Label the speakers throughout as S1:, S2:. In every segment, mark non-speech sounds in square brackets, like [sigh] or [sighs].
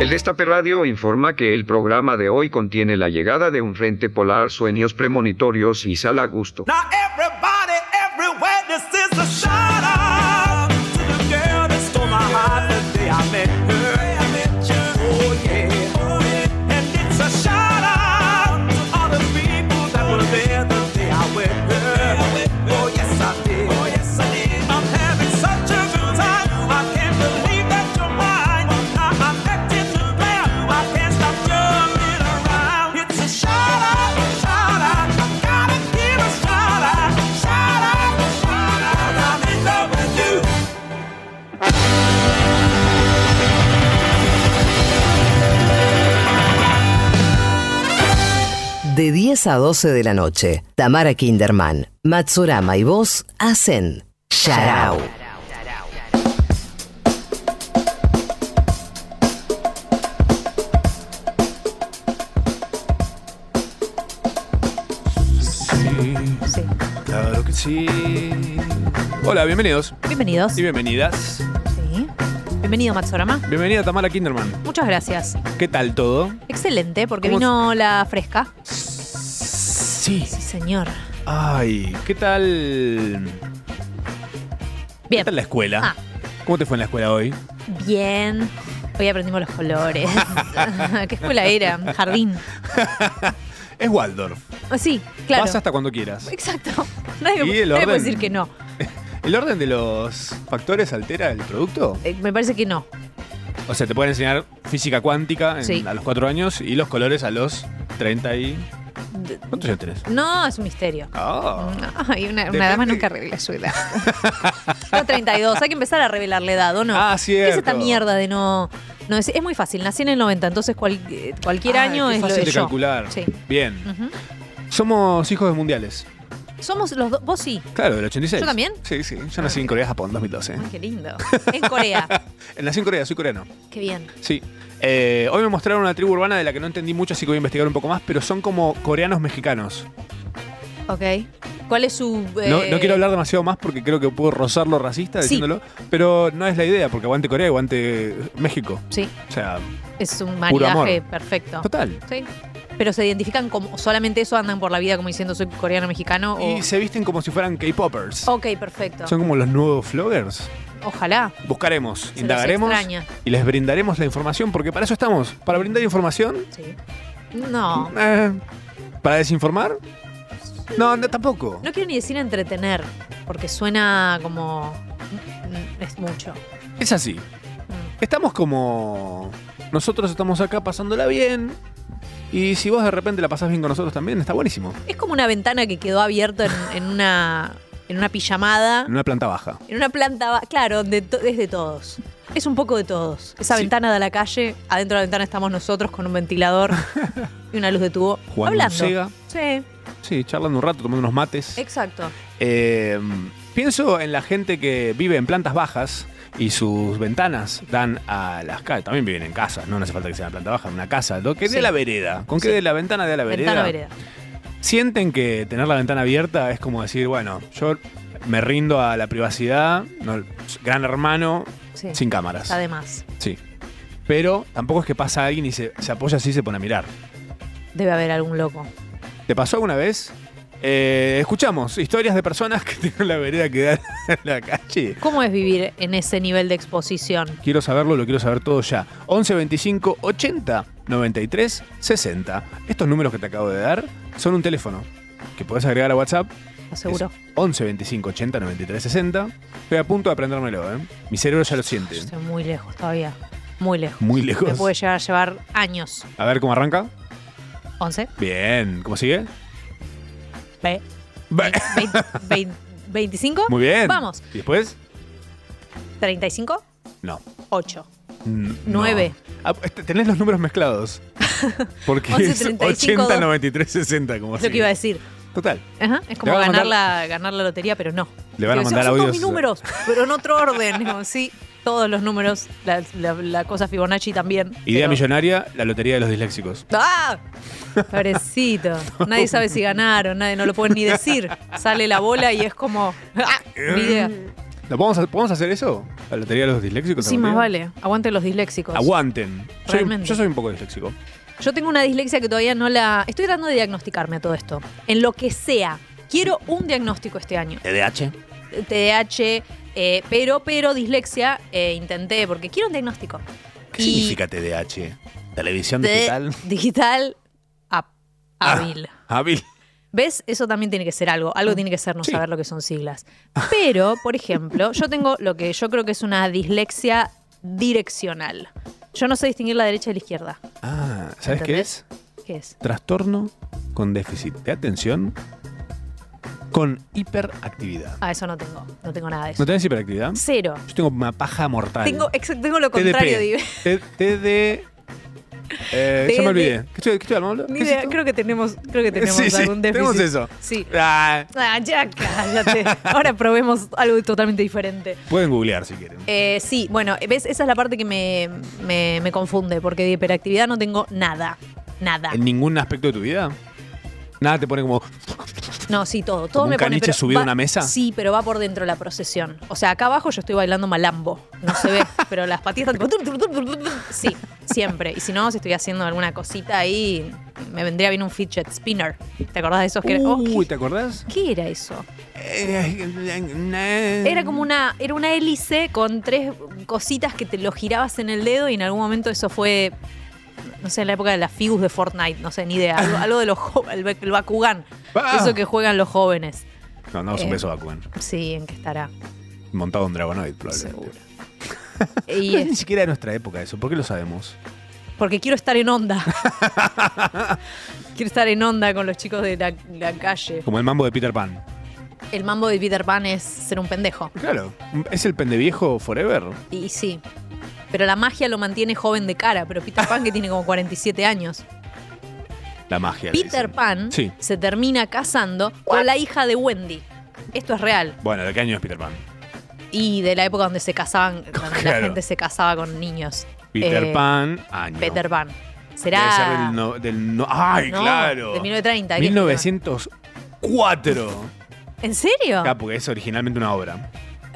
S1: El Destape Radio informa que el programa de hoy contiene la llegada de un frente polar, sueños premonitorios y sala gusto.
S2: Now everybody, everywhere, this is a shout out to the girl that stole my heart the day I met her. Oh yeah, and it's a shout out to all the people that were there the day I met her. Oh yes I did, oh yes I did. I'm having such a good time, I can't believe that you're mine. Now I'm acting to blame, I can't stop jumping around. It's a shout out, shout out, I gotta give a shout out, shout out, shout out. I'm in love with you.
S3: De 10 a 12 de la noche, Tamara Kinderman, Matsurama y vos hacen Sharau.
S4: Sí.
S5: Claro que sí. Hola, bienvenidos
S4: Bienvenidos.
S5: y bienvenidas.
S4: Sí. Bienvenido, Matsorama.
S5: Bienvenida Tamara Kinderman.
S4: Muchas gracias.
S5: ¿Qué tal todo?
S4: Excelente, porque
S5: ¿Cómo
S4: vino la fresca.
S5: Sí.
S4: Sí, señor.
S5: Ay, ¿qué tal? ¿Qué
S4: Bien.
S5: tal la escuela?
S4: Ah.
S5: ¿Cómo te fue en la escuela hoy?
S4: Bien. Hoy aprendimos los
S5: [laughs]
S4: colores. [laughs] ¿Qué escuela era? Jardín.
S5: Es Waldorf.
S4: Ah, Sí, claro.
S5: Vas hasta cuando quieras.
S4: Exacto. [laughs] Nadie,
S5: Y
S4: me-
S5: el
S4: nadie puede
S5: orden.
S4: decir que no.
S5: ¿El orden de los factores altera el producto?
S4: Eh, me parece que no.
S5: O sea, te pueden enseñar física cuántica en-
S4: Sí.
S5: a los 4 años y los colores a los 30 y...
S4: D-
S5: ¿Cuántos años tenés?
S4: No, es un misterio.
S5: Ah.
S4: No, y una, una
S5: Depende-
S4: dama nunca revela su edad. [laughs] No, 32. Hay que empezar a revelar la edad, ¿o no?
S5: Ah,
S4: ¿Qué es
S5: cierto.
S4: esta mierda de no, no decir? Es muy fácil. Nací en el 90, entonces cual- eh, cualquier
S5: Ay,
S4: año
S5: Ah, qué
S4: es lo
S5: fácil
S4: de
S5: de
S4: yo.
S5: calcular.
S4: Sí.
S5: Bien.
S4: Ujú.
S5: Somos hijos de mundiales.
S4: Somos los dos. Vos sí.
S5: Claro, del 86.
S4: ¿Yo también? Ah.
S5: Sí, sí. Yo nací en Corea, Japón, 2012.
S4: Ay, qué lindo. [laughs] En Corea.
S5: Nací en Corea, soy coreano.
S4: Qué bien.
S5: Sí. Eh, hoy me mostraron una tribu urbana de la que no entendí mucho, así que voy a investigar un poco más, pero son como coreanos mexicanos.
S4: Ok. ¿Cuál es su.
S5: No,
S4: eh,
S5: no quiero hablar demasiado más porque creo que puedo rozar lo racista
S4: Sí.
S5: diciéndolo, pero no es la idea, porque aguante Corea, aguante México.
S4: Sí,
S5: O sea,
S4: es un
S5: Puro amor.
S4: maridaje perfecto.
S5: total.
S4: Sí. Pero se identifican como. ¿Solamente eso andan por la vida como diciendo soy coreano-mexicano? O...
S5: Y se visten como si fueran K-popers.
S4: Ok, perfecto.
S5: Son como los nuevos floggers.
S4: Ojalá.
S5: Buscaremos,
S4: los
S5: indagaremos
S4: extraña.
S5: y les brindaremos la información, porque para eso estamos, para brindar información
S4: Sí. No.
S5: Eh, ¿Para desinformar? No, no, tampoco.
S4: No quiero ni decir entretener, porque suena como. mm, Es mucho.
S5: Es así.
S4: Mm.
S5: Estamos como... Nosotros estamos acá pasándola bien. Y si vos de repente la pasás bien con nosotros también, está buenísimo.
S4: Es como una ventana que quedó abierta en, en una, en una pijamada,
S5: En una planta baja.
S4: en una planta, ba- claro, donde to- es de todos. Es un poco de todos. Esa
S5: Sí.
S4: ventana de la calle, adentro de la ventana estamos nosotros con
S5: [laughs]
S4: un ventilador y una luz de tubo.
S5: Jugando un
S4: hablando.
S5: Sega.
S4: Sí,
S5: Sí, charlando un rato, tomando unos mates.
S4: exacto.
S5: Eh, pienso en la gente que vive en plantas bajas y sus ventanas dan a las calles. También viven en casas, no, No hace falta que sea en planta baja, en una casa. Lo que
S4: Sí.
S5: dé la vereda. Con que
S4: Sí.
S5: dé la ventana de la
S4: Ventana vereda.
S5: ¿Sienten que tener la ventana abierta es como decir, bueno, yo me rindo a la privacidad, no- gran hermano,
S4: Sí.
S5: sin cámaras?
S4: Está de más.
S5: Sí. Pero tampoco es que pasa alguien y se, se apoya así y se pone a mirar.
S4: Debe haber algún loco.
S5: ¿Te pasó alguna vez? Eh, escuchamos historias de personas que [laughs] tienen la vereda que da en la calle.
S4: ¿Cómo es vivir en ese nivel de exposición?
S5: Quiero saberlo, lo quiero saber todo ya. 11 25 80 93 60. Estos números que te acabo de dar son un teléfono que podés agregar a WhatsApp
S4: Aseguro.
S5: Es 11 25 80 93 60. Estoy a punto de aprendérmelo, ¿eh? Mi cerebro ya lo siente.
S4: Yo estoy muy lejos todavía. Muy lejos.
S5: Muy
S4: Me
S5: lejos.
S4: puede llegar a llevar años.
S5: A ver cómo arranca.
S4: 11,
S5: Bien. ¿Cómo sigue?
S4: ve-
S5: Ve-
S4: vein-
S5: [laughs]
S4: vein- 25,
S5: Muy bien.
S4: Vamos.
S5: ¿Y después?
S4: 35,
S5: No.
S4: 8.
S5: N-
S4: Nueve.
S5: no. Ah, este- tenés los números
S4: [laughs]
S5: mezclados. Porque
S4: 11,
S5: es
S4: 35,
S5: 80 93 60, como
S4: Es lo
S5: así.
S4: que iba a decir.
S5: Total.
S4: Ajá, Es como
S5: Le van a mandar-
S4: ganar, la, ganar la lotería, pero no.
S5: Le van a
S4: Pero
S5: mandar
S4: son todos
S5: audios.
S4: mis números, pero en otro orden. [laughs] Digo, Sí, todos los números. La, la- la cosa Fibonacci también.
S5: Idea
S4: pero-
S5: millonaria, la lotería de los disléxicos.
S4: ¡Ah!
S5: [laughs]
S4: Pobrecito. Nadie sabe si ganaron, nadie no lo pueden ni decir. Sale la bola y es como. ¡Ah! Ni idea.
S5: ¿La podemos, ha- podemos hacer eso? ¿La lotería de los disléxicos?
S4: Sí,
S5: algún
S4: más
S5: día?
S4: vale. Aguante los disléxicos.
S5: Aguanten. Soy-
S4: Realmente.
S5: yo soy un poco disléxico.
S4: Yo tengo una dislexia que todavía no la. Estoy tratando de diagnosticarme a todo esto. En lo que sea. Quiero un diagnóstico este año.
S5: ¿TDH?
S4: TDAH, eh, pero, pero dislexia eh, intenté porque quiero un diagnóstico.
S5: ¿Qué
S4: Y-
S5: significa TDH? ¿Televisión
S4: de-
S5: digital?
S4: Digital ap-
S5: Ah,
S4: hábil.
S5: Hábil.
S4: ¿Ves? Eso también tiene que ser algo. Algo tiene que ser no
S5: Sí.
S4: saber lo que son siglas. Pero, por ejemplo, yo tengo lo que yo creo que es una dislexia direccional. Yo no sé distinguir la derecha de la izquierda.
S5: Ah, ¿sabes qué
S4: ¿Entendés?
S5: es?
S4: ¿Qué es?
S5: Trastorno con déficit de atención con hiperactividad.
S4: Ah, eso no tengo. No tengo nada de eso.
S5: ¿No tenés hiperactividad?
S4: Cero.
S5: Yo tengo una paja mortal.
S4: Tengo, ex- tengo lo
S5: TDP.
S4: contrario, Dive.
S5: T- TD. Eh, ya
S4: TD.
S5: me olvidé. ¿Qué estoy, qué estoy hablando?
S4: [laughs] Ni
S5: ¿Qué es
S4: idea,
S5: esto?
S4: creo que tenemos, creo que tenemos
S5: Sí, sí,
S4: algún déficit.
S5: tenemos eso.
S4: Sí.
S5: Ah,
S4: Ah, ya cállate. Ahora probemos algo totalmente diferente.
S5: pueden googlear si quieren.
S4: Eh, sí, bueno, ves, esa es la parte que me, me- me confunde, porque de hiperactividad no tengo nada. Nada.
S5: ¿En ningún aspecto de tu vida? Nada te pone como.
S4: No, sí, todo. Todo
S5: un
S4: me pone.
S5: caniche subido a una mesa?
S4: Sí, pero va por dentro la procesión. O sea, acá abajo yo estoy bailando malambo. No
S5: [laughs]
S4: se ve, pero las patitas están tipo. Sí, siempre. Y si no, si estoy haciendo alguna cosita ahí, me vendría bien un fidget spinner. ¿Te acordás de esos que era- oh,
S5: Uy,
S4: ¿qué,
S5: ¿te acordás?
S4: qué era eso? Era
S5: Era
S4: como una, era una hélice con tres cositas que te lo girabas en el dedo y en algún momento eso fue, no sé, en la época de las figus de Fortnite, no sé, ni idea. Algo, algo de los jo- el, Bak- el Bakugan.
S5: Ah.
S4: Eso que juegan los jóvenes.
S5: No, no, es un
S4: Eh.
S5: beso Bakugan.
S4: Sí, en qué estará.
S5: Montado en Dragonoid, probablemente.
S4: Seguro.
S5: No [laughs]
S4: Y
S5: es ni
S4: es-
S5: siquiera de nuestra época eso. ¿Por qué lo sabemos?
S4: porque quiero estar en onda. quiero estar en onda con los chicos de la, la calle.
S5: Como el mambo de Peter Pan.
S4: El mambo de Peter Pan es ser un pendejo.
S5: Claro. ¿Es el pendeviejo forever?
S4: Y sí. Pero la magia lo mantiene joven de cara, pero Peter Pan que tiene como 47 años.
S5: La magia. le
S4: Peter
S5: dicen.
S4: Pan
S5: Sí.
S4: se termina casando con la hija de Wendy. Esto es real.
S5: Bueno, ¿de qué año es Peter Pan?
S4: Y de la época donde se casaban, donde la
S5: Claro.
S4: gente se casaba con niños.
S5: Peter
S4: Eh,
S5: Pan, año.
S4: Peter Pan. Será.
S5: Debe ser del no- del no- ¡Ay,
S4: No,
S5: claro!
S4: de 1930, ¿qué?
S5: 1904.
S4: ¿En serio?
S5: Claro, Ah, porque es originalmente una obra.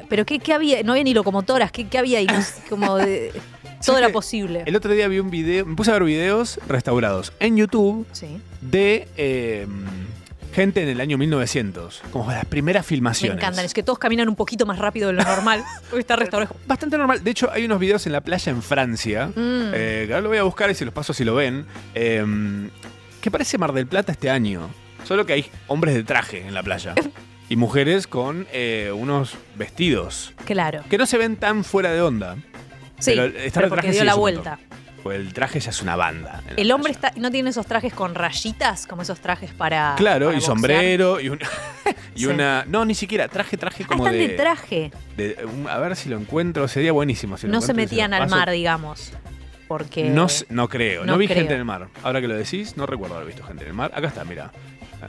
S4: ¿Pero qué, qué había? No había ni locomotoras. ¿Qué, qué había ahí?
S5: [laughs]
S4: No sé, Como de- todo
S5: ¿Sabes
S4: era
S5: qué?
S4: posible.
S5: El otro día vi un video, me puse a ver videos restaurados en YouTube
S4: Sí.
S5: de eh, gente en el año 1900, como las primeras
S4: Me
S5: filmaciones.
S4: encantan. Es que todos caminan un poquito más rápido de
S5: [laughs]
S4: lo normal. Porque está restaurado.
S5: Bastante normal. De hecho, hay unos videos en la playa en Francia.
S4: Mm.
S5: eh, que ahora lo voy a buscar y se los paso si lo ven. eh, que parece Mar del Plata este año. Solo que hay hombres de traje en la
S4: [laughs]
S5: playa. Y mujeres con eh, unos vestidos.
S4: Claro.
S5: Que no se ven tan fuera de onda.
S4: Sí.
S5: pero
S4: Pero,
S5: el estar de
S4: porque
S5: traje
S4: dio
S5: sí
S4: la
S5: es un
S4: vuelta.
S5: Porque el traje ya es una banda. en la
S4: El hombre
S5: playa.
S4: está, no tiene esos trajes con rayitas, como esos trajes para.
S5: Claro,
S4: para
S5: y
S4: boxear.
S5: sombrero, y, un- [laughs] y
S4: Sí.
S5: una. No, ni siquiera. Traje, traje
S4: Ah,
S5: como
S4: están de,
S5: de.
S4: traje.
S5: de- un- a ver si lo encuentro. Sería buenísimo. si lo
S4: No se
S5: encuentro y
S4: metían
S5: lo
S4: al
S5: paso.
S4: mar, digamos. Porque.
S5: No, sé- no creo. No,
S4: no
S5: vi
S4: creo.
S5: gente en el mar. Ahora que lo decís, no recuerdo haber visto gente en el mar. Acá está, mira.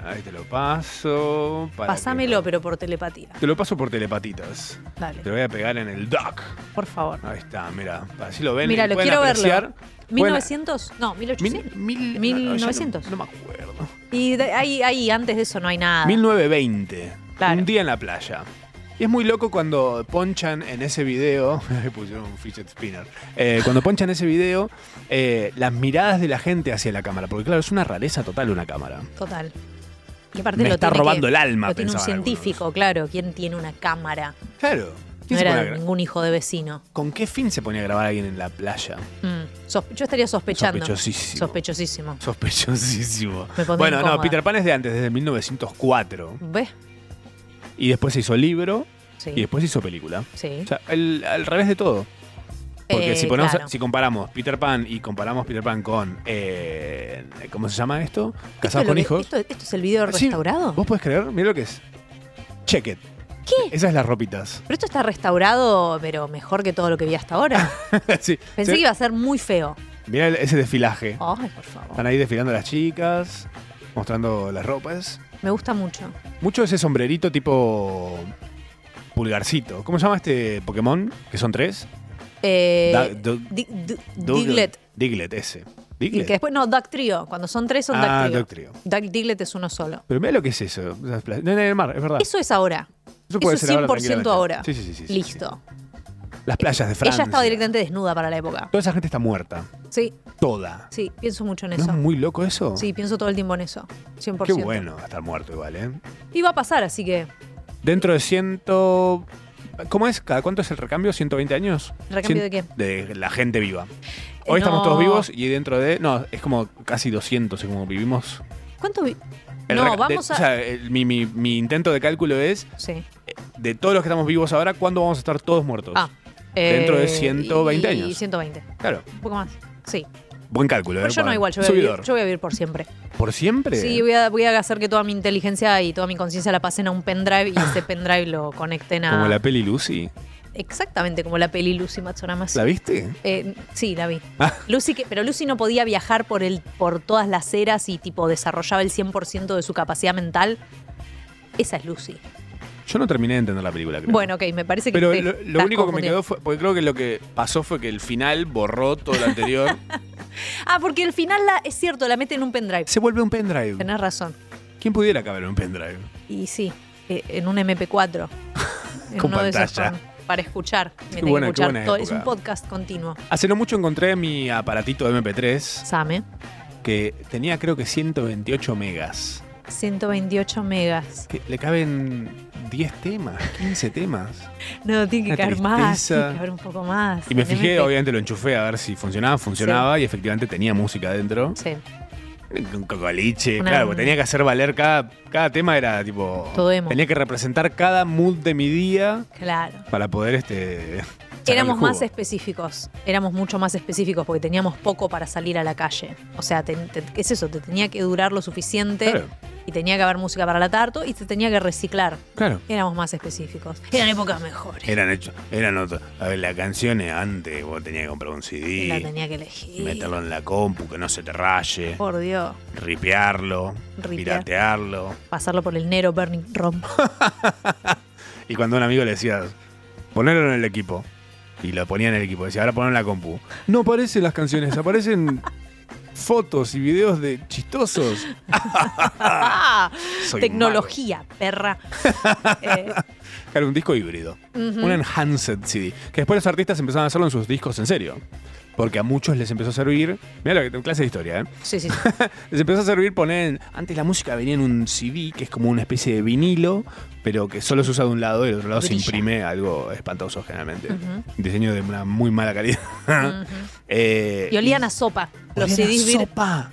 S5: Ahí te lo paso. para que-
S4: Pásamelo, pero por telepatía.
S5: Te lo paso por telepatitas.
S4: Dale,
S5: Te lo voy a pegar en el dock.
S4: por favor.
S5: Ahí está, mira. Así lo ven.
S4: Mira,
S5: y
S4: lo
S5: pueden
S4: quiero
S5: apreciar.
S4: verlo.
S5: Pueden-
S4: ¿1900? No,
S5: Mil-
S4: 1800.
S5: mil-
S4: 1900.
S5: No, ya no- no me acuerdo.
S4: Y de- ahí, ahí, antes de eso no hay nada.
S5: 1920.
S4: Ah. Claro.
S5: Un día en la playa. Y es muy loco cuando ponchan en ese video. [laughs] pusieron un fidget spinner. Eh, cuando ponchan ese video, eh, las miradas de la gente hacia la cámara. Porque, claro, es una rareza total una cámara.
S4: Total. Y aparte
S5: Me
S4: lo
S5: está
S4: tiene
S5: robando
S4: que-
S5: el alma,
S4: Lo tiene un
S5: pensaban algunos.
S4: científico, claro. ¿Quién tiene una cámara?
S5: Claro. ¿Quién
S4: No
S5: se
S4: era
S5: pone a gra-
S4: ningún hijo de vecino.
S5: ¿Con qué fin se ponía a grabar a alguien en la playa?
S4: Mm. Sos- Yo estaría sospechando.
S5: Sospechosísimo.
S4: Sospechosísimo.
S5: Sospechosísimo.
S4: Me pondría
S5: Bueno, no,
S4: incómoda.
S5: Peter Pan es de antes, desde 1904.
S4: ¿Ves?
S5: Y después se hizo libro
S4: Sí.
S5: y después se hizo película.
S4: sí.
S5: O sea, el- al revés de todo. Porque
S4: Eh,
S5: si, ponemos-
S4: claro.
S5: si comparamos Peter Pan y comparamos Peter Pan con. eh, ¿Cómo se llama esto?
S4: ¿Esto, es
S5: Casados
S4: lo
S5: con
S4: que-
S5: hijos. Eh, Ah,
S4: esto- esto es el video
S5: Sí.
S4: restaurado?
S5: ¿Vos podés creer? Mira lo que es. Check it. E-,
S4: ¿Qué?
S5: Esas las ropitas. [laughs]
S4: Pero esto está restaurado, pero mejor que todo lo que vi hasta ahora.
S5: [laughs] sí.
S4: Pensé que iba Oh. a ser muy feo.
S5: Mira ese desfilaje.
S4: Ay, por favor.
S5: Están ahí desfilando las chicas, mostrando las ropas.
S4: Me gusta mucho.
S5: Mucho ese sombrerito tipo pulgarcito. ¿Cómo se llama este Pokémon? Que son tres.
S4: Eh,
S5: Da- du-
S4: Di- du-
S5: Dougal-
S4: Diglett.
S5: Diglett, ese.
S4: Y
S5: Diglett.
S4: que después, no, Duck Trio. Cuando son tres son
S5: ah,
S4: Duck Trio.
S5: Duck Trio.
S4: Duck Diglett es uno solo.
S5: Pero mira lo que es eso. esas pla- No, en el mar, es verdad.
S4: Eso es ahora.
S5: Ah. Eso puede
S4: Eso
S5: ser ahora
S4: 100% ahora.
S5: tranquilamente. Sí, sí, sí, sí, sí,
S4: Listo.
S5: sí. Las playas de Francia.
S4: Ella estaba directamente desnuda para la época.
S5: Toda esa gente está muerta.
S4: Sí,
S5: Toda.
S4: sí, pienso mucho en
S5: ¿No
S4: eso.
S5: es muy loco eso?
S4: Sí, pienso todo el tiempo en eso. 100%.
S5: Qué bueno estar muerto igual, ¿eh?
S4: Y va a pasar, así que
S5: Dentro de ciento... ¿Cómo es? ¿Cada cuánto es el recambio? ¿120 años?
S4: ¿Recambio
S5: Cien-
S4: de Eh,
S5: De la gente viva. Hoy
S4: No.
S5: estamos todos vivos y dentro de... No, es como casi 200, es como vivimos...
S4: ¿Cuánto vi-
S5: El
S4: No,
S5: reca- de-
S4: vamos a.
S5: O sea, el- mi, mi- mi intento de cálculo es,
S4: sí.
S5: eh, de todos los que estamos vivos ahora, ¿cuándo vamos a estar todos muertos?
S4: Ah.
S5: Dentro de
S4: eh,
S5: 120
S4: y-
S5: años.
S4: 120.
S5: Claro,
S4: Un poco más. Sí.
S5: buen cálculo.
S4: Pero
S5: ¿eh?
S4: Pues yo no
S5: Para-
S4: igual, yo voy, a
S5: Subidor.
S4: vivir, yo voy a vivir por siempre.
S5: ¿Por siempre?
S4: Sí, voy a, voy a hacer que toda mi inteligencia y toda mi conciencia la pasen a un pendrive y
S5: [laughs]
S4: ese pendrive lo conecten a.
S5: Como la peli Lucy.
S4: Exactamente como la peli Lucy Matsurama.
S5: ¿La viste?
S4: Eh, sí, la vi.
S5: Ah.
S4: Lucy que, pero Lucy no podía viajar por, el, por todas las eras y tipo desarrollaba el 100% de su capacidad mental. Esa es Lucy.
S5: Yo no terminé de entender la película, creo.
S4: Bueno, ok, me parece que...
S5: Pero
S4: te
S5: lo, lo
S4: estás
S5: único que me
S4: confundiendo.
S5: quedó fue, porque creo que lo que pasó fue que el final borró todo lo anterior.
S4: Ah, porque al final la, es cierto, la mete en un pendrive.
S5: [laughs] Se vuelve un pendrive.
S4: Tenés razón.
S5: ¿Quién pudiera caber un pendrive?
S4: Y sí, eh, en
S5: [laughs]
S4: un MP4. En
S5: Con
S4: uno de esos
S5: pantalla.
S4: con- para escuchar. Me tengo que
S5: buena- qué
S4: escuchar
S5: buena
S4: todo. Es un
S5: época.
S4: podcast continuo.
S5: Hace no mucho encontré mi aparatito de MP3
S4: Same.
S5: que tenía creo que 128 megas.
S4: 128 megas.
S5: Que le caben 10 temas, 15 temas.
S4: No, tiene que
S5: Una
S4: caer más.
S5: tristeza.
S4: Tiene que haber un poco más.
S5: Y me
S4: En
S5: fijé,
S4: MP.
S5: obviamente lo enchufé a ver si funcionaba, funcionaba y efectivamente tenía música adentro.
S4: Sí,
S5: Un cocoliche,
S4: Una-
S5: claro, porque tenía que hacer valer cada, cada tema, era tipo.
S4: Todo emo.
S5: Tenía que representar cada mood de mi día
S4: claro.
S5: para poder este. sacarle
S4: Éramos más
S5: jugo.
S4: específicos, éramos mucho más específicos porque teníamos poco para salir a la calle. O sea, te- te- ¿qué es eso? Te tenía que durar lo suficiente
S5: Claro.
S4: y tenía que haber música para la tarto y te tenía que reciclar.
S5: Claro.
S4: Éramos más específicos. Eran épocas mejores.
S5: Eran hechos. Eran otras. A ver, las canciones antes vos tenías que comprar un CD.
S4: La tenía que
S5: y
S4: elegir.
S5: meterlo en la compu, que no se te raye.
S4: Por Dios.
S5: Ripearlo.
S4: Ripear.
S5: Piratearlo.
S4: Pasarlo por el Nero Burning
S5: [laughs]
S4: Rom.
S5: Y cuando a un amigo le decías, ponerlo en el equipo. Y lo ponía en el equipo. Decía, ahora ponlo en la compu. No aparecen las canciones,
S4: [laughs]
S5: aparecen fotos y videos de chistosos.
S4: ¡Ah!
S5: Soy
S4: Tecnología,
S5: [laughs]
S4: perra. Eh,
S5: Claro, un disco híbrido. Un enhanced CD. Que después los artistas empezaron a hacerlo en sus discos en serio. Porque a muchos les empezó a servir. Mira lo que tengo clase de historia, ¿eh? [laughs]
S4: sí, sí. sí.
S5: Les empezó a servir poner. en- Antes la música venía en un CD, que es como una especie de vinilo, pero que solo se usa de un lado y del otro lado se
S4: Brilla.
S5: imprime algo espantoso generalmente.
S4: Ujú.
S5: Diseño de una muy mala calidad. [laughs] Eh,
S4: Y olían a sopa. Los
S5: olían a
S4: CDs vir-
S5: sopa.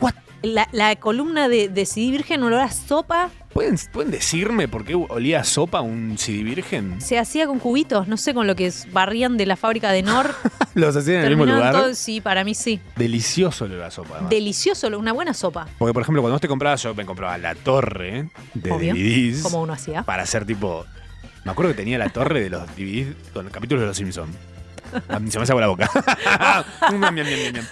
S5: What?
S4: la, la columna de, de CD virgen olor a sopa
S5: ¿Pueden, ¿Pueden decirme por qué olía a sopa un CD virgen?
S4: se hacía con cubitos, no sé, con lo que es- barrían de la fábrica de Nor.
S5: Los hacían [laughs] en el mismo
S4: Terminaban
S5: lugar. Ah.
S4: todo- sí, para mí sí.
S5: Delicioso olor a sopa. además.
S4: Delicioso, lo- una buena sopa,
S5: Porque, por ejemplo, cuando vos te comprabas, yo me compraba la torre de
S4: Obvio.
S5: DVDs.
S4: como uno hacía.
S5: para hacer tipo. Me acuerdo que tenía la torre de los DVDs con los capítulos de los Simpsons. Se me hace agua la boca. [laughs] Ah, mm, Miam, miam, miam, miam.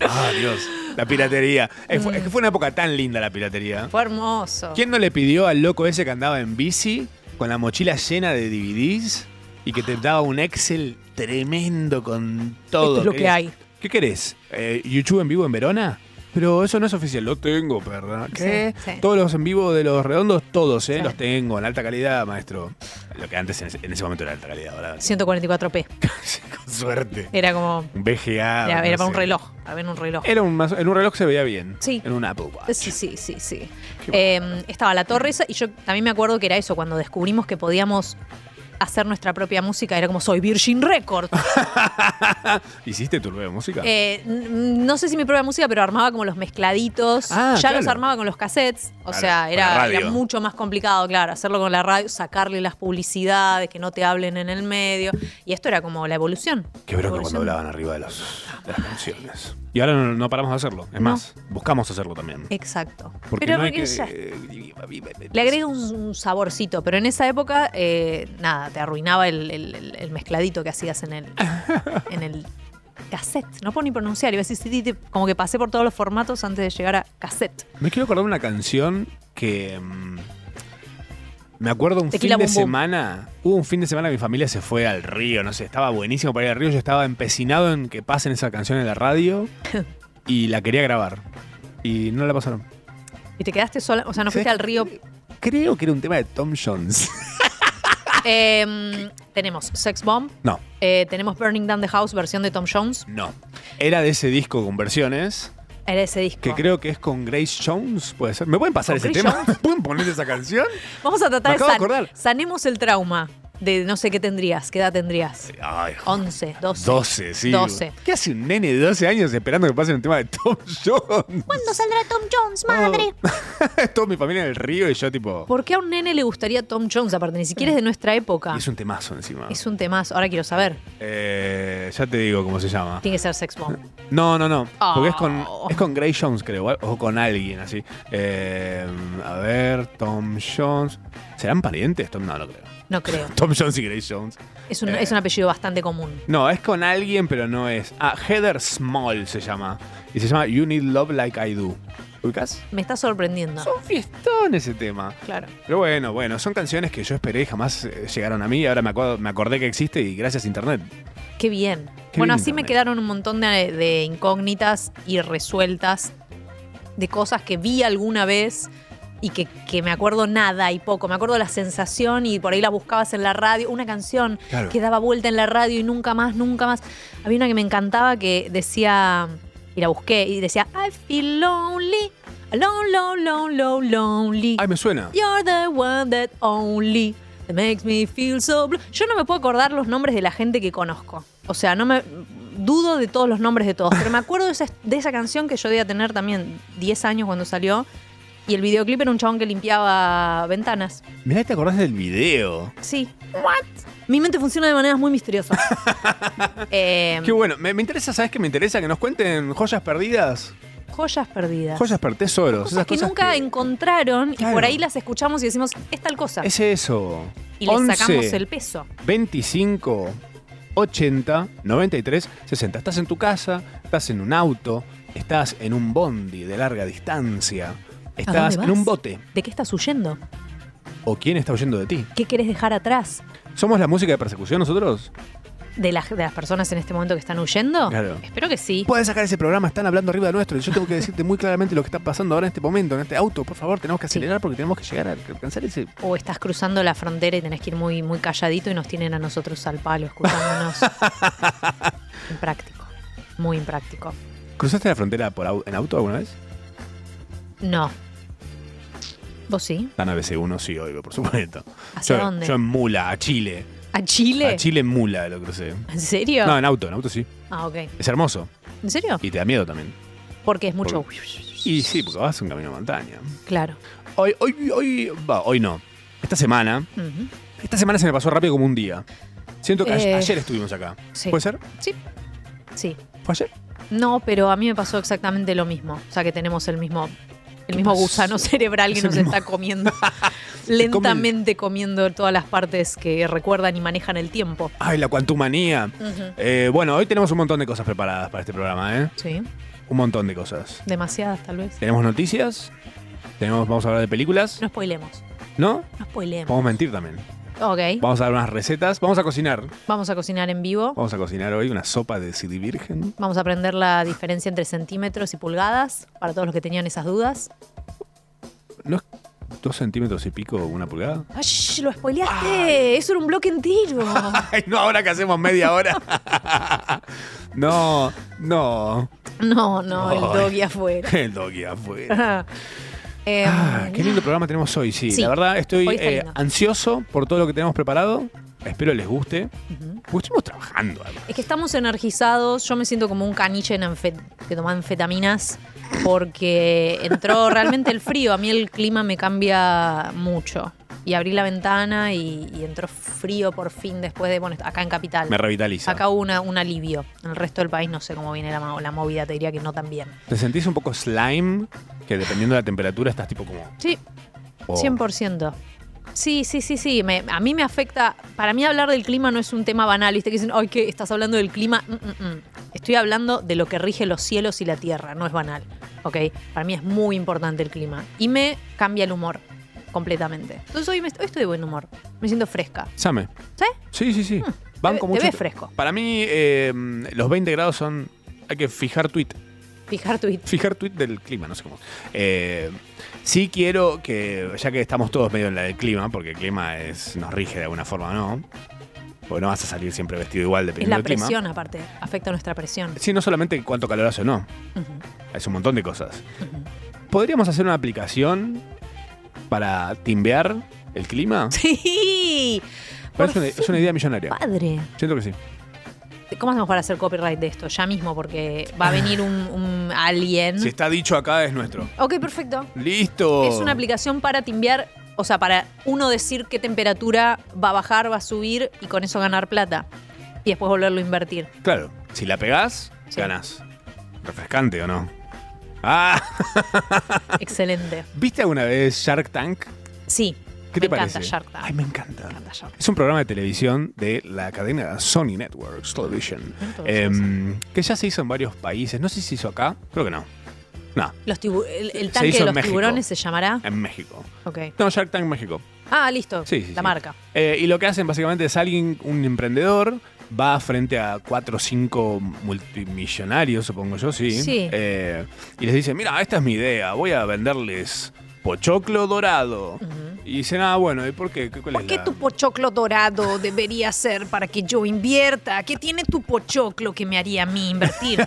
S5: Ah, Dios. La piratería. Eh, fue- Es que fue una época tan linda la piratería.
S4: Fue hermoso.
S5: ¿Quién no le pidió al loco ese que andaba en bici con la mochila llena de DVDs y que te daba un Excel tremendo con todo?
S4: Esto es lo que
S5: ¿Querés-
S4: hay.
S5: ¿Qué querés? Eh, ¿YouTube en vivo en Verona? Pero eso no es oficial, lo tengo, ¿verdad? ¿Qué?
S4: Sí, sí.
S5: Todos los en vivo de los redondos, todos, ¿eh?
S4: Sí.
S5: Los tengo en alta calidad, maestro. Lo que antes en ese, en ese momento era alta calidad, ahora [laughs]
S4: 144p.
S5: con suerte.
S4: Era como.
S5: Un VGA.
S4: Era,
S5: Ah, no
S4: era para un
S5: sé.
S4: reloj. Para ver un reloj.
S5: Era un, mas- en un reloj se veía bien.
S4: Sí.
S5: En un Apple Watch.
S4: Sí, sí, sí, sí.
S5: Qué
S4: Eh, estaba la torre esa y yo también me acuerdo que era eso, cuando descubrimos que podíamos hacer nuestra propia música, era como soy Virgin Records.
S5: [laughs] ¿Hiciste tu nueva música?
S4: Eh, n- no sé si mi propia música, pero armaba como los mezcladitos.
S5: Ah,
S4: ya
S5: claro.
S4: los armaba con los cassettes. O
S5: Claro,
S4: sea,
S5: con la
S4: era,
S5: radio.
S4: era mucho más complicado, claro, hacerlo con la radio, sacarle las publicidades, que no te hablen en el medio. Y esto era como la evolución.
S5: Qué bronca cuando
S4: Evolución.
S5: hablaban arriba de, los, de las canciones. Y ahora no, no paramos de hacerlo. Es más, buscamos hacerlo también.
S4: Exacto.
S5: Porque
S4: Eh, pero
S5: no hay
S4: porque ya-
S5: que... eh,
S4: le agrega un, un saborcito, pero en esa época, eh, nada, te arruinaba el, el- el- el mezcladito que hacías en el, en el cassette. No puedo ni pronunciar, iba a decir CD, como que pasé por todos los formatos antes de llegar a cassette.
S5: Me quiero acordar una canción que. mm, me acuerdo un
S4: Tequila
S5: fin de
S4: Bum Bum.
S5: semana. Hubo un fin de semana que mi familia se fue al río, no sé, estaba buenísimo para ir al río. Yo estaba empecinado en que pasen esa canción en la
S4: [laughs]
S5: radio y la quería grabar. Y no la pasaron. [laughs]
S4: Y te quedaste sola, o sea, no fuiste
S5: ¿Sabés
S4: al río
S5: Creo que era un tema de Tom Jones. [laughs]
S4: Eh, tenemos Sex Bomb.
S5: No,
S4: eh, tenemos Burning Down the House, versión de Tom Jones.
S5: no. Era de ese disco con versiones,
S4: Era ese disco.
S5: que creo que es con Grace Jones, puede ser. ¿Me pueden pasar
S4: Ah. ¿Con
S5: ese
S4: Grace
S5: tema?
S4: Jones?
S5: ¿Me [laughs] pueden poner esa canción?
S4: Vamos a
S5: Me
S4: tratar de,
S5: acabo de
S4: san-
S5: acordar.
S4: sanemos el trauma de no sé qué tendrías, qué edad tendrías.
S5: Ay, joder.
S4: 11, 12.
S5: 12, sí.
S4: 12.
S5: ¿Qué hace un nene de 12 años esperando que pase un tema de Tom [laughs] Jones? Oh.
S4: ¿Cuándo saldrá Tom Jones, madre?
S5: [laughs] Toda mi familia en el río y yo tipo...
S4: ¿Por qué a un nene le gustaría Tom Jones? Aparte, ni siquiera es de nuestra época.
S5: y es un temazo encima.
S4: Es un temazo. Ahora quiero saber.
S5: Eh, ya te digo cómo se llama.
S4: Tiene que ser Sex Bomb.
S5: No, no, no.
S4: Oh.
S5: Porque es con, es con Grace Jones, creo. O con alguien así. Eh, a ver, Tom Jones. ¿Serán parientes? Tom, no, no creo. [laughs]
S4: No creo.
S5: Tom Jones y Grace Jones.
S4: Es un,
S5: Eh.
S4: es un apellido bastante común.
S5: No, es con alguien, pero no es. Ah, Heather Small se llama. Y se llama You Need Love Like I Do. ¿Ubicas?
S4: Me está sorprendiendo.
S5: Son fiestón ese tema.
S4: Claro.
S5: Pero bueno, bueno, son canciones que yo esperé y jamás eh, llegaron a mí. Ahora me, acuerdo- me acordé que existe y gracias internet.
S4: Qué bien.
S5: Qué
S4: bueno,
S5: bien
S4: así me
S5: internet.
S4: quedaron un montón de, de incógnitas y resueltas de cosas que vi alguna vez y que, que me acuerdo nada y poco. Me acuerdo la sensación y por ahí la buscabas en la radio. Una canción
S5: Claro.
S4: que daba vuelta en la radio y nunca más, nunca más. Había una que me encantaba que decía, y la busqué, y decía, I feel lonely, alone, lone, lone, lone, lonely.
S5: Ay, me suena.
S4: You're the one that only that makes me feel so blue. Yo no me puedo acordar los nombres de la gente que conozco. O sea, no me dudo de todos los nombres de todos, pero me acuerdo de esa, de esa canción que yo debía tener también 10 años cuando salió. Y el videoclip era un chabón que limpiaba ventanas.
S5: Mirá, te acordás del video.
S4: Sí. ¿What? Mi mente funciona de maneras muy misteriosas.
S5: [laughs]
S4: Eh,
S5: Qué bueno. Me, me interesa, ¿sabes qué me interesa? Que nos cuenten joyas perdidas.
S4: joyas perdidas.
S5: Joyas per tesoros.
S4: Cosas
S5: esas
S4: que
S5: cosas
S4: nunca
S5: que-
S4: encontraron y
S5: Claro.
S4: por ahí las escuchamos y decimos, es tal cosa.
S5: Es eso.
S4: y le
S5: 11,
S4: sacamos el peso.
S5: 25, 80, 93, 60. Estás en tu casa, estás en un auto, estás en un bondi de larga distancia, estás
S4: dónde
S5: en un
S4: vas?
S5: bote.
S4: ¿De qué estás huyendo?
S5: ¿O quién está huyendo de ti?
S4: ¿Qué querés dejar atrás
S5: ¿Somos la música de persecución nosotros?
S4: de las, de las personas en este momento que están huyendo?
S5: Claro.
S4: Espero que sí.
S5: Puedes sacar ese programa, están hablando arriba de nuestro. y Yo tengo que decirte muy claramente lo que está pasando ahora en este momento, en este auto. Por favor, tenemos que
S4: Sí.
S5: acelerar porque tenemos que llegar a alcanzar ese.
S4: O estás cruzando la frontera y tenés que ir muy, muy calladito y nos tienen a nosotros al palo escuchándonos.
S5: [laughs]
S4: impráctico. Muy impráctico.
S5: ¿Cruzaste la frontera por au- en auto alguna vez?
S4: No. ¿Vos sí?
S5: Tan ABC 1 sí, obvio, por supuesto.
S4: ¿Hacia
S5: yo,
S4: dónde?
S5: Yo en mula, a Chile.
S4: ¿A Chile?
S5: A Chile en mula lo crucé.
S4: ¿En serio?
S5: No, en auto, en auto sí.
S4: Ah, ok.
S5: Es hermoso.
S4: ¿En serio?
S5: Y te da miedo también.
S4: Porque es mucho.
S5: Y sí, porque vas a un camino de montaña.
S4: Claro.
S5: Hoy, hoy, hoy, va, hoy no. Esta semana,
S4: Ujú.
S5: esta semana se me pasó rápido como un día. Siento que a-
S4: Eh,
S5: ayer estuvimos acá.
S4: sí.
S5: ¿Puede ser?
S4: Sí. Sí.
S5: ¿Fue ayer?
S4: No, pero a mí me pasó exactamente lo mismo. O sea que tenemos el mismo, el mismo
S5: pasó?
S4: gusano cerebral que
S5: Es el
S4: nos
S5: mismo- [laughs]
S4: está comiendo. [laughs] lentamente comiendo todas las partes que recuerdan y manejan el tiempo.
S5: Ay, la cuantumanía. Eh, bueno, hoy tenemos un montón de cosas preparadas para este programa, ¿eh?
S4: Sí.
S5: Un montón de cosas.
S4: Demasiadas, tal vez.
S5: Tenemos noticias. Tenemos, vamos a hablar de películas.
S4: No spoilemos.
S5: ¿No?
S4: No spoilemos.
S5: Vamos a mentir también.
S4: Ok.
S5: Vamos a dar unas recetas. Vamos a cocinar.
S4: Vamos a cocinar en vivo.
S5: Vamos a cocinar hoy una sopa de CD virgen.
S4: Vamos a aprender la diferencia entre centímetros y pulgadas para todos los que tenían esas dudas.
S5: ¿No es dos centímetros y pico una pulgada?
S4: ¡Ay, ¡Lo spoileaste! ¡Eso era un bloque entero!
S5: [laughs] Ay, no, ahora que hacemos media hora. [laughs] no, no.
S4: [laughs] No, no, el
S5: Ay.
S4: doggy afuera.
S5: El doggy afuera.
S4: Em,
S5: Ah, qué lindo programa tenemos hoy, sí.
S4: Sí,
S5: la verdad estoy
S4: hoy está
S5: eh,
S4: lindo.
S5: ansioso por todo lo que tenemos preparado. Espero les guste.
S4: Ujú.
S5: Porque estuvimos trabajando. además.
S4: Es que estamos energizados. Yo me siento como un caniche en anfet- que toma anfetaminas porque entró realmente el frío. A mí el clima me cambia mucho. Y abrí la ventana y, y entró frío por fin después de, bueno, acá en Capital.
S5: Me revitaliza.
S4: Acá hubo una- un alivio. En el resto del país no sé cómo viene la, ma- la movida, te diría que no tan bien.
S5: ¿Te sentís un poco slime? Que dependiendo de la temperatura estás tipo como...
S4: Sí,
S5: oh.
S4: 100%. Sí, sí, sí, sí. Me- a mí me afecta. Para mí, hablar del clima no es un tema banal. Viste que dicen, ay, ¿qué? Estás hablando del clima. Mm, mm, mm. Estoy hablando de lo que rige los cielos y la tierra. No es banal. ¿Ok? Para mí es muy importante el clima. Y me cambia el humor completamente. Entonces hoy, me- hoy estoy de buen humor. Me siento fresca.
S5: Same.
S4: ¿Sí?
S5: Sí, sí, sí. Banco
S4: Mm, te
S5: mucho.
S4: ves fresco.
S5: Para mí, eh, los 20 grados son... Hay que fijar tweet.
S4: Fijar tweet.
S5: Fijar tweet del clima, no sé cómo. Eh, sí quiero que, ya que estamos todos medio en la del clima, porque el clima es, nos rige de alguna forma, ¿no? Porque no vas a salir siempre vestido igual
S4: Es
S5: dependiendo
S4: la
S5: del clima.
S4: presión, aparte. Afecta nuestra presión.
S5: Sí, no solamente cuánto calor hace o no. Es un montón de cosas. ¿Podríamos hacer una aplicación para timbear el clima?
S4: Sí. Por
S5: es, una, es una idea millonaria.
S4: Padre.
S5: Siento que sí.
S4: ¿Cómo hacemos para hacer copyright de esto? Ya mismo, porque va a venir un, un alien.
S5: Si está dicho acá, es nuestro.
S4: Ok, perfecto.
S5: ¡Listo!
S4: Es una aplicación para timbiar, o sea, para uno decir qué temperatura va a bajar, va a subir y con eso ganar plata. Y después volverlo
S5: [laughs]
S4: a invertir.
S5: Claro, si la pegás,
S4: Sí.
S5: ganás. ¿Refrescante o no? ¡Ah!
S4: Excelente.
S5: ¿Viste alguna vez Shark Tank?
S4: Sí.
S5: ¿Qué
S4: me
S5: te parece?
S4: encanta Shark Tank.
S5: Ay, me encanta.
S4: Me encanta Shark Tank.
S5: Es un programa de televisión de la cadena Sony Networks Television. em, que ya se hizo en varios países. No sé si se hizo acá. Creo que no. No,
S4: Los tibu- el, el
S5: Se
S4: tanque
S5: hizo
S4: de
S5: en
S4: los
S5: México.
S4: tiburones se llamará.
S5: en México.
S4: Ok.
S5: No, Shark Tank México.
S4: Ah, listo.
S5: Sí, sí,
S4: La
S5: sí.
S4: marca.
S5: Eh, y lo que hacen básicamente es alguien, un emprendedor, va frente a cuatro o cinco multimillonarios, supongo yo, sí.
S4: Sí.
S5: Eh, y les dice, mira, esta es mi idea, voy a venderles pochoclo dorado. Y dicen, ah, bueno, ¿y por qué? ¿Qué- cuál
S4: ¿Por
S5: es
S4: qué
S5: la-
S4: tu pochoclo dorado debería ser para que yo invierta? ¿Qué tiene tu pochoclo que me haría a
S5: [laughs]
S4: mí invertir?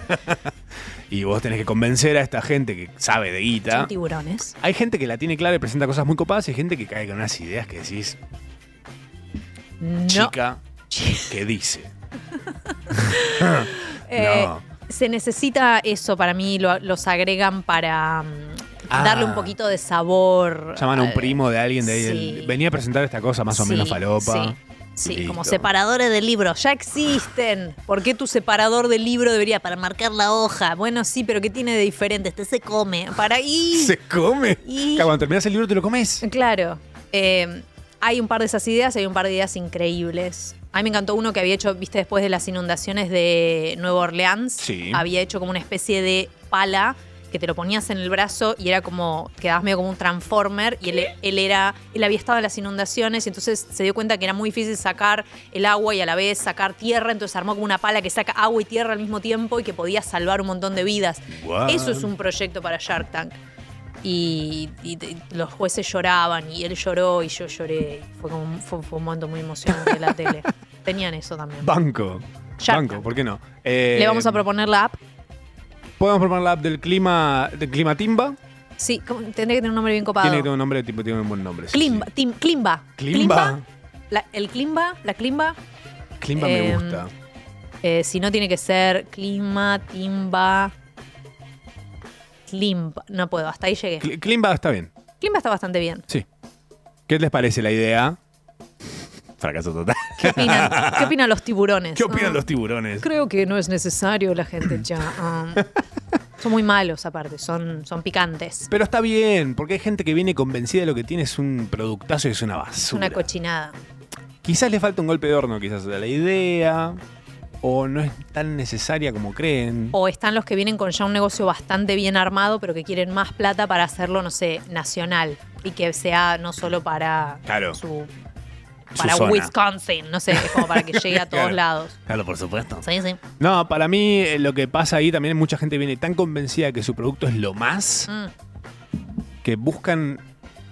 S5: Y vos tenés que convencer a esta gente que sabe de guita.
S4: Son tiburones.
S5: Hay gente que la tiene clara y presenta cosas muy copadas y hay gente que cae con unas ideas que decís,
S4: No. [laughs]
S5: chica, ¿qué dice?
S4: Eh,
S5: No.
S4: Se necesita eso, para mí lo- los agregan para mm,
S5: Ah.
S4: darle un poquito de sabor.
S5: Llaman a un
S4: al-
S5: primo de alguien de ahí.
S4: Sí.
S5: el- Venía a presentar esta cosa más o
S4: Sí,
S5: menos falopa.
S4: Sí. Sí,
S5: Listo.
S4: como separadores de libros, ya existen. ¿Por qué tu separador de libro debería para marcar la hoja? Bueno, sí, pero ¿qué tiene de diferente? Este se come. Para ahí.
S5: [laughs] Se come.
S4: Y-
S5: Claro, Cuando terminas el libro te lo comes.
S4: Claro. Eh, hay un par de esas ideas, hay un par de ideas increíbles. A mí me encantó uno que había hecho, viste, después de las inundaciones de Nueva Orleans.
S5: Sí.
S4: Había hecho como una especie de pala que te lo ponías en el brazo y era como, quedabas medio como un transformer y él, él era, él había estado en las inundaciones y entonces se dio cuenta que era muy difícil sacar el agua y a la vez sacar tierra, entonces armó como una pala que saca agua y tierra al mismo tiempo y que podía salvar un montón de vidas.
S5: Guau.
S4: Eso es un proyecto para Shark Tank y, y te- los jueces lloraban y él lloró y yo lloré. Fue, como, un- fue, fue un momento muy emocionante de la tele. Tenían eso también.
S5: Banco.
S4: Shark
S5: Banco,
S4: Tank.
S5: ¿por qué no? Eh,
S4: Le vamos a proponer la app.
S5: Podemos formar la app del clima, del clima Timba.
S4: Sí, ¿cómo? tendría que tener un nombre bien copado.
S5: Tiene que tener un nombre, tipo, tiene un buen nombre. sí,
S4: Climba,
S5: sí.
S4: tim- Climba.
S5: Climba.
S4: La- el Climba, la Climba.
S5: Climba
S4: Em,
S5: me gusta.
S4: eh, si no, tiene que ser Clima, Timba. Climba. No puedo, hasta ahí llegué.
S5: Cl- Climba está bien.
S4: Climba está bastante bien.
S5: Sí. ¿Qué les parece la idea? Fracaso total.
S4: ¿Qué opinan, ¿Qué opinan los tiburones?
S5: [laughs] ¿Qué opinan
S4: Ah.
S5: los tiburones?
S4: Creo que no es necesario
S5: [clears throat]
S4: la gente ya. ah. son muy malos aparte, son, son picantes.
S5: Pero está bien, porque hay gente que viene convencida de lo que tiene es un productazo y es una
S4: Es
S5: basura.
S4: una cochinada.
S5: Quizás le falta un golpe de horno, quizás a la idea, o no es tan necesaria como creen.
S4: O están los que vienen con ya un negocio bastante bien armado, pero que quieren más plata para hacerlo, no sé, nacional. Y que sea no solo para
S5: Claro.
S4: su...
S5: Su
S4: Para
S5: zona.
S4: Wisconsin, no sé, es como para que
S5: [laughs]
S4: llegue a todos
S5: Claro.
S4: lados.
S5: Claro, por supuesto.
S4: Sí, sí.
S5: No, para mí eh, lo que pasa ahí también es mucha gente viene tan convencida que su producto es lo más
S4: Mm.
S5: que buscan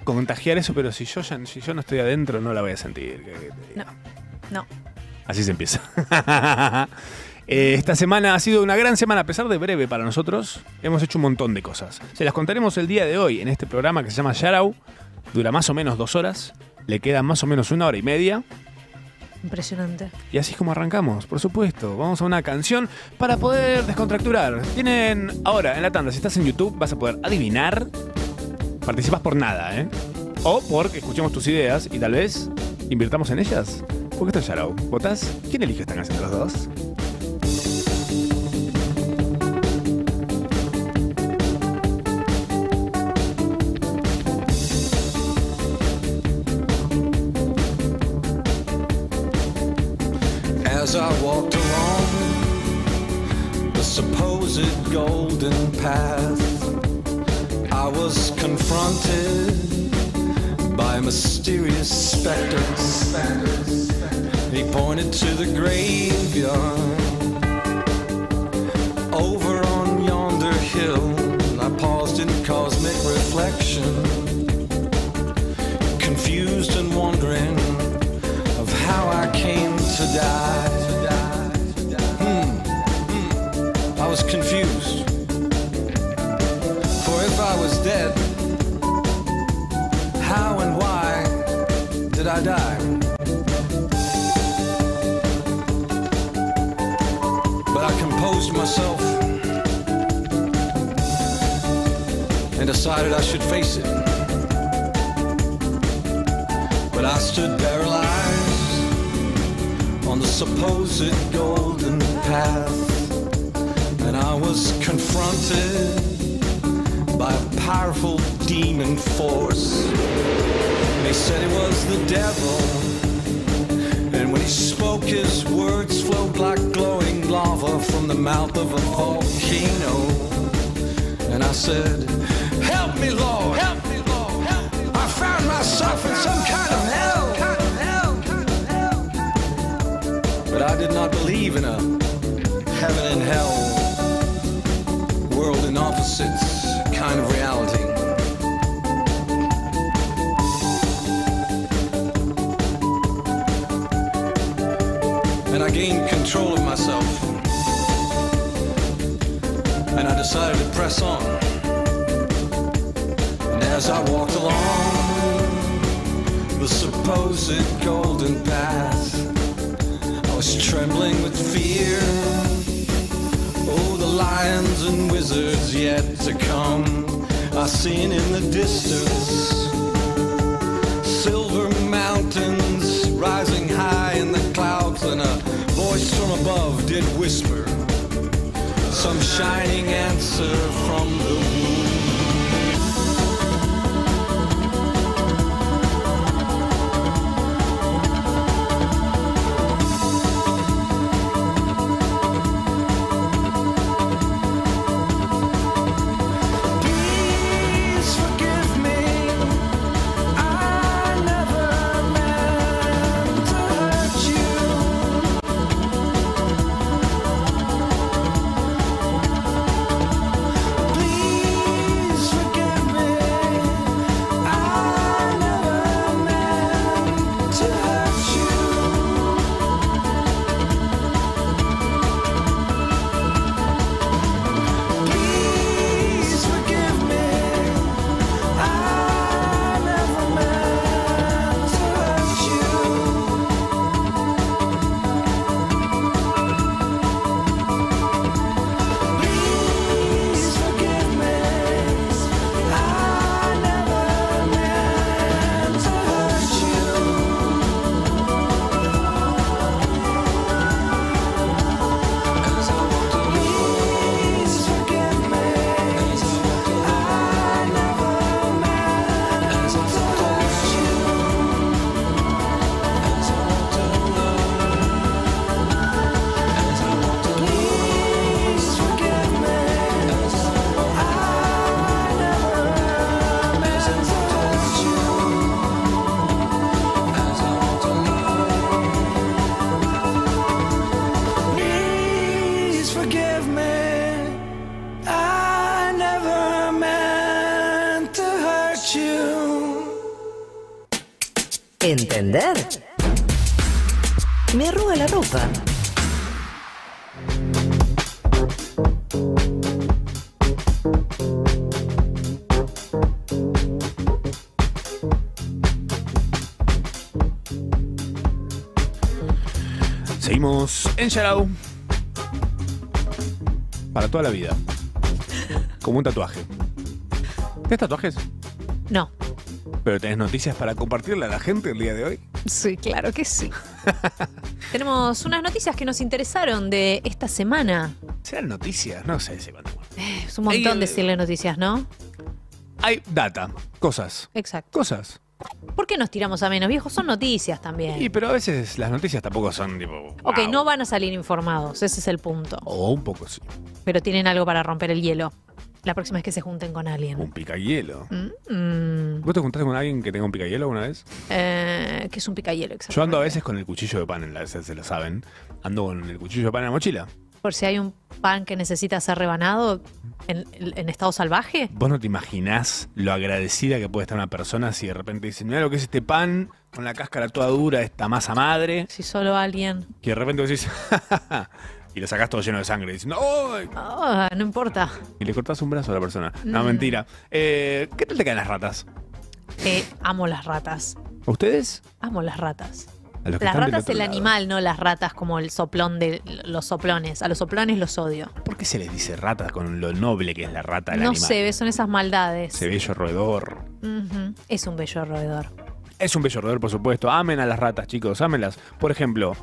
S5: contagiar eso, pero si yo, ya- si yo no estoy adentro no la voy a sentir. Eh, que- que te diga.
S4: No.
S5: Así se empieza. [laughs] Eh, Esta semana ha sido una gran semana, a pesar de breve para nosotros. Hemos hecho un montón de cosas. Se las contaremos el día de hoy en este programa que se llama Yarau. Dura más o menos dos horas. Le quedan más o menos una hora y media.
S4: Impresionante.
S5: Y así es como arrancamos, por supuesto. Vamos a una canción para poder descontracturar. Tienen ahora en la tanda, si estás en YouTube, vas a poder adivinar. Participas por nada, ¿eh? O porque escuchemos tus ideas y tal vez invirtamos en ellas. Porque esto es Yarao. ¿Votas? ¿Quién elige esta canción de los dos?
S6: As I walked along the supposed golden path, I was confronted by a mysterious specter. He pointed to the graveyard over on yonder hill. reflection, confused and wondering of how I came to die. Hmm. Hmm. I was confused. For if I was dead, how and why did I die? But I composed myself and decided I should face it. But I stood paralyzed on the supposed golden path, and I was confronted by a powerful demon force. They said it was the devil, and when he spoke, his words flowed like glowing lava from the mouth of a volcano. And I said, Help me, Lord. Help me, Lord. Help me, Lord. I found myself in some kind of hell. But I did not believe in a heaven and hell, world and opposites kind of reality. And I gained control of myself. And I decided to press on. And as I walked along the supposed golden path, I was trembling with fear. Oh, the lions and wizards yet to come are seen in the distance. Silver mountains rising high in the clouds, and a voice from above did whisper some shining answer from the moon. Please forgive me. I never meant to hurt you. Please forgive me. I never meant to hurt you. Please forgive me. I never meant to hurt you. Please forgive me. I never meant to hurt you. As I walked Please forgive me. I never meant to hurt you. As I walked As I walked Please forgive me. I never meant to hurt you. As I walked Please forgive me. I never meant to hurt you.
S3: ¿Entender? Me arruga la ropa.
S5: Seguimos en Yarau. Para toda la vida. Como un tatuaje. ¿Tenés tatuajes?
S4: No.
S5: ¿Pero tenés noticias para compartirle a la gente el día de hoy?
S4: Sí, claro
S5: [laughs]
S4: que sí. Tenemos unas noticias que nos interesaron de esta semana.
S5: ¿Serán noticias? No sé si van a-
S4: Es un montón
S5: Ahí,
S4: decirle noticias, ¿no?
S5: Hay data, cosas,
S4: Exacto.
S5: cosas.
S4: ¿Por qué nos tiramos a menos, viejo? Son noticias también.
S5: Y pero a veces las noticias tampoco son tipo.
S4: Ok,
S5: wow.
S4: no van a salir informados, ese es el punto.
S5: O un poco sí.
S4: Pero tienen algo para romper el hielo. La próxima es que se junten con alguien.
S5: Un picahielo.
S4: Mm, mm.
S5: ¿Vos te juntaste con alguien que tenga un picahielo alguna vez?
S4: Eh, que es un picayelo, exacto.
S5: Yo ando a veces con el cuchillo de pan en la, se, se lo saben. Ando con el cuchillo de pan en la mochila.
S4: Por si hay un pan que necesita ser rebanado en, en estado salvaje.
S5: Vos no te imaginás lo agradecida que puede estar una persona si de repente dicen, mira lo que es este pan con la cáscara toda dura, esta masa madre,
S4: Si solo alguien.
S5: que de repente vos decís, [laughs] "Ja, ja, ja", y lo sacás todo lleno de sangre, diciendo, ¡ay!
S4: Ah, no importa.
S5: Y le cortás un brazo a la persona.
S4: Mm.
S5: No, mentira. Eh, ¿Qué tal te caen las ratas?
S4: Eh, amo las ratas.
S5: ¿A ustedes?
S4: Amo las ratas.
S5: A los que están
S4: Las
S5: del
S4: ratas
S5: otro
S4: el
S5: lado.
S4: animal, no las ratas como el soplón de los soplones. A los soplones los odio.
S5: ¿Por qué se les dice rata con lo noble que es la rata al
S4: no
S5: animal?
S4: sé, son esas maldades.
S5: Ese bello roedor.
S4: Ujú. Es un bello roedor.
S5: Es un bello roedor, por supuesto. Amen a las ratas, chicos, ámenlas. Por ejemplo,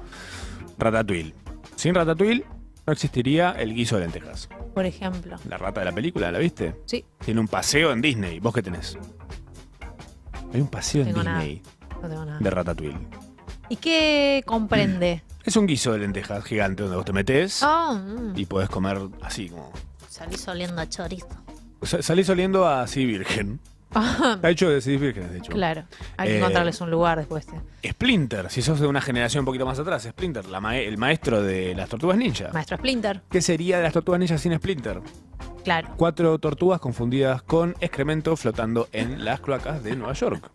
S5: Ratatouille. Sin Ratatouille no existiría el guiso de lentejas.
S4: Por ejemplo.
S5: La rata de la película, ¿la viste?
S4: Sí,
S5: Tiene un paseo en Disney. ¿Vos qué tenés? Hay un paseo
S4: Tengo
S5: en
S4: nada.
S5: Disney
S4: no tengo nada.
S5: de Ratatouille.
S4: ¿Y qué comprende?
S5: Es un guiso de lentejas gigante donde vos te metés
S4: Oh, mm,
S5: y podés comer así como...
S4: salís oliendo a chorizo.
S5: sa- Salís oliendo a así virgen. Está hecho de sí vírgenes, de hecho.
S4: Ah. Claro, hay que
S5: Eh,
S4: encontrarles un lugar después. eh.
S5: Splinter, si sos de una generación un poquito más atrás, Splinter, la mae- el maestro de las tortugas ninja.
S4: Maestro Splinter,
S5: ¿Qué sería de las tortugas ninjas sin Splinter?
S4: claro.
S5: Cuatro tortugas confundidas con excremento flotando en las cloacas de Nueva York.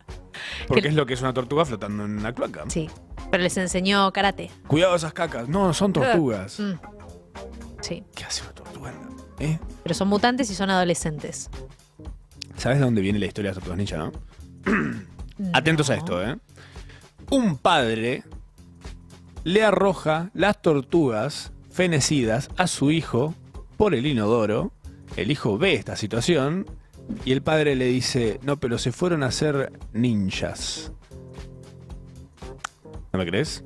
S5: Porque
S4: Que-
S5: es lo que es una tortuga flotando en una cloaca.
S4: Sí, pero les enseñó karate.
S5: Cuidado esas cacas. No, son tortugas.
S4: Mm. Sí,
S5: ¿Qué hace una tortuga? ¿Eh?
S4: pero son mutantes y son adolescentes.
S5: ¿Sabes de dónde viene la historia de las tortugas ninja, no? Mm. Atentos a
S4: Mm. No.
S5: esto, ¿eh? Un padre le arroja las tortugas fenecidas a su hijo por el inodoro. El hijo ve esta situación y el padre le dice, no, pero se fueron a ser ninjas. ¿No me crees?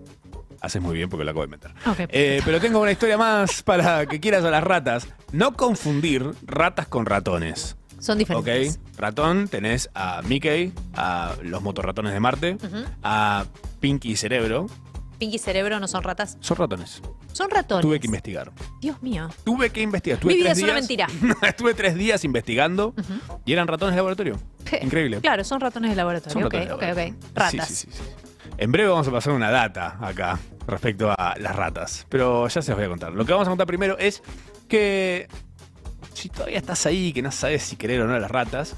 S5: Haces muy bien porque lo acabo de meter.
S4: Ok.
S5: pero tengo una historia más para que quieras a las ratas. No confundir ratas con ratones.
S4: Son
S5: Ok,
S4: diferentes.
S5: ratón, tenés a Mickey, a los motorratones de Marte,
S4: Ujú.
S5: a Pinky y Cerebro.
S4: Pinky y Cerebro no son ratas,
S5: Son ratones.
S4: son ratones.
S5: Tuve que investigar.
S4: Dios mío.
S5: Tuve que investigar. Estuve
S4: Mi vida
S5: tres
S4: es una
S5: días- [laughs] Estuve tres días investigando y eran ratones de
S4: [laughs]
S5: laboratorio. Increíble.
S4: Claro, son ratones de laboratorio.
S5: Son
S4: ok,
S5: ratones de laboratorio.
S4: ok, ok. Ratas.
S5: Sí, sí, sí, sí. En breve vamos a pasar una data acá respecto a las ratas. Pero ya se los voy a contar. Lo que vamos a contar primero es que si todavía estás ahí, que no sabes si querer o no a las ratas.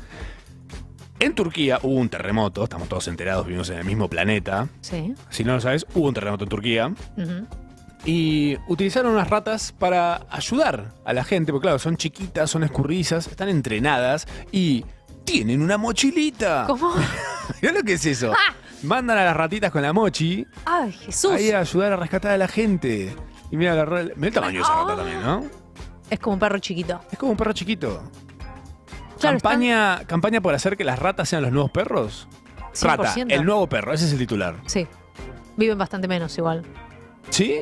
S5: En Turquía hubo un terremoto, estamos todos enterados, vivimos en el mismo planeta.
S4: Sí.
S5: Si no lo sabes, hubo un terremoto en Turquía.
S4: Ujú.
S5: Y utilizaron unas ratas para ayudar a la gente, porque claro, son chiquitas, son escurridizas, están entrenadas y tienen una mochilita.
S4: ¿Cómo?
S5: Mirá lo que es eso.
S4: Ah.
S5: Mandan a las ratitas con la mochi
S4: Ay, Jesús.
S5: ahí a ayudar a rescatar a la gente. Y mira, la ra- mirá el tamaño de esa rata
S4: Ah.
S5: también, ¿no?
S4: Es como un perro chiquito.
S5: Es como un perro chiquito.
S4: Claro,
S5: campaña, campaña por hacer que las ratas sean los nuevos perros. Rata,
S4: 100%.
S5: el nuevo perro, ese es el titular.
S4: Sí. Viven bastante menos igual.
S5: ¿Sí?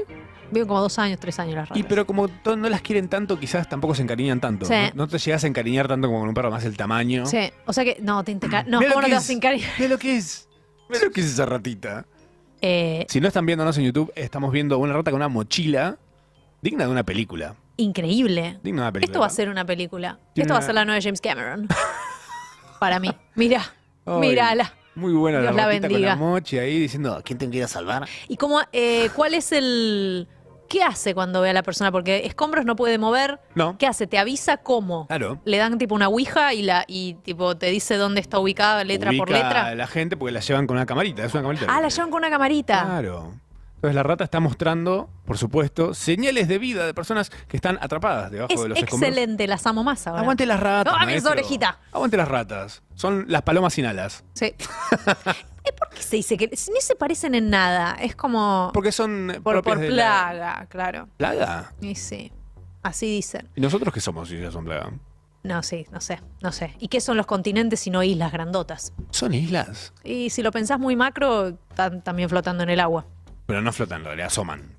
S4: Viven como dos años, tres años las ratas.
S5: Y pero como to- no las quieren tanto, quizás tampoco se encariñan tanto.
S4: Sí.
S5: No, no te llegas a encariñar tanto como con un perro, más el tamaño.
S4: Sí, o sea que. No, te enteca- No,
S5: Mirá lo
S4: ¿cómo no
S5: que
S4: te
S5: es.
S4: vas a encariñar?
S5: Mirá lo que es. Mirá lo que es esa ratita.
S4: Eh,
S5: Si no están viéndonos en YouTube, estamos viendo una rata con una mochila digna de una película.
S4: increíble.
S5: Digna de una película.
S4: Esto va a ser una película.
S5: Tiene
S4: Esto va a
S5: una-
S4: ser la nueva de
S5: [laughs]
S4: James Cameron. Para mí. Mira,
S5: Ay,
S4: mírala.
S5: Muy buena
S4: Dios
S5: la
S4: la
S5: ratita con la
S4: bendiga.
S5: mochi ahí diciendo, "¿A ¿quién tengo que ir a salvar?
S4: ¿Y cómo, eh, cuál es el. ¿Qué hace cuando ve a la persona? Porque escombros no puede mover.
S5: No.
S4: ¿Qué hace? ¿Te avisa cómo?
S5: Claro.
S4: Le dan tipo una ouija y, la, y tipo te dice dónde está ubicada letra por
S5: Ubica
S4: letra.
S5: a la gente porque la llevan con una camarita. Es una camarita.
S4: Ah, la llevan con una camarita.
S5: Claro. Entonces la rata está mostrando, por supuesto, señales de vida de personas que están atrapadas debajo
S4: es
S5: de los escombros.
S4: excelente, las amo más ahora.
S5: Aguante las ratas.
S4: No, a mí esa
S5: maestro.
S4: orejita.
S5: Aguante las ratas. Son las palomas sin alas.
S4: Sí. Eh, ¿Por qué se dice que si no se parecen en nada? Es como
S5: Porque son
S4: por,
S5: propias
S4: por
S5: de la-
S4: plaga, claro.
S5: ¿Plaga?
S4: Y sí, así dicen.
S5: ¿Y nosotros qué somos si ya son plaga?
S4: No, sí, no sé, no sé. ¿Y qué son los continentes sino islas grandotas?
S5: Son islas.
S4: Y si lo pensás muy macro, están también flotando en el agua.
S5: Pero no flotan, en realidad, asoman.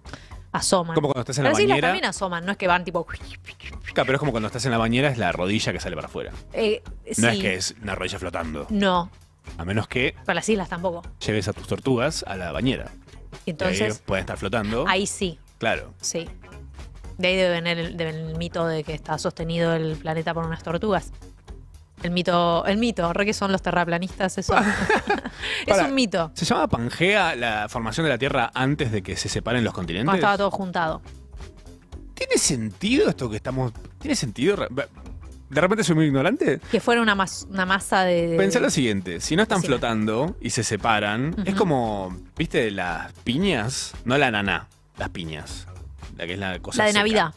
S4: Asoman.
S5: Como cuando estás en la
S4: Ah. Pero las islas
S5: bañera.
S4: también asoman, no es que van tipo...
S5: Claro, pero es como cuando estás en la bañera, es la rodilla que sale para afuera.
S4: eh, sí.
S5: No es que es una rodilla flotando.
S4: No,
S5: A menos que
S4: con las islas tampoco.
S5: lleves a tus tortugas a la bañera.
S4: Y
S5: Y ahí
S4: Entonces,
S5: pueden estar flotando.
S4: ahí sí,
S5: Claro.
S4: sí. De ahí debe venir el, debe venir el mito de que está sostenido el planeta por unas tortugas. El mito, el mito, re que son los terraplanistas,
S5: [laughs]
S4: eso. es
S5: Pará.
S4: un mito.
S5: ¿Se llama Pangea la formación de la Tierra antes de que se separen los
S4: Cuando
S5: continentes?
S4: estaba todo juntado.
S5: ¿Tiene sentido esto que estamos.? ¿Tiene sentido? Re- De repente soy muy ignorante.
S4: Que fuera una, mas- una masa de.
S5: Pensá lo siguiente: si no están
S4: Sí.
S5: flotando y se separan, es como. ¿Viste las piñas? No la naná, las piñas. La que es la cosa.
S4: la de
S5: seca.
S4: Navidad.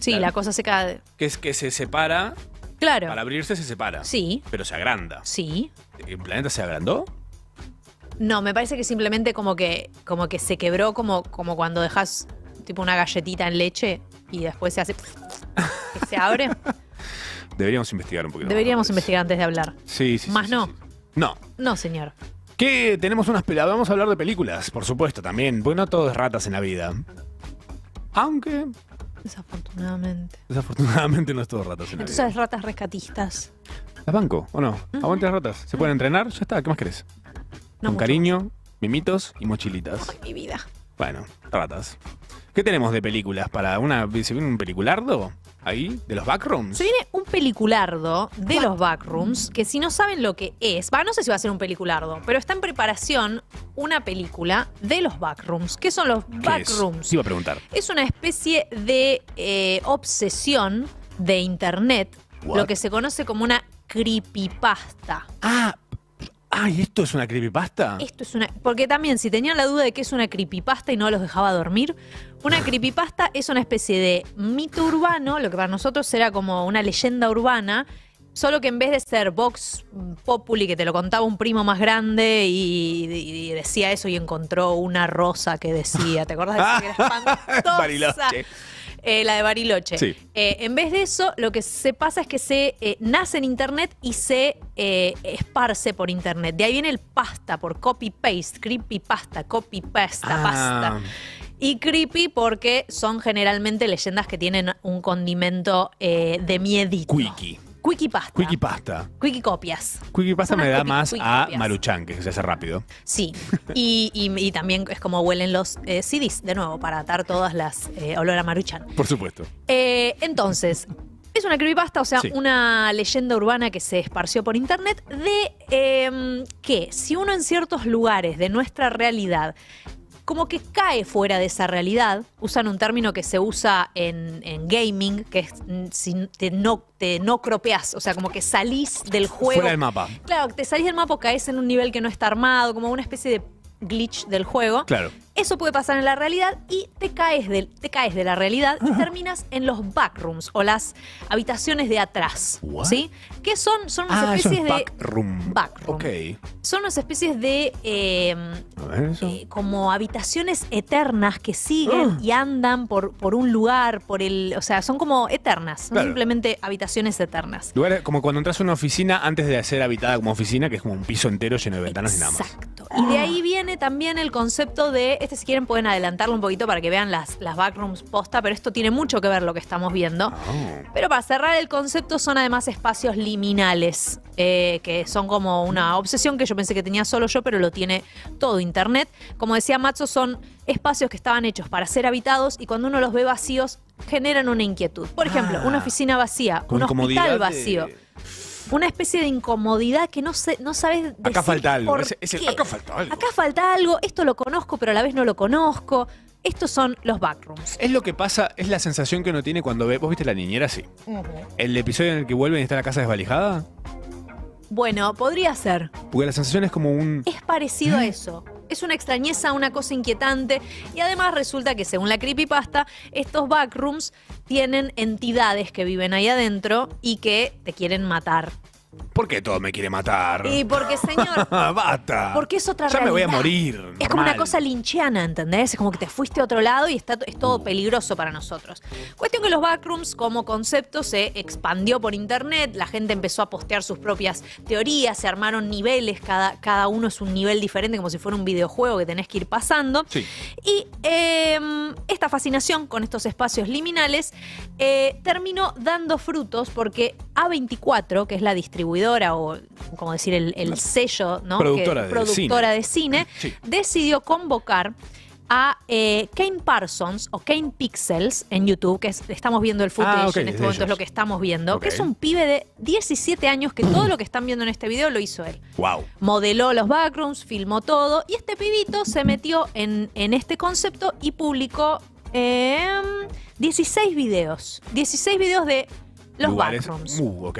S4: Sí,
S5: Claro.
S4: la cosa seca. de-
S5: Que es que se separa,
S4: Claro.
S5: para abrirse se separa.
S4: Sí,
S5: Pero se agranda.
S4: sí.
S5: ¿El planeta se agrandó?
S4: No, me parece que simplemente como que, como que se quebró como, como cuando dejas tipo una galletita en leche y después se hace. [laughs] que
S5: [laughs]
S4: se abre.
S5: Deberíamos investigar un poquito. más,
S4: Deberíamos
S5: me parece.
S4: investigar antes de hablar.
S5: Sí, sí. sí,
S4: Más
S5: sí,
S4: no.
S5: sí. No.
S4: No, señor.
S5: Que tenemos unas películas. Vamos a hablar de películas, por supuesto, también. Porque no todo es ratas en la vida. Aunque,
S4: Desafortunadamente.
S5: desafortunadamente, no es todo ratas en la
S4: Entonces,
S5: vida.
S4: ratas rescatistas.
S5: ¿Las banco o no? Aguante las ratas. ¿Se pueden entrenar? Ya está. ¿Qué más querés?
S4: No
S5: Con
S4: mucho.
S5: cariño, mimitos y mochilitas.
S4: Ay, mi vida.
S5: Bueno, ratas. ¿Qué tenemos de películas? ¿Para una, ¿Se viene un peliculardo? ¿Ahí? ¿De los backrooms?
S4: Se viene un peliculardo de los Backrooms, que si no saben lo que es, va, no sé si va a ser un peliculardo, pero está en preparación una película de los Backrooms. ¿Qué son los
S5: ¿Qué es?
S4: Backrooms?
S5: Te iba a preguntar.
S4: Es una especie de eh, obsesión de internet,
S5: What?
S4: lo que se conoce como una creepypasta.
S5: Ah, ah, ¿y esto es una creepypasta? [laughs]
S4: Esto es una. Porque también, si tenían la duda de que es una creepypasta y no los dejaba dormir, una creepypasta es una especie de mito urbano, lo que para nosotros era como una leyenda urbana, solo que en vez de ser Vox Populi, que te lo contaba un primo más grande y, y- y decía eso y encontró una rosa que decía, ¿te acordás de esa que era espantosa?
S5: Bariloche.
S4: Eh, la de Bariloche.
S5: Sí.
S4: Eh, en vez de eso, lo que se pasa es que se eh, nace en Internet y se eh, esparce por Internet. De ahí viene el pasta, por copy-paste, creepypasta, copy-pasta,
S5: Ah,
S4: pasta. Y creepy porque son generalmente leyendas que tienen un condimento eh, de miedito.
S5: Quickie.
S4: Quickie pasta. Quickie,
S5: Creepypasta.
S4: copias.
S5: Creepypasta
S4: Son
S5: me
S4: las
S5: da
S4: creepy-
S5: más a
S4: creepypastas.
S5: Maruchan, que se hace rápido. [laughs]
S4: Sí, y, y- y también es como huelen los eh, CDs, de nuevo, para atar todas las eh, olor a maruchan.
S5: Por supuesto.
S4: Eh, entonces, es una creepypasta, o sea,
S5: Sí.
S4: una leyenda urbana que se esparció por internet de eh, que si uno en ciertos lugares de nuestra realidad como que cae fuera de esa realidad, usan un término que se usa en, en gaming, que es mm, si te no, te no cropeás, o sea, como que salís del juego.
S5: Fuera del mapa.
S4: Claro, te salís del mapa, o caes en un nivel que no está armado, como una especie de glitch del juego.
S5: Claro.
S4: Eso puede pasar en la realidad y te caes de, te caes de la realidad y terminas en los backrooms o las habitaciones de atrás.
S5: What?
S4: ¿Sí? Que son, son unas
S5: Ah, eso
S4: especies
S5: es
S4: de.
S5: backroom.
S4: Backroom.
S5: Ok.
S4: Son unas especies de. eh,
S5: A ver eso.
S4: eh, como habitaciones eternas que
S5: Ah.
S4: siguen y andan por, por un lugar, por el. O sea, son como eternas, son
S5: Claro.
S4: simplemente habitaciones eternas.
S5: Lugares como cuando entras a una oficina antes de ser habitada como oficina, que es como un piso entero lleno de ventanas y nada más.
S4: Exacto. Y de ahí viene también el concepto de, este si quieren pueden adelantarlo un poquito para que vean las, las backrooms posta, pero esto tiene mucho que ver lo que estamos viendo.
S5: Oh.
S4: Pero para cerrar el concepto son además espacios liminales, eh, que son como una obsesión que yo pensé que tenía solo yo, pero lo tiene todo Internet. Como decía Matzo, son espacios que estaban hechos para ser habitados y cuando uno los ve vacíos generan una inquietud. Por ejemplo,
S5: Ah.
S4: una oficina vacía,
S5: Con
S4: un
S5: comodidad de-
S4: hospital vacío, una especie de incomodidad que no, sé, no sabes decir
S5: Acá falta algo.
S4: por
S5: Ese- ese-
S4: qué.
S5: acá falta algo.
S4: Acá falta algo, esto lo conozco, pero a la vez no lo conozco. Estos son los backrooms.
S5: Es lo que pasa, es la sensación que uno tiene cuando ve. ¿Vos viste la niñera? Sí. El episodio en el que vuelven y está la casa desvalijada.
S4: Bueno, podría ser.
S5: Porque la sensación es como un.
S4: Es parecido a eso. Es una extrañeza, una cosa inquietante. Y además resulta que, según la creepypasta, estos backrooms tienen entidades que viven ahí adentro y que te quieren matar.
S5: ¿Por qué todo me quiere matar?
S4: Y
S5: [laughs]
S4: porque, señor.
S5: ¡Bata!
S4: Porque es otra
S5: Ya me voy a
S4: realidad.
S5: morir.
S4: Es como una
S5: normal.
S4: cosa lincheana, ¿entendés? Es como que te fuiste a otro lado y está, es todo peligroso para nosotros. Cuestión que los backrooms como concepto se expandió por internet, la gente empezó a postear sus propias teorías, se armaron niveles, cada, cada uno es un nivel diferente, como si fuera un videojuego que tenés que ir pasando.
S5: Sí.
S4: Y eh, esta fascinación con estos espacios liminales eh, terminó dando frutos porque A24, que es la distribuidora o, como decir, el, el sello, ¿no?
S5: Productora
S4: Que-
S5: de
S4: productora de cine,
S5: [clears throat] Sí.
S4: decidió convocar a eh, Kane Parsons o Kane Pixels en YouTube, que es- estamos viendo el footage
S5: Ah, ok,
S4: en
S5: es
S4: este
S5: de
S4: momento, es
S5: ellos.
S4: lo que estamos viendo,
S5: Ok.
S4: que es un pibe de 17 años que todo lo que están viendo en este video lo hizo él
S5: ¡Wow!
S4: modeló los backrooms, filmó todo y este pibito se metió en, en este concepto y publicó Em, 16 videos. 16 videos de los
S5: Lugares.
S4: backrooms.
S5: Uh, ok.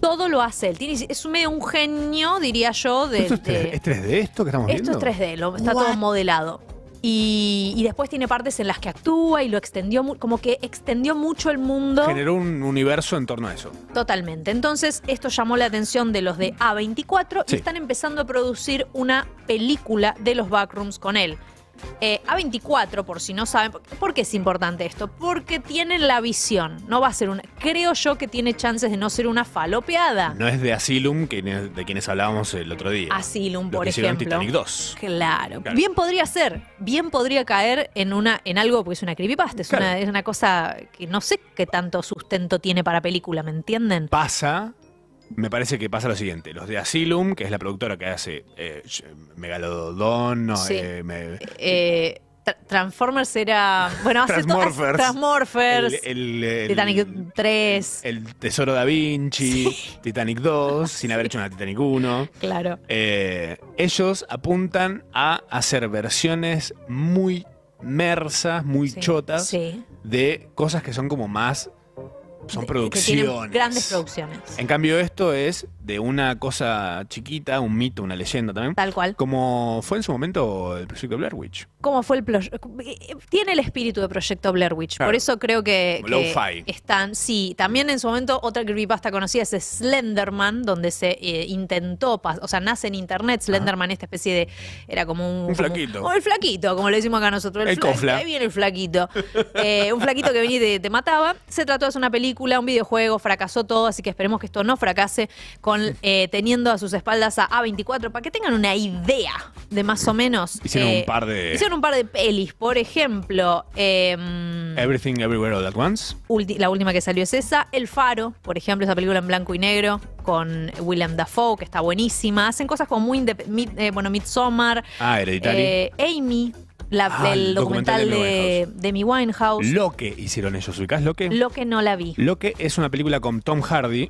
S4: Todo lo hace él. Tiene- es un medio un genio, diría yo, de.
S5: [laughs] ¿Esto es,
S4: de-
S5: 3, d esto que estamos
S4: esto
S5: viendo?
S4: es 3D, lo- está todo modelado. Y, y después tiene partes en las que actúa y lo extendió, mu- como que extendió mucho el mundo.
S5: Generó un universo en torno a eso.
S4: Totalmente. Entonces, esto llamó la atención de los de A24
S5: Sí.
S4: y están empezando a producir una película de los backrooms con él. Eh, A24, por si no saben, ¿por- ¿por qué es importante esto? Porque tienen la visión. No va a ser una. Creo yo que tiene chances de no ser una falopeada.
S5: No es de Asylum, que ne- de quienes hablábamos el otro día.
S4: Asylum,
S5: Los
S4: por
S5: que hicieron
S4: ejemplo.
S5: Titanic 2.
S4: Claro.
S5: Claro.
S4: Bien podría ser. Bien podría caer en una, en algo, porque es una creepypasta, es,
S5: Claro.
S4: una, es una cosa que no sé qué tanto sustento tiene para película, ¿me entienden?
S5: Pasa, me parece que pasa lo siguiente. Los de Asylum, que es la productora que hace eh, sh- Megalodon, no,
S4: Sí.
S5: eh, me-
S4: Eh, tra- Transformers era. Bueno, hace to- hace-
S5: Transmorphers.
S4: Transmorphers.
S5: el- el- el-
S4: Titanic 3.
S5: El Tesoro da Vinci, Titanic 2, sin haber hecho una Titanic 1.
S4: claro.
S5: Eh, ellos apuntan a hacer versiones muy mersas, muy
S4: Sí,
S5: chotas,
S4: Sí.
S5: de cosas que son como más. Son
S4: De- que tienen
S5: producciones.
S4: Grandes producciones.
S5: En cambio, esto es de una cosa chiquita, un mito, una leyenda también.
S4: Tal cual.
S5: Como fue en su momento el proyecto Blair Witch.
S4: ¿Cómo fue el proyecto? Tiene el espíritu de Proyecto Blair Witch.
S5: Claro.
S4: Por eso creo que,
S5: Como
S4: que
S5: lo-fi.
S4: están. Sí, también en su momento otra creepypasta conocida es Slenderman, donde se eh, intentó. pas- O sea, nace en internet Slenderman, esta especie de. Era como un.
S5: Un
S4: como-
S5: flaquito.
S4: como el flaquito, como le decimos acá nosotros.
S5: El
S4: fla-
S5: cofla.
S4: Ahí viene el flaquito. Eh, un flaquito que venía y te, te mataba. Se trató de hacer una película, un videojuego, fracasó todo, así que esperemos que esto no fracase con eh, teniendo a sus espaldas a A24 para que tengan una idea de más o menos.
S5: Hicieron
S4: eh,
S5: un par de-
S4: Hicieron un par de pelis, por ejemplo. em,
S5: Everything Everywhere All At Once.
S4: ulti- la última que salió es esa. El Faro, por ejemplo, esa película en blanco y negro con Willem Dafoe, que está buenísima. Hacen cosas como muy indep- mi- eh, bueno, Midsommar.
S5: Ah, Hereditary.
S4: eh, Amy, la-
S5: Ah,
S4: el
S5: el documental
S4: documental
S5: de
S4: de, de Mi Winehouse.
S5: Lo que hicieron ellos, ¿ubicás lo que?
S4: Lo que no la vi.
S5: Lo que es una película con Tom Hardy.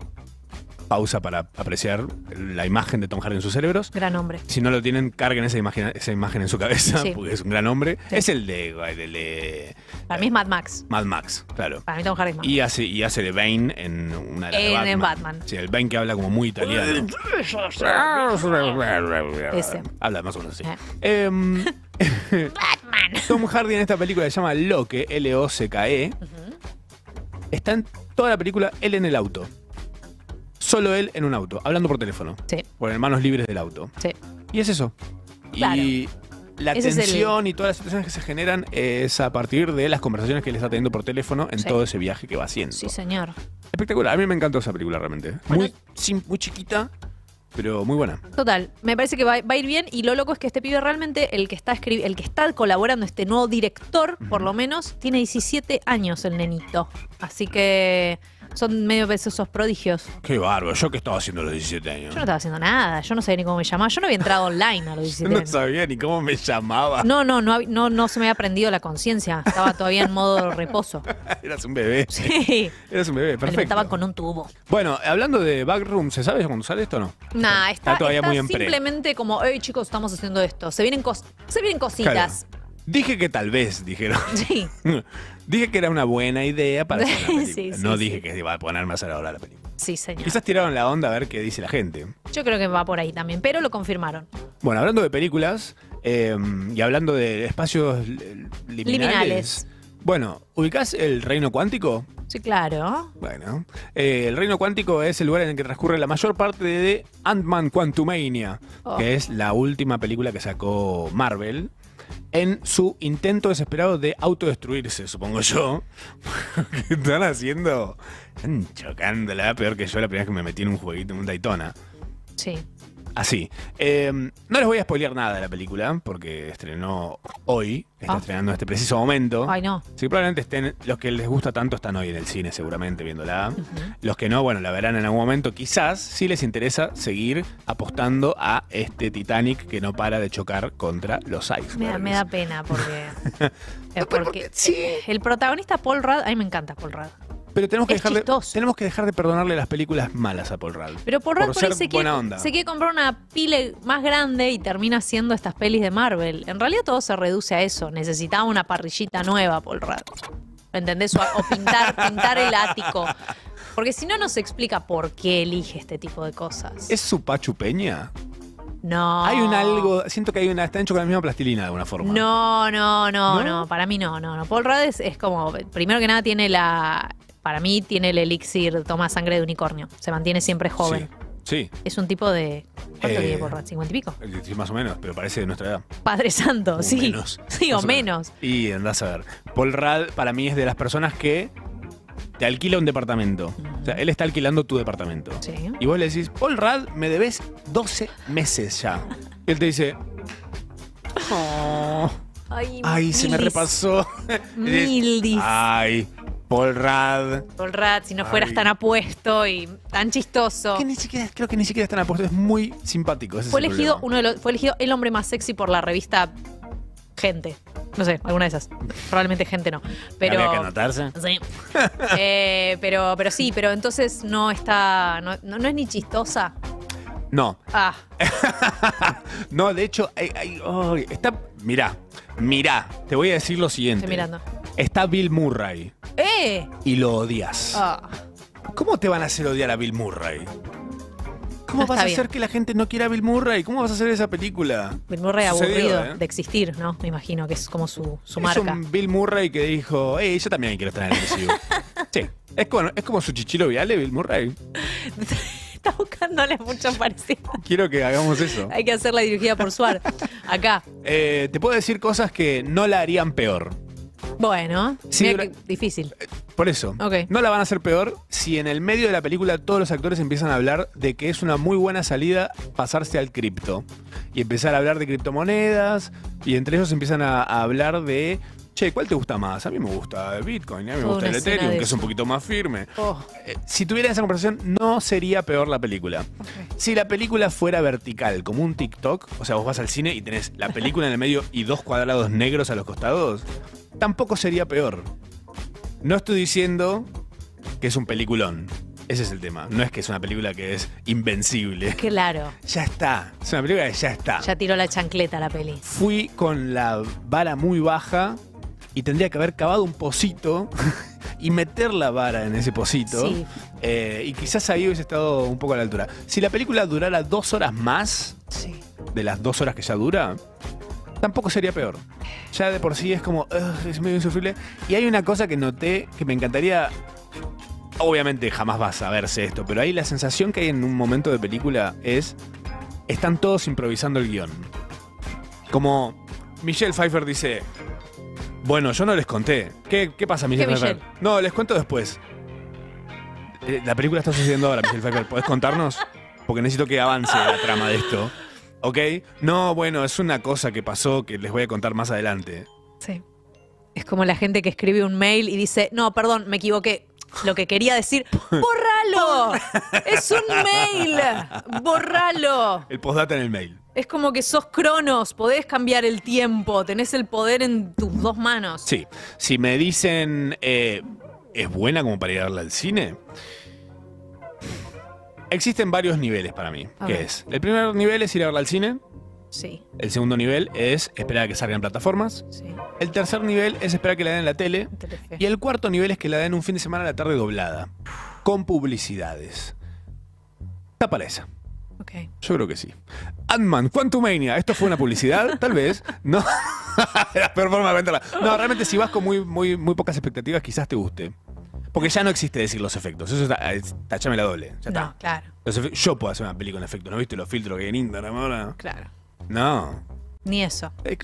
S5: Pausa para apreciar la imagen de Tom Hardy en sus cerebros.
S4: Gran hombre.
S5: Si no lo tienen, carguen esa imagen, esa imagen en su cabeza,
S4: Sí.
S5: porque es un gran hombre.
S4: Sí.
S5: Es el de, el de
S4: Para mí es Mad Max.
S5: Mad Max, claro.
S4: Para mí Tom Hardy es Mad Max.
S5: Y hace, y hace de Bane en una de las de Batman.
S4: En- en Batman.
S5: Sí, el Bane que habla como muy italiano.
S4: Ese.
S5: Habla más o menos así.
S4: Eh.
S5: Em,
S4: [laughs] Batman.
S5: [laughs] Tom Hardy en esta película se llama Loque, L-O-C-K-E. E. Está en toda la película él en el auto. Solo él en un auto, hablando por teléfono.
S4: Sí,
S5: Por hermanos libres del auto.
S4: sí.
S5: Y es eso. Y la
S4: Ese es el-
S5: tensión y todas las situaciones que se generan es a partir de las conversaciones que él está teniendo por teléfono en
S4: Sí.
S5: todo ese viaje que va haciendo.
S4: Sí, señor.
S5: Espectacular. A mí me encantó esa película realmente.
S4: Bueno.
S5: Muy, sim- muy chiquita, pero muy buena.
S4: Total, me parece que va, va a ir bien y lo loco es que este pibe realmente, el que está escribi- el que está colaborando, este nuevo director, por lo menos, tiene 17 años el nenito. Así que son medio veces esos prodigios.
S5: Qué bárbaro. Yo que estaba haciendo a los 17 años.
S4: Yo no estaba haciendo nada, yo no sabía ni cómo me llamaba, yo no había entrado online a los
S5: [laughs]
S4: 17
S5: No
S4: años.
S5: sabía ni cómo me llamaba.
S4: No, no, no, hab- no, no se me había prendido la conciencia, estaba todavía en
S5: [laughs]
S4: modo reposo.
S5: [laughs] Eras un bebé.
S4: Sí.
S5: Eras un bebé,
S4: Me
S5: perfecto.
S4: alimentaba con un tubo.
S5: Bueno, hablando de Backroom, ¿se sabe cuándo sale esto o no?
S4: Nah, está,
S5: todavía
S4: está
S5: muy en pre.
S4: simplemente como, hey chicos, estamos haciendo esto. Se vienen, cos- se vienen cositas.
S5: Claro. Dije que tal vez,
S4: [laughs]
S5: dijeron.
S4: Sí.
S5: [laughs] dije que era una buena idea para
S4: [laughs]
S5: hacer una
S4: Sí,
S5: película.
S4: sí,
S5: no
S4: sí.
S5: dije que iba a ponerme a hacer ahora la película.
S4: Sí, señor.
S5: Quizás tiraron la onda a ver qué dice la gente.
S4: Yo creo que va por ahí también, pero lo confirmaron.
S5: Bueno, hablando de películas eh, y hablando de espacios eh, liminales,
S4: Liminales.
S5: Bueno, ¿ubicás el reino cuántico?
S4: Sí, claro.
S5: Bueno, eh, el reino cuántico es el lugar en el que transcurre la mayor parte de Ant-Man Quantumania,
S4: Oh.
S5: que es la última película que sacó Marvel, en su intento desesperado de autodestruirse, supongo yo. [laughs] ¿Qué están haciendo? Están chocándola, peor que yo la primera vez que me metí en un jueguito, en un Daytona.
S4: Sí.
S5: Así. Eh, no les voy a spoilear nada de la película, porque estrenó hoy, está
S4: Ah.
S5: estrenando en este preciso momento.
S4: Ay, no.
S5: Sí, probablemente estén, los que les gusta tanto están hoy en el cine seguramente viéndola. Los que no, bueno, la verán en algún momento. Quizás si les interesa seguir apostando a este Titanic que no para de chocar contra los icebergs.
S4: Me da, me
S5: [laughs]
S4: da pena porque. eh,
S5: No, pero porque-
S4: porque
S5: sí.
S4: el protagonista Paul Rudd, a mí me encanta Paul Rudd.
S5: Pero tenemos que,
S4: Es
S5: dejar de,
S4: chistoso.
S5: tenemos que dejar de perdonarle las películas malas a Paul Rudd.
S4: Pero por Rad por ahí
S5: ser
S4: se quiere,
S5: buena onda.
S4: se quiere comprar una pile más grande y termina haciendo estas pelis de Marvel. En realidad todo se reduce a eso. Necesitaba una parrillita nueva, Paul Rudd. ¿Entendés? O, o
S5: [laughs]
S4: pintar, pintar el ático. Porque si no, no se explica por qué elige este tipo de cosas.
S5: ¿Es su Pachu Peña?
S4: no.
S5: Hay un algo, siento que hay una, está hecho con la misma plastilina de alguna forma.
S4: No, no, no,
S5: ¿No?
S4: no, Para mí no, no, no. Paul Rudd es, es como, primero que nada tiene la, para mí tiene el elixir toma sangre de unicornio. Se mantiene siempre joven.
S5: Sí,
S4: Es un tipo de, ¿cuánto
S5: Eh,
S4: tiene Paul Rudd? ¿50 y pico?
S5: sí, sí, más o menos, pero parece de nuestra edad.
S4: Padre Santo,
S5: O
S4: sí. [laughs]
S5: menos.
S4: sí,
S5: Más
S4: o menos.
S5: Y andás a ver. Paul Rudd para mí es de las personas que te alquila un departamento. O sea, él está alquilando tu departamento.
S4: Sí.
S5: Y vos le decís, Paul Rudd, me debes 12 meses ya. Y él te dice, "Oh,
S4: Ay,
S5: ay, se me
S4: Mildis.
S5: repasó. [laughs] Y dices,
S4: Mildis.
S5: Ay, Paul Rudd.
S4: Paul Rudd, si no fueras
S5: Ay.
S4: tan apuesto y tan chistoso.
S5: Que ni siquiera, creo que ni siquiera están apuestos, es muy simpático. ese es
S4: Fue
S5: el
S4: elegido,
S5: problema.
S4: uno de los, fue elegido el hombre más sexy por la revista Gente. No sé, alguna de esas. Probablemente Gente no. Pero...
S5: Había que anotarse.
S4: Sí. [laughs] Eh, pero, pero sí, pero entonces no está. No, no- no es ni chistosa.
S5: No,
S4: Ah,
S5: [laughs] no, de hecho, ay, ay, ay, está. Mirá, mirá, te voy a decir lo siguiente.
S4: estoy mirando.
S5: Está Bill Murray
S4: ¡Eh!
S5: y lo odias.
S4: Ah,
S5: ¿Cómo te van a hacer odiar a Bill Murray? ¿Cómo
S4: No
S5: vas a
S4: está
S5: hacer
S4: bien.
S5: que la gente no quiera a Bill Murray? ¿Cómo vas a hacer esa película?
S4: Bill Murray
S5: Sucedió,
S4: aburrido
S5: ¿eh?
S4: de existir, ¿no? Me imagino que es como su, su
S5: es
S4: marca.
S5: un Bill Murray que dijo, hey, yo también quiero estar en el MCU". sí, es como, es como su chichilo viale, Bill Murray.
S4: [laughs] Está buscándole mucho parecido.
S5: Quiero que hagamos eso.
S4: Hay que hacerla dirigida por Suar. Acá.
S5: Eh, te puedo decir cosas que no la harían peor.
S4: Bueno,
S5: Sí,
S4: mirá
S5: dura-
S4: que difícil.
S5: Por eso,
S4: Ok.
S5: no la van a hacer peor si en el medio de la película todos los actores empiezan a hablar de que es una muy buena salida pasarse al cripto y empezar a hablar de criptomonedas y entre ellos empiezan a, a hablar de, che, ¿cuál te gusta más? A mí me gusta el Bitcoin, a mí me
S4: Toda
S5: gusta el
S4: una escena
S5: Ethereum,
S4: de
S5: que es un
S4: eso.
S5: poquito más firme.
S4: Oh,
S5: Eh, Si tuviera esa conversación, no sería peor la película. Si la película fuera vertical, como un TikTok, o sea, vos vas al cine y tenés la película en el medio y dos cuadrados negros a los costados, tampoco sería peor. No estoy diciendo que es un peliculón. Ese es el tema. No es que es una película que es invencible.
S4: claro.
S5: Ya está. Es una película que ya está.
S4: Ya tiró la chancleta la peli.
S5: Fui con la vara muy baja y tendría que haber cavado un pocito [laughs] y meter la vara en ese pocito.
S4: Sí.
S5: Eh, y quizás ahí hubiese estado un poco a la altura. Si la película durara dos horas más,
S4: Sí.
S5: de las dos horas que ya dura, tampoco sería peor. Ya de por sí es como, "Ugh, es medio insufrible. Y hay una cosa que noté que me encantaría. Obviamente jamás vas a verse esto, pero ahí la sensación que hay en un momento de película es. Están todos improvisando el guión. Como Michelle Pfeiffer dice. Bueno, yo no les conté. ¿Qué, qué pasa, Michelle
S4: ¿Qué,
S5: Pfeiffer? No, les cuento después. Eh, La película está sucediendo ahora, Michelle Pfeiffer. ¿Podés contarnos? Porque necesito que avance la trama de esto. ¿Ok? No, bueno, es una cosa que pasó que les voy a contar más adelante.
S4: Sí. Es como la gente que escribe un mail y dice, no, perdón, me equivoqué. Lo que
S5: [laughs]
S4: quería decir, ¡bórralo! ¡Es un mail! ¡Bórralo!
S5: El postdata en el mail.
S4: Es como que sos cronos, podés cambiar el tiempo, tenés el poder en tus dos manos.
S5: Sí. Si me dicen, eh, ¿es buena como para ir a verla al cine? Existen varios niveles para mí.
S4: A
S5: ¿Qué
S4: ver.
S5: es? El primer nivel es ir a verla al cine.
S4: Sí,
S5: El segundo nivel es esperar a que salgan plataformas.
S4: sí.
S5: El tercer nivel es esperar a que la den en la tele.
S4: Telefe.
S5: Y el cuarto nivel es que la den un fin de semana a la tarde doblada. Con publicidades. Está para esa.
S4: Ok.
S5: Yo creo que sí. Ant-Man, Quantumania. ¿Esto fue una
S4: [laughs]
S5: publicidad? Tal vez. No. [laughs] La peor forma de venderla. No, realmente si vas con muy, muy, muy pocas expectativas, quizás te guste. Porque ya no existe decir los efectos. Eso está. es- Tachame la doble. Ya está.
S4: No, claro,
S5: Los efe- yo puedo hacer una película con efectos. ¿No viste los filtros que hay en Instagram ahora?
S4: claro.
S5: No.
S4: Ni eso.
S5: Eh,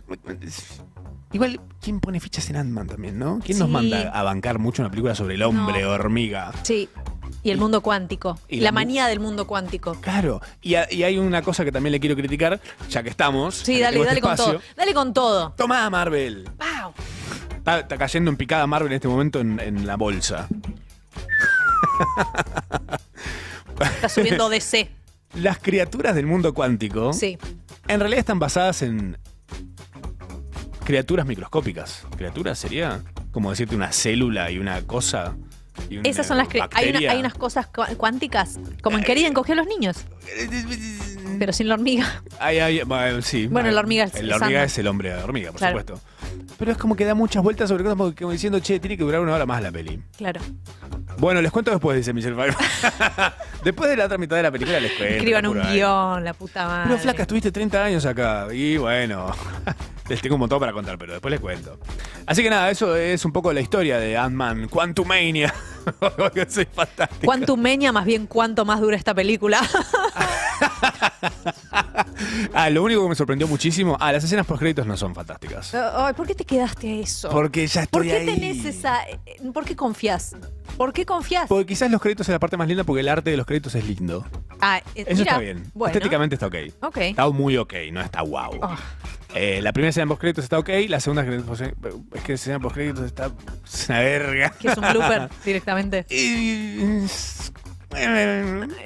S5: Igual, ¿quién pone fichas en Ant-Man también, no? ¿Quién nos
S4: Sí.
S5: manda a bancar mucho una película sobre el hombre
S4: No.
S5: hormiga?
S4: Sí. Y el mundo cuántico.
S5: y
S4: la
S5: la mu-
S4: manía del mundo cuántico.
S5: Claro. Y, a- y hay una cosa que también le quiero criticar, ya que estamos.
S4: Sí,
S5: ya que
S4: dale,
S5: tengo este
S4: dale con
S5: espacio.
S4: todo. Dale con todo.
S5: Tomá, Marvel.
S4: ¡Pau!
S5: Está, está cayendo en picada Marvel en este momento en, en la bolsa.
S4: Está subiendo DC.
S5: Las criaturas del mundo cuántico
S4: Sí.
S5: en realidad están basadas en criaturas microscópicas. ¿Criaturas sería? Como decirte una célula y una cosa y un,
S4: Esas son las
S5: eh,
S4: cre- hay, una-
S5: bacteria. Eh,
S4: hay unas cosas cua- cuánticas, como en querida encogió a los niños, pero sin la hormiga. [laughs]
S5: Ay, ay, bueno, sí.
S4: Bueno, la hormiga es-
S5: El- La hormiga
S4: sana.
S5: es el hombre de la hormiga, por
S4: Claro.
S5: supuesto. Pero es como que da muchas vueltas sobre cosas como- como diciendo, che, tiene que durar una hora más la peli.
S4: Claro.
S5: Bueno, les cuento después, dice Michelle Pfeiffer. [laughs] después de la otra mitad de la película les cuento.
S4: Escriban
S5: no
S4: un
S5: apuro, eh.
S4: guión, la puta madre.
S5: Pero flaca, estuviste 30 años acá. Y bueno, [laughs] les tengo un montón para contar, pero después les cuento. Así que nada, eso es un poco la historia de Ant-Man, Quantumania. [laughs] Soy fantástico.
S4: Cuánto meña, más bien cuánto más dura esta película. [laughs]
S5: Ah, lo único que me sorprendió muchísimo, ah, las escenas post créditos no son fantásticas.
S4: Oh, Ay, ¿Por qué te quedaste a eso?
S5: Porque ya estoy
S4: ¿Por qué
S5: ahí.
S4: tenés esa.? eh, ¿Por qué confías? ¿Por qué confías?
S5: Porque quizás los créditos es la parte más linda porque el arte de los créditos es lindo.
S4: Ah, eh,
S5: Eso
S4: mira,
S5: está bien.
S4: bueno.
S5: Estéticamente está ok.
S4: Ok.
S5: Está muy ok, no está wow.
S4: Ah.
S5: Eh, la primera escena en créditos está ok, la segunda escena post- es que escena post créditos está es una verga.
S4: Que es un
S5: [laughs]
S4: blooper directamente.
S5: Y-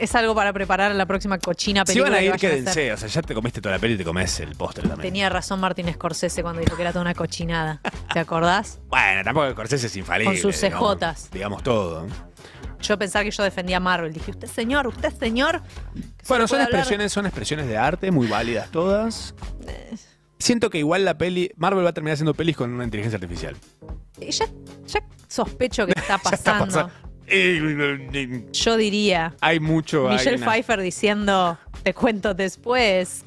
S4: Es algo para preparar la próxima cochina
S5: Si
S4: película.
S5: van a ir,
S4: que vayan a hacer.
S5: quédense. O sea, ya te comiste toda la peli y te comes el póster también.
S4: Tenía razón Martin Scorsese cuando dijo que era toda una cochinada. ¿Te acordás?
S5: Bueno, tampoco el Corsese es infalible.
S4: Con sus
S5: digamos-
S4: CJs.
S5: Digamos, todo.
S4: Yo pensaba que yo defendía a Marvel. Dije, usted señor, usted señor. que
S5: Bueno, son
S4: solo puede hablar-
S5: expresiones, son expresiones de arte, muy válidas todas.
S4: Eh.
S5: Siento que igual la peli. Marvel va a terminar haciendo pelis con una inteligencia artificial.
S4: Eh, Ya, ya
S5: [laughs]
S4: sospecho que está
S5: Ya está
S4: pasando.
S5: pasando. Eh,
S4: Yo diría.
S5: Hay mucho. hay
S4: Michelle
S5: una-
S4: Pfeiffer diciendo, te cuento después,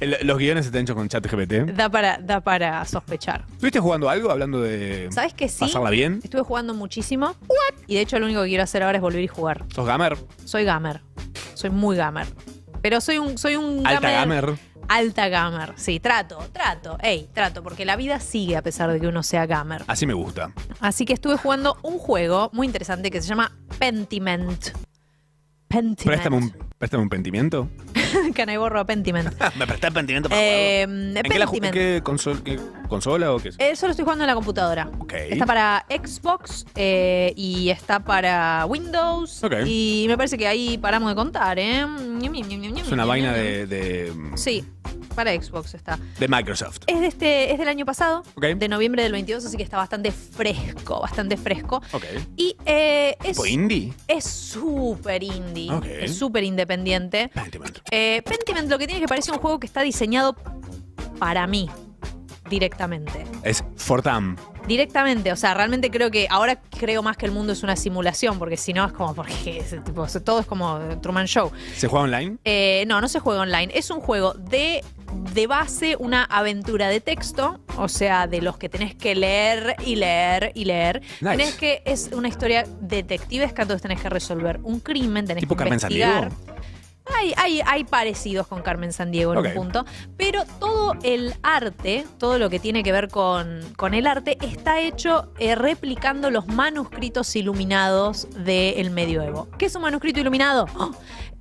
S5: El- Eh, Los guiones están hechos con chat GPT.
S4: da para, da para sospechar.
S5: ¿Estuviste jugando algo hablando de.
S4: ¿Sabes que sí?
S5: ¿Pasarla bien?
S4: Estuve jugando muchísimo. Y de hecho lo único que quiero hacer ahora es volver y jugar.
S5: ¿Sos gamer?
S4: Soy gamer. Soy muy gamer. Pero soy un, soy un
S5: Alta gamer.
S4: Alta gamer. Sí, trato, trato. Ey, trato. Porque la vida sigue a pesar de que uno sea gamer.
S5: Así me gusta.
S4: Así que estuve jugando un juego muy interesante que se llama Pentiment. Pentiment.
S5: Préstame un, préstame un pentimiento.
S4: [laughs] Can I borrow a Pentiment?
S5: Ah, me prestás pentimiento
S4: Eh,
S5: ¿En qué, la ju-
S4: Pentiment.
S5: qué consol- qué consola o qué es?
S4: Eh, Eso lo estoy jugando en la computadora.
S5: Ok.
S4: Está para Xbox eh, y está para Windows.
S5: Ok.
S4: Y me parece que ahí paramos de contar, ¿eh? Es
S5: Es una vaina de, de,
S4: Sí, para Xbox está.
S5: de Microsoft.
S4: Es, de este, es del año pasado,
S5: Ok.
S4: de noviembre del 22, así que está bastante fresco, bastante fresco.
S5: Ok.
S4: Y eh, es
S5: ¿Tipo indie?
S4: es súper indie,
S5: Ok.
S4: es súper independiente.
S5: Pentiment.
S4: Eh, Pentiment lo que tiene es que parece un juego que está diseñado para mí, directamente.
S5: Es Fortam.
S4: Directamente, o sea, realmente creo que ahora creo más que el mundo es una simulación, porque si no es como, porque es, tipo, todo es como Truman Show.
S5: ¿Se juega online?
S4: Eh, no, no se juega online, es un juego de, de base, una aventura de texto, o sea, de los que tenés que leer y leer y leer.
S5: Nice.
S4: Tenés que, es una historia detectivesca, entonces tenés que resolver un crimen, tenés
S5: ¿Tipo
S4: que
S5: Carmen
S4: investigar.
S5: Sandiego?
S4: Hay, hay, hay parecidos con Carmen Sandiego en
S5: Ok.
S4: un punto, pero todo el arte, todo lo que tiene que ver con, con el arte, está hecho eh, replicando los manuscritos iluminados del medioevo. ¿Qué es un manuscrito iluminado? ¡Oh!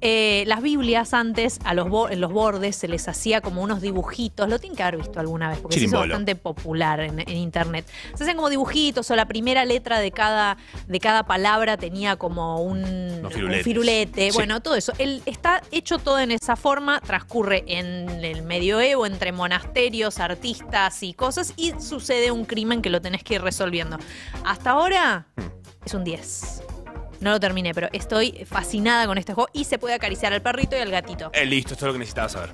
S4: Eh, las Biblias antes, a los bo- en los bordes se les hacía como unos dibujitos, lo tienen que haber visto alguna vez, porque se hizo
S5: Chirimbolo.
S4: bastante popular en, en internet. Se hacían como dibujitos o la primera letra de cada, de cada palabra tenía como un,
S5: Los
S4: un
S5: firuletes.
S4: firulete,
S5: Sí.
S4: bueno, todo eso. Él está hecho todo en esa forma, transcurre en el medioevo, entre monasterios, artistas y cosas, y sucede un crimen que lo tenés que ir resolviendo. Hasta ahora es un 10. No lo terminé, pero estoy fascinada con este juego y se puede acariciar al perrito y al gatito.
S5: Eh, listo, esto es lo que necesitaba saber.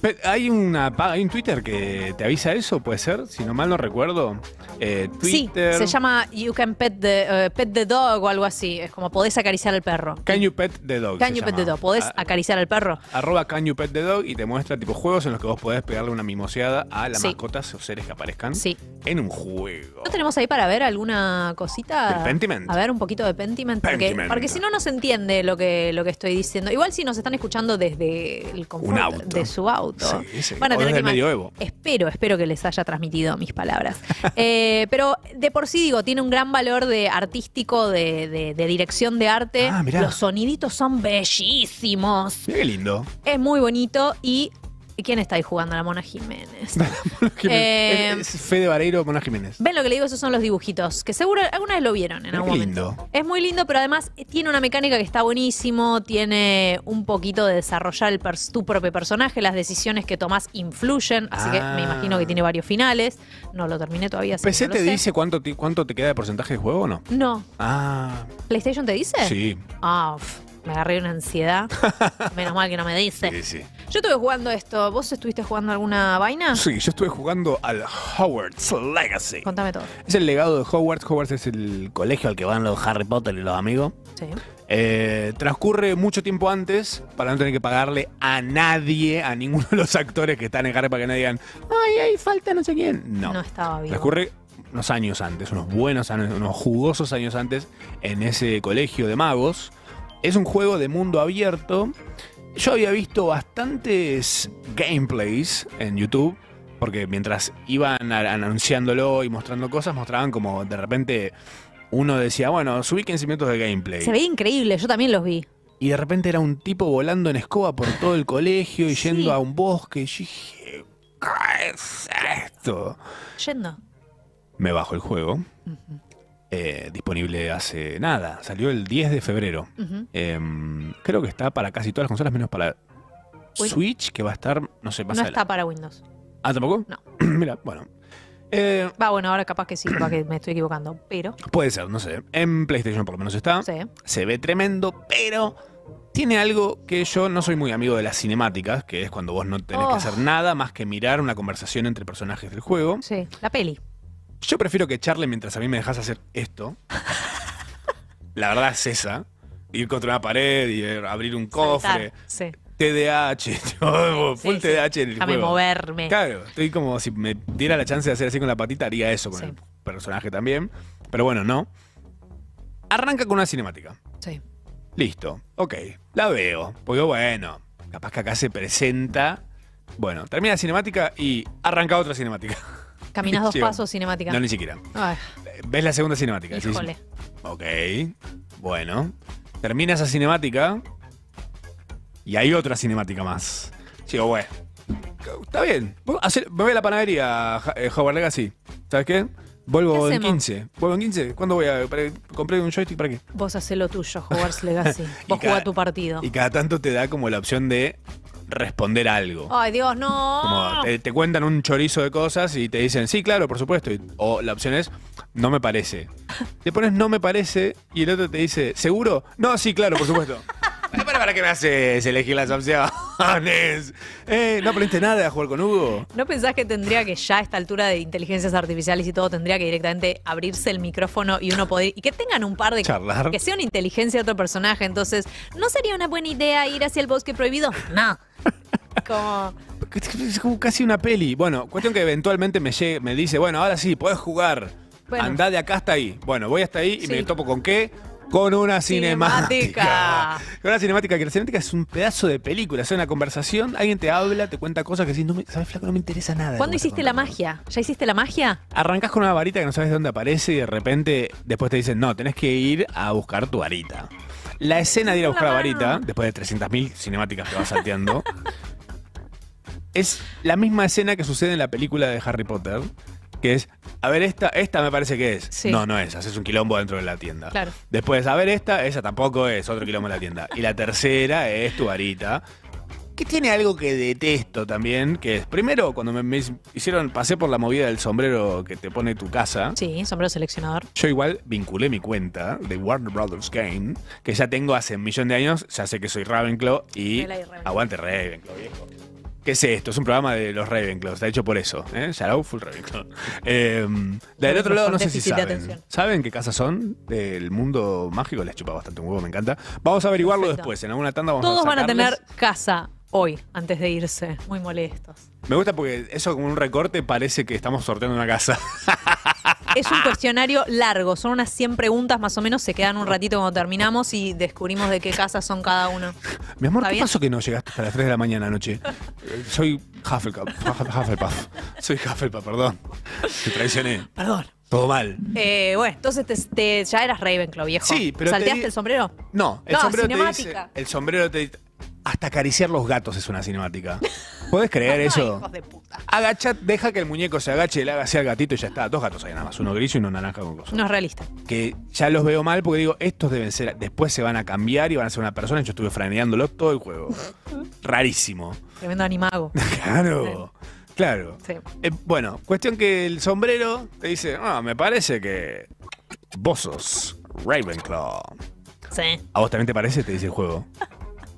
S5: Pe- Hay, una, pa- hay un Twitter que te avisa eso, puede ser, si no mal no recuerdo. Eh, Twitter.
S4: Sí, se llama You Can Pet the, eh, pet the Dog o algo así. Es como podés acariciar al perro.
S5: Can You Pet the Dog.
S4: Can
S5: se
S4: you pet
S5: llama.
S4: the dog? ¿Podés
S5: Ah,
S4: acariciar al perro?
S5: arroba Can You Pet the Dog y te muestra tipo juegos en los que vos podés pegarle una mimoseada a las
S4: Sí.
S5: mascotas o seres que aparezcan
S4: Sí.
S5: en un juego.
S4: ¿No tenemos ahí para ver alguna cosita?
S5: ¿Del Pentiment?
S4: A ver, un poquito de Pentiment. Porque,
S5: Pentiment.
S4: porque si no, no se entiende lo que, lo que estoy diciendo. Igual si nos están escuchando desde el confort
S5: Un auto.
S4: de su auto.
S5: Sí, sí.
S4: Van a
S5: O desde
S4: tener que
S5: el
S4: man-
S5: medioevo.
S4: Espero, espero que les haya transmitido
S5: [laughs]
S4: mis palabras. Eh, pero de por sí digo, tiene un gran valor de artístico, de, de- de dirección de arte.
S5: Ah, mirá.
S4: Los soniditos son bellísimos.
S5: Mira qué lindo.
S4: Es muy bonito y ¿Y quién está ahí jugando? La
S5: [laughs]
S4: Mona Jiménez.
S5: Mona Jiménez.
S4: Eh,
S5: Es- es Fede Vareiro, Mona Jiménez.
S4: ¿Ven lo que le digo? Esos son los dibujitos, que seguro alguna vez lo vieron en
S5: Pero
S4: algún
S5: qué
S4: momento.
S5: lindo.
S4: Es muy lindo, pero además tiene una mecánica que está buenísimo, tiene un poquito de desarrollar el pers- tu propio personaje, las decisiones que tomás influyen, así que
S5: Ah.
S4: me imagino que tiene varios finales. No lo terminé todavía. así que
S5: ¿PC
S4: no
S5: te
S4: lo sé.
S5: dice cuánto, ti- cuánto te queda de porcentaje de juego o no?
S4: No.
S5: Ah,
S4: ¿PlayStation te dice?
S5: sí.
S4: Ah, pf, me agarré una
S5: [laughs]
S4: ansiedad. Menos mal que no me dice.
S5: Sí, sí.
S4: Yo estuve jugando esto. ¿Vos estuviste jugando alguna vaina?
S5: Sí, yo estuve jugando al Howard's Legacy.
S4: Contame todo.
S5: Es el legado de Hogwarts. Hogwarts es el colegio al que van los Harry Potter y los amigos.
S4: Sí.
S5: Eh, transcurre mucho tiempo antes para no tener que pagarle a nadie, a ninguno de los actores que están en Harry para que no digan, ay, ay, falta no sé quién. No.
S4: No estaba vivo.
S5: Transcurre unos años antes, unos buenos años, unos jugosos años antes en ese colegio de magos. Es un juego de mundo abierto. Yo había visto bastantes gameplays en YouTube. Porque mientras iban a- anunciándolo y mostrando cosas, mostraban como de repente uno decía, bueno, subí 15 minutos de gameplay.
S4: Se veía increíble, yo también los vi.
S5: Y de repente era un tipo volando en escoba por todo el colegio y
S4: Sí.
S5: yendo a un bosque. Y yo dije, ¿qué es esto?
S4: Yendo.
S5: Me bajo el juego. Eh, disponible hace nada. Salió el 10 de febrero.
S4: Ujú.
S5: Em, creo que está para casi todas las consolas, menos para
S4: Uy.
S5: Switch, que va a estar, no sé, más
S4: No
S5: adelante.
S4: está para Windows.
S5: ¿Ah, tampoco?
S4: No.
S5: [clears throat] Mira, bueno. Eh,
S4: Va, bueno, ahora capaz que sí, capaz que me estoy equivocando. Pero,
S5: puede ser, no sé. En PlayStation por lo menos está.
S4: no sé.
S5: se ve tremendo, pero tiene algo que yo no soy muy amigo de las cinemáticas, que es cuando vos no tenés que
S4: Oh.
S5: hacer nada más que mirar una conversación entre personajes del juego.
S4: Sí, la peli.
S5: Yo prefiero que charle mientras a mí me dejas hacer
S4: [laughs]
S5: esto. La verdad es esa. Ir contra una pared y eh, abrir un cofre.
S4: Saltar. Sí.
S5: TDAH, [laughs] todo, full
S4: Sí, sí.
S5: TDAH en el
S4: Déjame
S5: juego.
S4: moverme.
S5: Claro, estoy como si me diera la chance de hacer así con la patita, haría eso con
S4: Sí.
S5: el personaje también. Pero bueno, no. Arranca con una cinemática.
S4: Sí.
S5: Listo, ok, la veo. Porque bueno, capaz que acá se presenta. Bueno, termina la cinemática y arranca otra cinemática.
S4: Caminas dos
S5: Llega.
S4: pasos, cinemática.
S5: No, ni siquiera.
S4: Ay,
S5: Eh, Ves la segunda cinemática. decís,
S4: híjole.
S5: ok, bueno. Termina esa cinemática y hay otra cinemática más. Digo, bueno, está bien. Vos hacé- Me voy a la panadería, Ja- eh, Howard Legacy. ¿Sabes qué? Vuelvo
S4: ¿Qué
S5: en
S4: hacemos?
S5: 15. ¿Vuelvo en 15? ¿Cuándo voy a para- compré un joystick para qué?
S4: Vos hacés lo tuyo, Hogwarts Legacy.
S5: [laughs] Y
S4: Vos
S5: cada-
S4: jugá tu partido.
S5: Y cada tanto te da como la opción de responder algo.
S4: Ay, Dios, no.
S5: Como te, te cuentan un chorizo de cosas y te dicen, sí, claro, por supuesto. Y- o la opción es, no me
S4: [laughs]
S5: parece. Te pones no me parece y el otro te dice, ¿seguro? No, sí, claro, por supuesto.
S4: [laughs]
S5: [laughs] Pero para, qué me haces elegir las opciones. [laughs] Eh, no aprendiste nada a jugar con Hugo.
S4: ¿No pensás que tendría que ya a esta altura de inteligencias artificiales y todo tendría que directamente abrirse el micrófono y uno poder... Y que tengan un par de...
S5: Charlar.
S4: Que sea una inteligencia de otro personaje, entonces, ¿no sería una buena idea ir hacia el bosque prohibido?
S5: [laughs]
S4: No. Como...
S5: Es como casi una peli. Bueno, cuestión que eventualmente me, llegue- me dice, bueno, ahora sí, podés jugar.
S4: Bueno.
S5: Andá de acá hasta ahí. Bueno, voy hasta ahí y
S4: Sí.
S5: me topo con qué? Con una cinemática.
S4: Cinemática.
S5: Con una cinemática, que la cinemática es un pedazo de película, es una conversación, alguien te habla, te cuenta cosas que decís, no me, ¿sabes, flaco? No me interesa nada.
S4: ¿Cuándo hiciste la magia? ¿Ya hiciste la magia?
S5: Arrancas con una varita que no sabes de dónde aparece y de repente después te dicen, no, tenés que ir a buscar tu varita. La escena de ir a
S4: Con
S5: buscar la
S4: la
S5: varita,
S4: mano.
S5: después de 300.000 cinemáticas que vas salteando, es la misma escena que sucede en la película de Harry Potter, que es, a ver, esta, esta me parece que es.
S4: Sí.
S5: No, no es, haces un quilombo dentro de la tienda.
S4: Claro.
S5: Después, a ver, esta, esa tampoco es, otro quilombo en la tienda. Y la tercera es tu varita. Que tiene algo que detesto también, que es, primero, cuando me, me hicieron, pasé por la movida del sombrero que te pone tu casa.
S4: Sí, sombrero seleccionador.
S5: Yo igual vinculé mi cuenta de Warner Brothers Game, que ya tengo hace un millón de años, ya sé que soy Ravenclaw y
S4: Vela y Ravenclaw.
S5: aguante Ravenclaw, viejo. ¿Qué es esto? Es un programa de los Ravenclaws, está hecho por eso, ¿eh? Shout out full Ravenclaw. [laughs] Eh, del otro lado no sé si
S4: Déficit de
S5: saben.
S4: atención.
S5: ¿Saben qué casas son del mundo mágico? Les chupa bastante un huevo, me encanta. Vamos a averiguarlo
S4: Perfecto.
S5: después, en alguna tanda vamos
S4: Todos van a
S5: sacarles-
S4: tener casa hoy, antes de irse. Muy molestos.
S5: Me gusta porque eso como un recorte parece que estamos sorteando una casa. [laughs]
S4: Es un cuestionario largo, son unas 100 preguntas más o menos, se quedan un ratito cuando terminamos y descubrimos de qué casa son cada uno.
S5: Mi amor,
S4: ¿Está
S5: ¿qué
S4: bien?
S5: pasó que no llegaste hasta las 3 de la mañana anoche? Eh, Soy Hufflepuff. Hufflepuff. Soy Hufflepuff, perdón. Te traicioné.
S4: Perdón.
S5: Todo mal.
S4: Eh, bueno, entonces te, te- ya eras Ravenclaw, viejo.
S5: Sí, pero te
S4: ¿Salteaste
S5: di-
S4: el sombrero?
S5: No, el
S4: No,
S5: sombrero te dice.
S4: cinemática.
S5: El sombrero te dice. Hasta acariciar los gatos es una cinemática. ¿Puedes creer
S4: Ay,
S5: eso?
S4: hijos de puta.
S5: Agacha, deja que el muñeco se agache, le haga así al gatito y ya está. Dos gatos hay nada más, uno gris y uno naranja con cosas.
S4: No es realista.
S5: Que ya los veo mal porque digo, estos deben ser, después se van a cambiar y van a ser una persona. y Yo estuve franeándolo todo el juego.
S4: [laughs]
S5: Rarísimo. [laughs]
S4: Tremendo animago.
S5: Claro, claro.
S4: Sí.
S5: Eh, bueno, cuestión que el sombrero te dice, ah, me parece que vos sos Ravenclaw.
S4: Sí.
S5: ¿A vos también te parece? Te dice el
S4: [laughs]
S5: juego.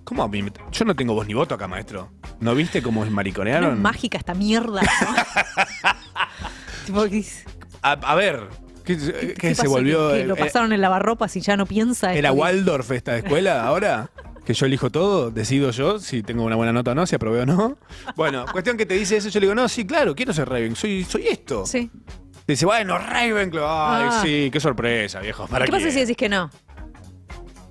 S5: ¿Cómo a mí? me- Yo no tengo voz ni voto acá, maestro. ¿No viste cómo
S4: No es
S5: mariconearon?
S4: mágica esta mierda.
S5: [laughs]
S4: ¿no? tipo, ¿qué,
S5: A, a ver, ¿qué, qué
S4: qué
S5: se
S4: pasó?
S5: volvió?
S4: ¿Que- que
S5: eh,
S4: lo
S5: eh,
S4: pasaron en lavarropas y ya no piensa.
S5: ¿Era
S4: Esto-
S5: Waldorf esta escuela ahora? Que yo elijo todo, decido yo si tengo una buena nota o no, si aprobé o no. Bueno, cuestión que te dice eso, yo le digo, no, sí, claro, quiero ser Raven, soy, soy esto.
S4: Sí.
S5: Te dice, bueno, Ravenclaw. Ay,
S4: Ah.
S5: sí, qué sorpresa, viejo. ¿para
S4: ¿Qué pasa si decís que no?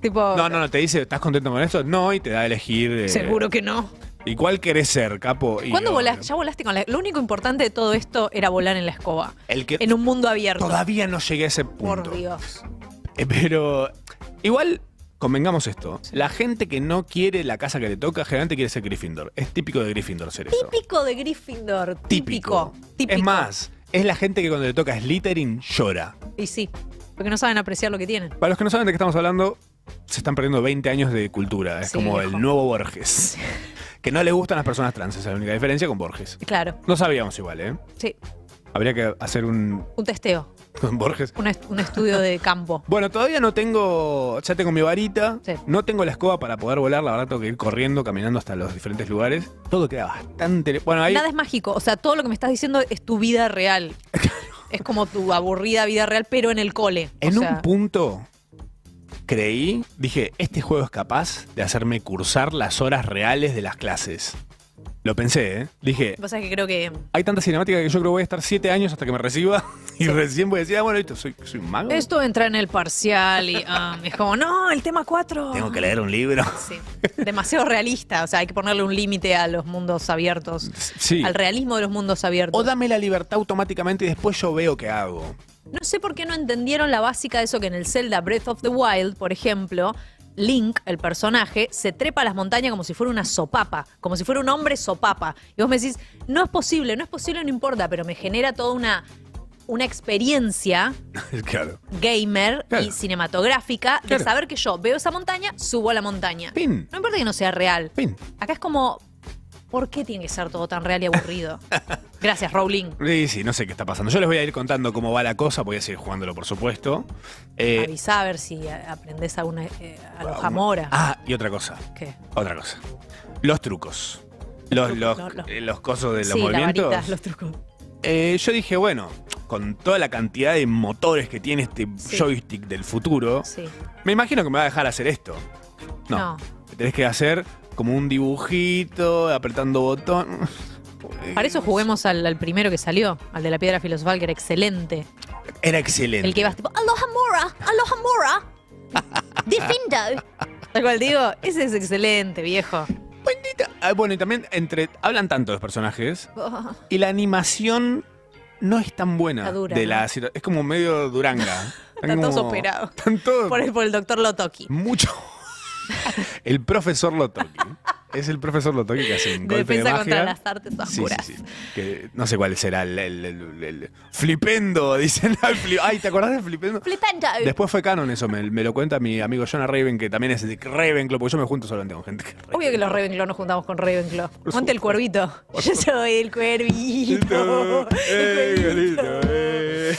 S4: Tipo.
S5: No, no, no, te dice, ¿estás contento con esto? No, y te da a elegir. eh,
S4: Seguro que no.
S5: ¿Y cuál querés ser, capo? Y
S4: ¿Cuándo
S5: yo,
S4: volaste? Ya volaste con la. Lo único importante de todo esto era volar en la escoba.
S5: El que-
S4: En un mundo abierto.
S5: Todavía no llegué a ese punto.
S4: Por Dios.
S5: Eh, Pero igual, convengamos esto. La gente que no quiere la casa que le toca, generalmente quiere ser Gryffindor. Es típico de Gryffindor ser eso.
S4: Típico de Gryffindor. Típico. Típico.
S5: Es más, es la gente que cuando le toca Slytherin llora.
S4: Y sí. Porque no saben apreciar lo que tienen.
S5: Para los que no saben de qué estamos hablando, se están perdiendo 20 años de cultura. Es
S4: Sí,
S5: como
S4: viejo.
S5: el nuevo Borges. [laughs] Que no le gustan las personas trans, esa es la única diferencia con Borges.
S4: Claro.
S5: No sabíamos igual, ¿eh?
S4: Sí.
S5: Habría que hacer un, [laughs]
S4: Un testeo.
S5: un Borges.
S4: Un, est- un estudio de
S5: [laughs]
S4: campo.
S5: Bueno, todavía no tengo, ya tengo mi varita,
S4: Sí.
S5: no tengo la escoba para poder volar, la verdad tengo que ir corriendo, caminando hasta los diferentes lugares. Todo queda bastante... Bueno, ahí...
S4: Nada es mágico. O sea, todo lo que me estás diciendo es tu
S5: [laughs]
S4: vida real. es como tu aburrida vida real, pero en el cole. O
S5: En
S4: sea,
S5: un punto creí, dije, este juego es capaz de hacerme cursar las horas reales de las clases. Lo pensé, ¿eh? Dije,
S4: Lo que pasa es que creo que.
S5: hay tanta cinemática que yo creo que voy a estar siete años hasta que me reciba [laughs] y recién voy a decir, ah, bueno, listo, soy, soy un mago.
S4: Esto entra en el parcial y ah, es como, no, el tema 4.
S5: Tengo que leer un
S4: [laughs]
S5: libro.
S4: Sí. Demasiado realista. O sea, hay que ponerle un límite a los mundos abiertos.
S5: Sí.
S4: Al realismo de los mundos
S5: O
S4: abiertos.
S5: dame la libertad automáticamente y después yo veo qué hago. [laughs]
S4: No sé por qué no entendieron la básica de eso que en el Zelda Breath of the Wild, por ejemplo, Link, el personaje, se trepa a las montañas como si fuera una sopapa, como si fuera un hombre sopapa. Y vos me decís, no es posible, no es posible, no importa, pero me genera toda una, una experiencia
S5: claro.
S4: gamer
S5: Claro.
S4: y cinematográfica de
S5: Claro.
S4: saber que yo veo esa montaña, subo a la montaña.
S5: Fin.
S4: No importa que no sea real.
S5: Fin.
S4: Acá es como, ¿por qué tiene que ser todo tan real
S5: [laughs]
S4: y aburrido? Gracias, Rowling.
S5: Sí, sí, no sé qué está pasando. Yo les voy a ir contando cómo va la cosa, voy a seguir jugándolo, por supuesto. Eh,
S4: Avisá a ver si a- aprendés a una eh, a Lojamora.
S5: ah, y otra cosa.
S4: ¿Qué?
S5: Otra cosa. Los trucos. Los, los,
S4: no, no.
S5: eh, los cosos de los
S4: sí,
S5: movimientos.
S4: la varita, los trucos.
S5: Eh, yo dije, bueno, con toda la cantidad de motores que tiene este
S4: Sí.
S5: joystick del futuro,
S4: Sí.
S5: me imagino que me va a dejar hacer esto. No.
S4: No.
S5: Tenés que hacer como un dibujito, apretando botón.
S4: Para eso juguemos al, al primero que salió, al de la piedra filosofal, que era excelente.
S5: Era excelente.
S4: El que ibas tipo, Alohomora, Alohomora,
S5: [laughs]
S4: Defendo. Tal cual digo, ese es excelente, viejo.
S5: Bendita. Ah, bueno, y también entre. Hablan tanto los personajes.
S4: [laughs] Oh,
S5: Y la animación no es tan buena.
S4: Está dura,
S5: de
S4: ¿no?
S5: la situa- Es como medio duranga.
S4: [laughs] Están todos
S5: como-
S4: operados.
S5: Están todos.
S4: Por el, por el doctor Lotoki.
S5: Mucho. [laughs] el profesor Lotoki. Es el profesor Lotoki que hace un
S4: De
S5: golpe de
S4: defensa
S5: magia.
S4: contra las artes
S5: Sí, sí,
S4: oscuras.
S5: sí. Que no sé cuál será el, el- el- el- flipendo, [laughs] dicen al fli- Ay, ¿te acordás del flipendo?
S4: Flipendo.
S5: Después fue canon eso, me, me lo cuenta mi amigo Jonah Raven, que también es de Ravenclaw, porque yo me junto solamente con gente que es
S4: Obvio que los Ravenclaw nos juntamos con Ravenclaw. Monte el
S5: supuesto.
S4: cuervito. Yo soy el cuervito. [laughs]
S5: Eh,
S4: El cuervito.
S5: querido,
S4: [laughs]
S5: eh.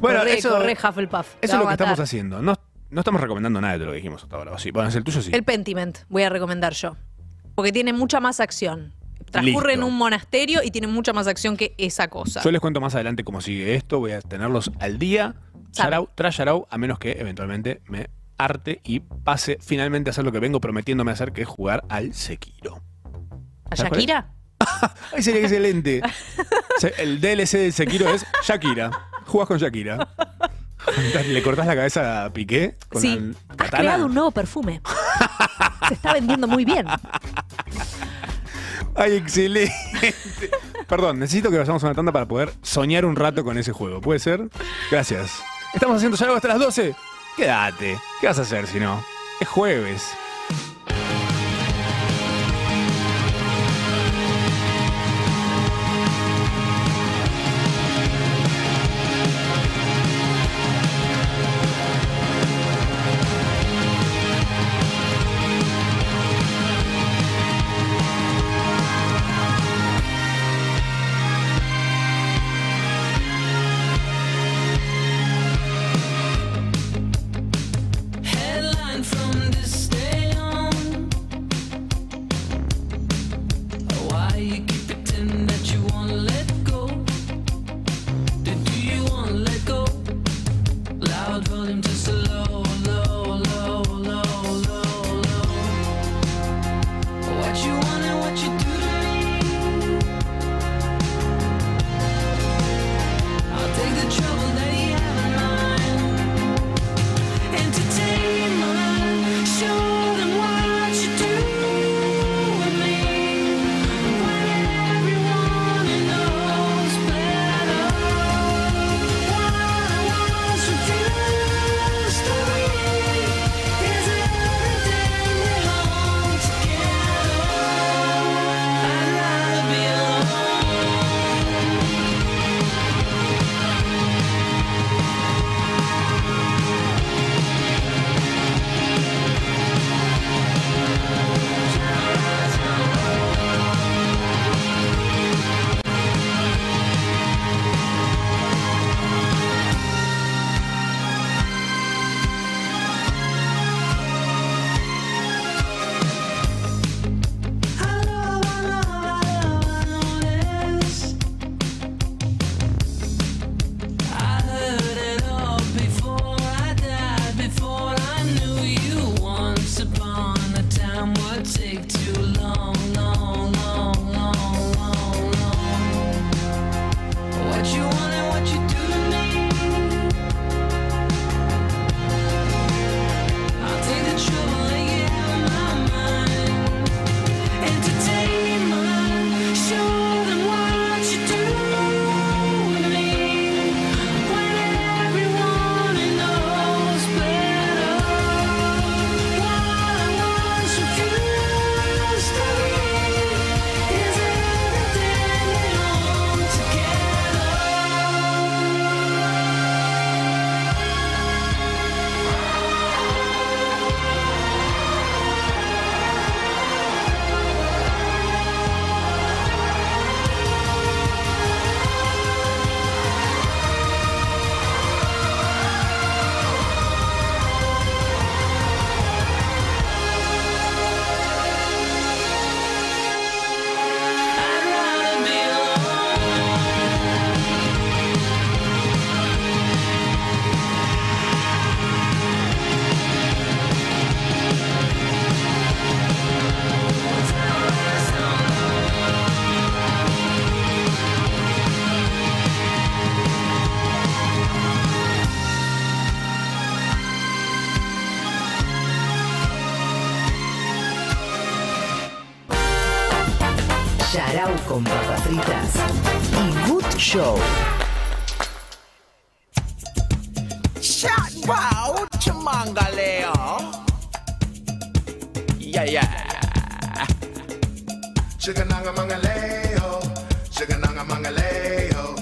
S5: bueno,
S4: corre,
S5: eso,
S4: corre,
S5: eso
S4: Hufflepuff. Te
S5: es
S4: va a
S5: lo que
S4: matar.
S5: estamos haciendo. No, no estamos recomendando nada de lo que dijimos hasta ahora. ¿o sí? Bueno, es el tuyo sí.
S4: El Pentiment voy a recomendar yo. Porque tiene mucha más acción. Transcurre
S5: Listo.
S4: en un monasterio y tiene mucha más acción que esa cosa.
S5: Yo les cuento más adelante cómo sigue esto. Voy a tenerlos al día,
S4: Sabe.
S5: yarau tras yarau, a menos que eventualmente me arte y pase finalmente a hacer lo que vengo prometiéndome hacer, que es jugar al Sekiro.
S4: ¿A
S5: ¿sabes cuál es?
S4: Shakira?
S5: ¡Ay, sería
S4: [laughs]
S5: excelente! Se- El DLC de Sekiro es Shakira. Jugás con
S4: [laughs]
S5: Shakira. ¿Le cortás la cabeza a Piqué? Con
S4: Sí.
S5: el
S4: Has
S5: katana?
S4: creado un
S5: [laughs]
S4: nuevo perfume. Se está vendiendo muy bien.
S5: ¡Ay, excelente! Perdón, necesito que vayamos a una tanda para poder soñar un rato con ese juego. ¿Puede ser? Gracias. Estamos haciendo ya algo hasta las 12. Quédate. ¿Qué vas a hacer si no? Es jueves.
S3: Show.
S7: Chat wow, Chimangaleo. Yeah, yeah.
S8: Chigananga mangaleo, chigananga mangaleo,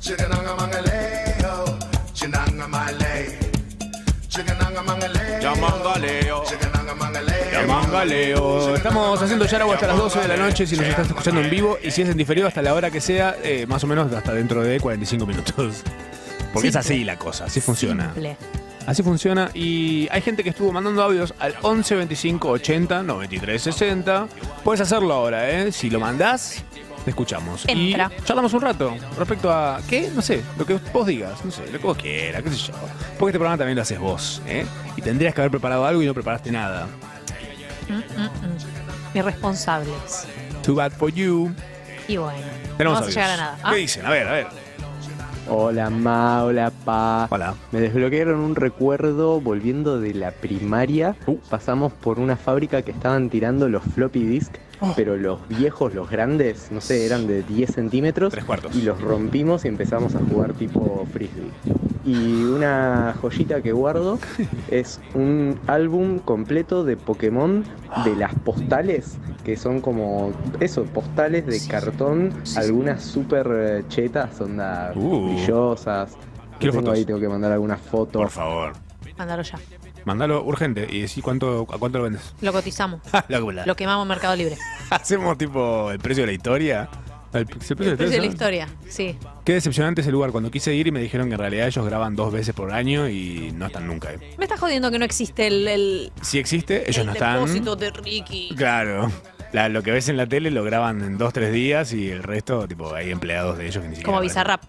S8: chigananga mangaleo, chinanga malay. Chigananga mangaleo,
S9: Yamangaleo.
S8: chigananga mangaleo.
S5: Mangaleo. Estamos haciendo Yaragua hasta las 12 de la noche si nos estás escuchando en vivo y si es en diferido hasta la hora que sea, eh, más o menos hasta dentro de 45 minutos. Porque es así la cosa, así funciona.
S4: Simple.
S5: Así funciona y hay gente que estuvo mandando audios al 11 25 80 93 60. Puedes hacerlo ahora, ¿eh? Si lo mandás, te escuchamos.
S4: Entra.
S5: Y charlamos un rato respecto a qué, no sé, lo que vos digas, no sé, lo que vos quieras, qué sé yo. Porque este programa también lo haces vos, ¿eh? Y tendrías que haber preparado algo y no preparaste nada.
S4: Irresponsables.
S5: Too bad for you.
S4: Y bueno,
S5: Tenemos
S4: no vas a
S5: audios.
S4: llegar a nada. ¿ah?
S5: ¿Qué dicen? A ver, a ver.
S10: Hola Ma, hola Pa.
S5: Hola.
S10: Me desbloquearon un recuerdo volviendo de la primaria.
S5: Uh.
S10: Pasamos por una fábrica que estaban tirando los floppy disk, pero los viejos, los grandes, no sé, eran de 10 centímetros.
S5: Tres cuartos.
S10: Y los rompimos y empezamos a jugar tipo frisbee. Y una joyita
S5: [laughs]
S10: que guardo es un álbum completo de Pokémon de las postales, que son como eso, postales de cartón, algunas súper eh, chetas, onda
S5: Uh.
S10: brillosas.
S5: Quiero
S10: tengo
S5: fotos.
S10: ahí, tengo que mandar algunas fotos.
S5: Por favor.
S4: Mándalo ya.
S5: Mándalo urgente y decí cuánto, a cuánto lo vendes. [laughs]
S4: Lo cotizamos.
S5: Lo que-
S4: Lo quemamos en Mercado
S5: [laughs]
S4: Libre.
S5: Hacemos tipo el precio de la historia. El, precio
S4: El precio de la
S5: ¿no?
S4: historia. Sí.
S5: Qué decepcionante ese lugar. Cuando quise ir y me dijeron que en realidad ellos graban dos veces por año y no están nunca. ahí.
S4: Me estás jodiendo que no existe el, el,
S5: Si existe, ellos
S4: el
S5: no están.
S4: depósito de Ricky.
S5: Claro. La- lo que ves en la tele lo graban en dos, tres días y el resto, tipo, hay empleados de ellos que ni siquiera.
S4: Como Bizarrap.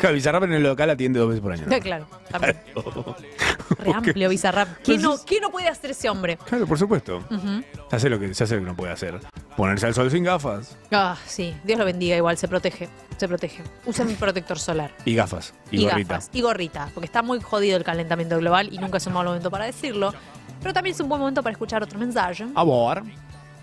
S5: Claro, Bizarrap en el local atiende dos veces por año. ¿no?
S4: Claro, también. Re
S5: [laughs]
S4: amplio Bizarrap. ¿Qué no, qué no puede hacer ese hombre?
S5: Claro, por supuesto.
S4: Ujú.
S5: Se hace lo que se hace lo que no puede hacer. Ponerse al sol sin gafas.
S4: Ah, sí. Dios lo bendiga igual. Se protege. Se protege. Usa mi protector solar.
S5: Y gafas. Y, gorrita.
S4: gafas. Y gorrita. Porque está muy jodido el calentamiento global y nunca es un mal momento para decirlo. Pero también es un buen momento para escuchar otro mensaje.
S5: A boar.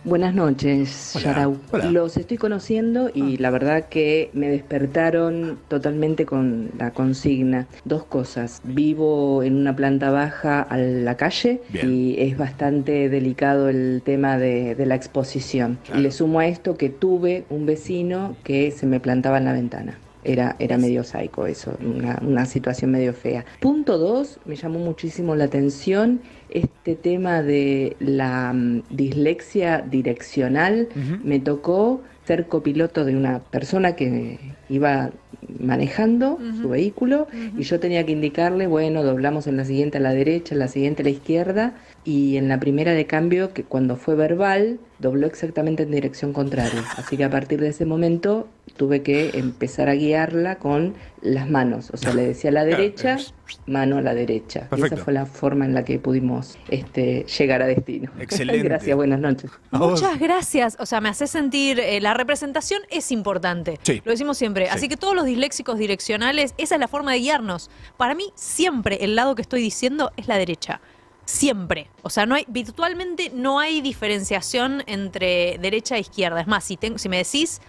S2: Buenas noches,
S5: Hola.
S2: Yarau.
S5: Hola.
S2: Los estoy conociendo y la verdad que me despertaron totalmente con la consigna. Dos cosas. Vivo en una planta baja a la calle
S5: Bien.
S2: y es bastante delicado el tema de, de la exposición. Y le sumo a esto que tuve un vecino que se me plantaba en la ventana. Era, era medio psycho eso, una, una situación medio fea. Punto dos, me llamó muchísimo la atención este tema de la mm, dislexia direccional. Me tocó ser copiloto de una persona que iba manejando su vehículo y yo tenía que indicarle, bueno, doblamos en la siguiente a la derecha, en la siguiente a la izquierda y en la primera de cambio, que cuando fue verbal, dobló exactamente en dirección contraria. Así que a partir de ese momento tuve que empezar a guiarla con las manos. O sea, le decía a la
S5: Claro,
S2: derecha,
S5: es-
S2: mano a la derecha. Y
S5: Perfecto.
S2: esa fue la [laughs] forma en la que pudimos este, llegar a destino.
S5: Excelente.
S2: Gracias, buenas noches.
S5: A vos.
S4: Muchas gracias. O sea, me hace sentir eh, la representación es importante.
S5: Sí.
S4: Lo decimos siempre.
S5: Sí.
S4: Así que todos los disléxicos direccionales, esa es la forma de guiarnos. Para mí, siempre el lado que estoy diciendo es la derecha. Siempre. O sea, no hay, virtualmente no hay diferenciación entre derecha e izquierda. Es más, si, tengo, si me decís,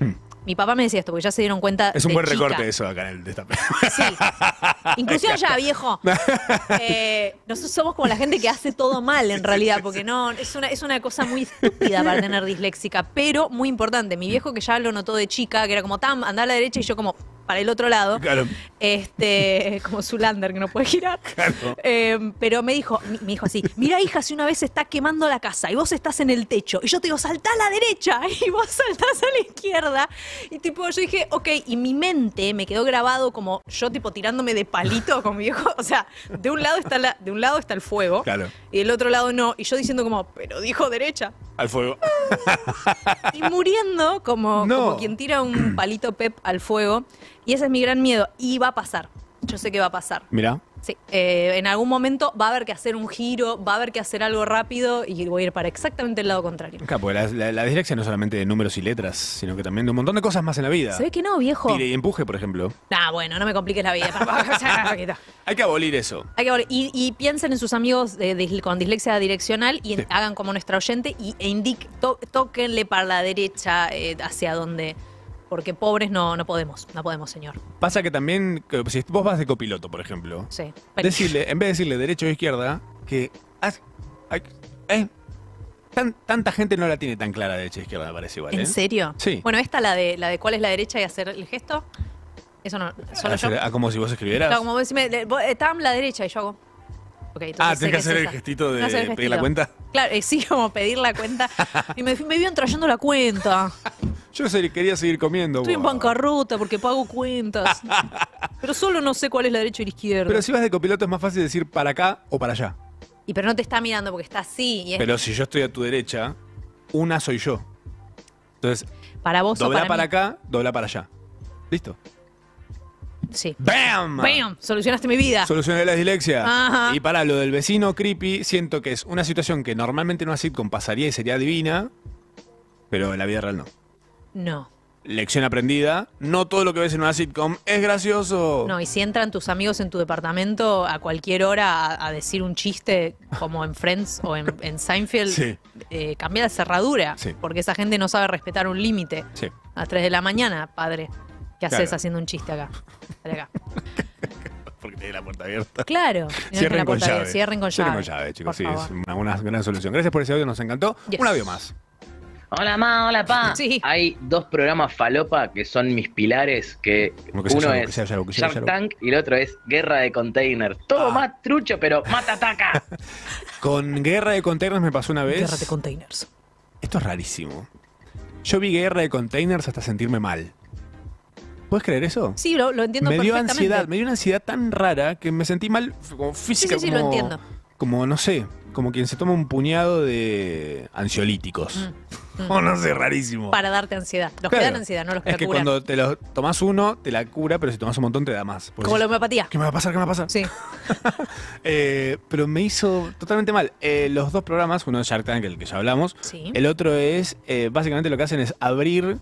S4: mi papá me decía esto, porque ya se dieron cuenta.
S5: Hmm. Es un
S4: de
S5: buen
S4: chica.
S5: recorte eso acá en el destape. [laughs]
S4: [laughs] Sí. Inclusión ya, viejo. Eh, nosotros somos como la gente que hace todo mal en realidad, porque no, es una, es una cosa muy estúpida para tener disléxica, pero muy importante. Mi viejo que ya lo notó de chica, que era como Tam, anda a la derecha y yo como para el otro lado.
S5: Claro.
S4: Este, como Zulander que no puede girar. Eh, pero me dijo, mi- me dijo así, mira hija, si una vez se está quemando la casa y vos estás en el techo, y yo te digo, saltá a la derecha, [laughs] y vos saltás a la izquierda. Y tipo, yo dije, ok, y mi mente me quedó grabado como yo tipo tirándome de palito con mi viejo. O sea, de un lado está la, de un lado está el fuego.
S5: Claro.
S4: Y del otro lado no. Y yo diciendo como, pero dijo derecha.
S5: Al fuego.
S4: Y muriendo
S5: [laughs]
S4: como,
S5: No.
S4: como quien tira un palito pep al fuego. Y ese es mi gran miedo. Y va a pasar. Yo sé que va a pasar.
S5: Mirá.
S4: Sí, eh, en algún momento va a haber que hacer un giro, va a haber que hacer algo rápido y voy a ir para exactamente el lado contrario.
S5: Claro, porque la, la- la dislexia no es solamente de números y letras, sino que también de un montón de cosas más en la vida.
S4: ¿Se ve que no, viejo?
S5: Tire y empuje, por ejemplo.
S4: Ah, bueno, no me compliques la vida. [laughs] O sea, quita.
S5: Hay que abolir eso.
S4: Hay que volver. y, y piensen en sus amigos de- de- con dislexia direccional y en- hagan como nuestra oyente y, e indique, to- tóquenle para la derecha eh, hacia donde Porque pobres no, no podemos, no podemos, señor.
S5: Pasa que también, que si vos vas de copiloto, por ejemplo,
S4: Sí. Pero-
S5: decirle, en vez de decirle derecho o izquierda, que. haz- ay, eh, tan- tanta gente no la tiene tan clara derecha e izquierda, me parece igual. ¿eh?
S4: ¿En serio?
S5: Sí.
S4: Bueno, esta la de la de cuál es la derecha y hacer el gesto. Eso no, solo yo.
S5: Hacer- ah, como si vos escribieras.
S4: Claro, como vos decime, le- vos, eh, Tam la derecha y yo hago. Ok, entonces
S5: ah,
S4: sé
S5: tenés que
S4: es
S5: hacer el
S4: esa.
S5: gestito de
S4: Tengo que hacer el
S5: pedir la
S4: gestito.
S5: cuenta.
S4: Claro, eh, sí, como pedir la cuenta. Y me, me viven trayendo la cuenta.
S5: Yo se- quería seguir comiendo.
S4: Estoy en
S5: vos.
S4: bancarrota porque pago
S5: [laughs]
S4: cuentas. Pero solo no sé cuál es la derecha y la izquierda.
S5: Pero si vas de copiloto es más fácil decir para acá o para allá.
S4: Y pero no te está mirando porque está así. Y es
S5: Pero si yo estoy a tu derecha, una soy yo. Entonces,
S4: para vos o
S5: dobla
S4: para,
S5: para,
S4: mí.
S5: acá, dobla para allá. Listo.
S4: Sí.
S5: ¡Bam!
S4: Bam, solucionaste mi vida.
S5: Solucioné la dislexia.
S4: Ajá.
S5: Y para lo del vecino creepy, siento que es una situación que normalmente en una sitcom pasaría y sería divina, pero en la vida real no.
S4: no.
S5: Lección aprendida, no todo lo que ves en una sitcom es gracioso.
S4: No, y si entran tus amigos en tu departamento a cualquier hora a, a decir un chiste como en Friends o en, en Seinfeld,
S5: Sí.
S4: eh, cambia la cerradura.
S5: Sí.
S4: Porque esa gente no sabe respetar un límite.
S5: Sí.
S4: A las 3 de la mañana, padre. ¿Qué haces
S5: Claro.
S4: haciendo un chiste acá? Sale acá.
S5: Porque tiene la puerta abierta.
S4: Claro.
S5: [laughs]
S4: Y no dejen la
S5: Cierren con
S4: puerta
S5: llave.
S4: abierta. Cierren con llave.
S5: chicos.
S4: Por
S5: sí, es
S4: favor.
S5: una, una gran solución. Gracias por ese audio, nos encantó.
S4: Yes.
S5: Un audio más.
S11: Hola ma, hola pa.
S4: Sí.
S11: Hay dos programas falopa que son mis pilares, que
S5: Como que sea
S11: uno
S5: Yaru, que
S11: es
S5: sea Yaru, que sea
S11: Shark
S5: Yaru.
S11: Tank y el otro es Guerra de Container.
S2: Ah.
S11: Todo más trucho, pero
S2: [laughs]
S11: mata ataca.
S5: Con Guerra de Containers me pasó una vez.
S4: Guerra de containers.
S5: Esto es rarísimo. Yo vi Guerra de Containers hasta sentirme mal. ¿Puedes creer eso?
S4: Sí, lo, lo entiendo
S5: me dio
S4: perfectamente.
S5: ansiedad, me dio una ansiedad tan rara que me sentí mal f- como física.
S4: Sí, sí, sí,
S5: como,
S4: lo entiendo.
S5: Como, no sé, como quien se toma un puñado de ansiolíticos.
S4: Mm.
S5: Oh, [laughs] no sé, rarísimo.
S4: Para darte ansiedad. Los
S5: Claro.
S4: que dan ansiedad, no los que
S5: es
S4: la
S5: que
S4: curan.
S5: cuando te lo tomas uno, te la cura, pero si tomas un montón te da más. Por
S4: Como la
S5: eso-
S4: homeopatía.
S5: ¿Qué me va a pasar? ¿Qué me va a pasar?
S4: Sí.
S5: Eh, pero me hizo totalmente mal. Eh, los dos programas, uno es Shark Tank, el que ya hablamos,
S4: Sí.
S5: el otro es, eh, básicamente lo que hacen es abrir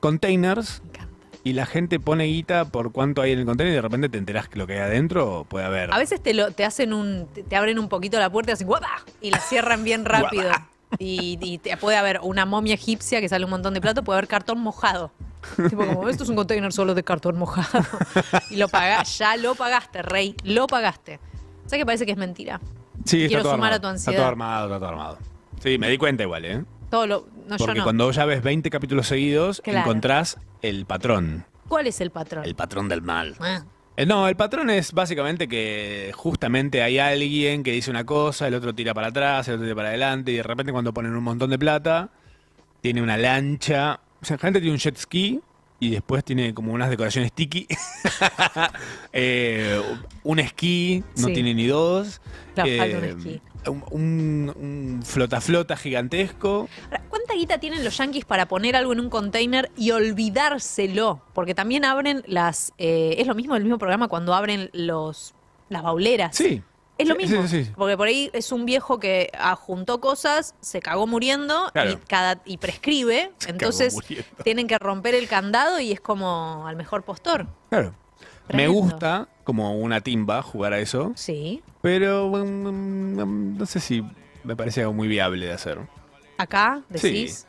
S5: containers
S4: Me encanta.
S5: y la gente pone guita por cuánto hay en el container y de repente te enterás que lo que hay adentro puede haber.
S4: A veces te, lo, te hacen un. Te, te abren un poquito la puerta y hacen guapa y la cierran
S5: [laughs]
S4: bien rápido. Y, y te- puede haber una momia egipcia que sale un montón de plato, puede haber cartón mojado. Tipo, como esto es un container solo de cartón mojado. Y lo pagás, ya lo pagaste, rey, lo pagaste. ¿Sabes que parece que es mentira?
S5: sí,
S4: quiero sumar
S5: armado, Está
S4: a tu
S5: todo
S4: ansiedad.
S5: armado, está todo armado. Sí, me di cuenta igual, ¿eh?
S4: Todo lo. No, yo
S5: Porque
S4: no.
S5: cuando ya ves 20 capítulos seguidos,
S4: Claro.
S5: encontrás el patrón.
S4: ¿Cuál es el patrón?
S5: El patrón del mal.
S4: Ah,
S5: Eh, No, el patrón es básicamente que justamente hay alguien que dice una cosa, el otro tira para atrás, el otro tira para adelante, y de repente cuando ponen un montón de plata, tiene una lancha. O sea, gente tiene un jet ski y después tiene como unas decoraciones tiki. [laughs] Eh, un esquí, no
S4: Sí.
S5: tiene ni dos.
S4: Claro, falta un
S5: Eh,
S4: esquí.
S5: un- Un un flota-flota gigantesco.
S4: Ahora, ¿Cuánta guita tienen los yanquis para poner algo en un container y olvidárselo? Porque también abren las. eh, es lo mismo el mismo programa cuando abren los las bauleras.
S5: Sí.
S4: Es lo
S5: Sí,
S4: mismo.
S5: sí, sí.
S4: Porque por ahí es un viejo que ajuntó cosas, se cagó muriendo y
S5: Claro.
S4: cada y prescribe.
S5: Se cagó
S4: entonces
S5: muriendo.
S4: tienen que romper el candado y es como al mejor postor.
S5: Claro. Me
S4: Tremendo.
S5: gusta, como una timba, jugar a eso.
S4: Sí.
S5: Pero mm, mm, no sé si me parece algo muy viable de hacer.
S4: Acá decís.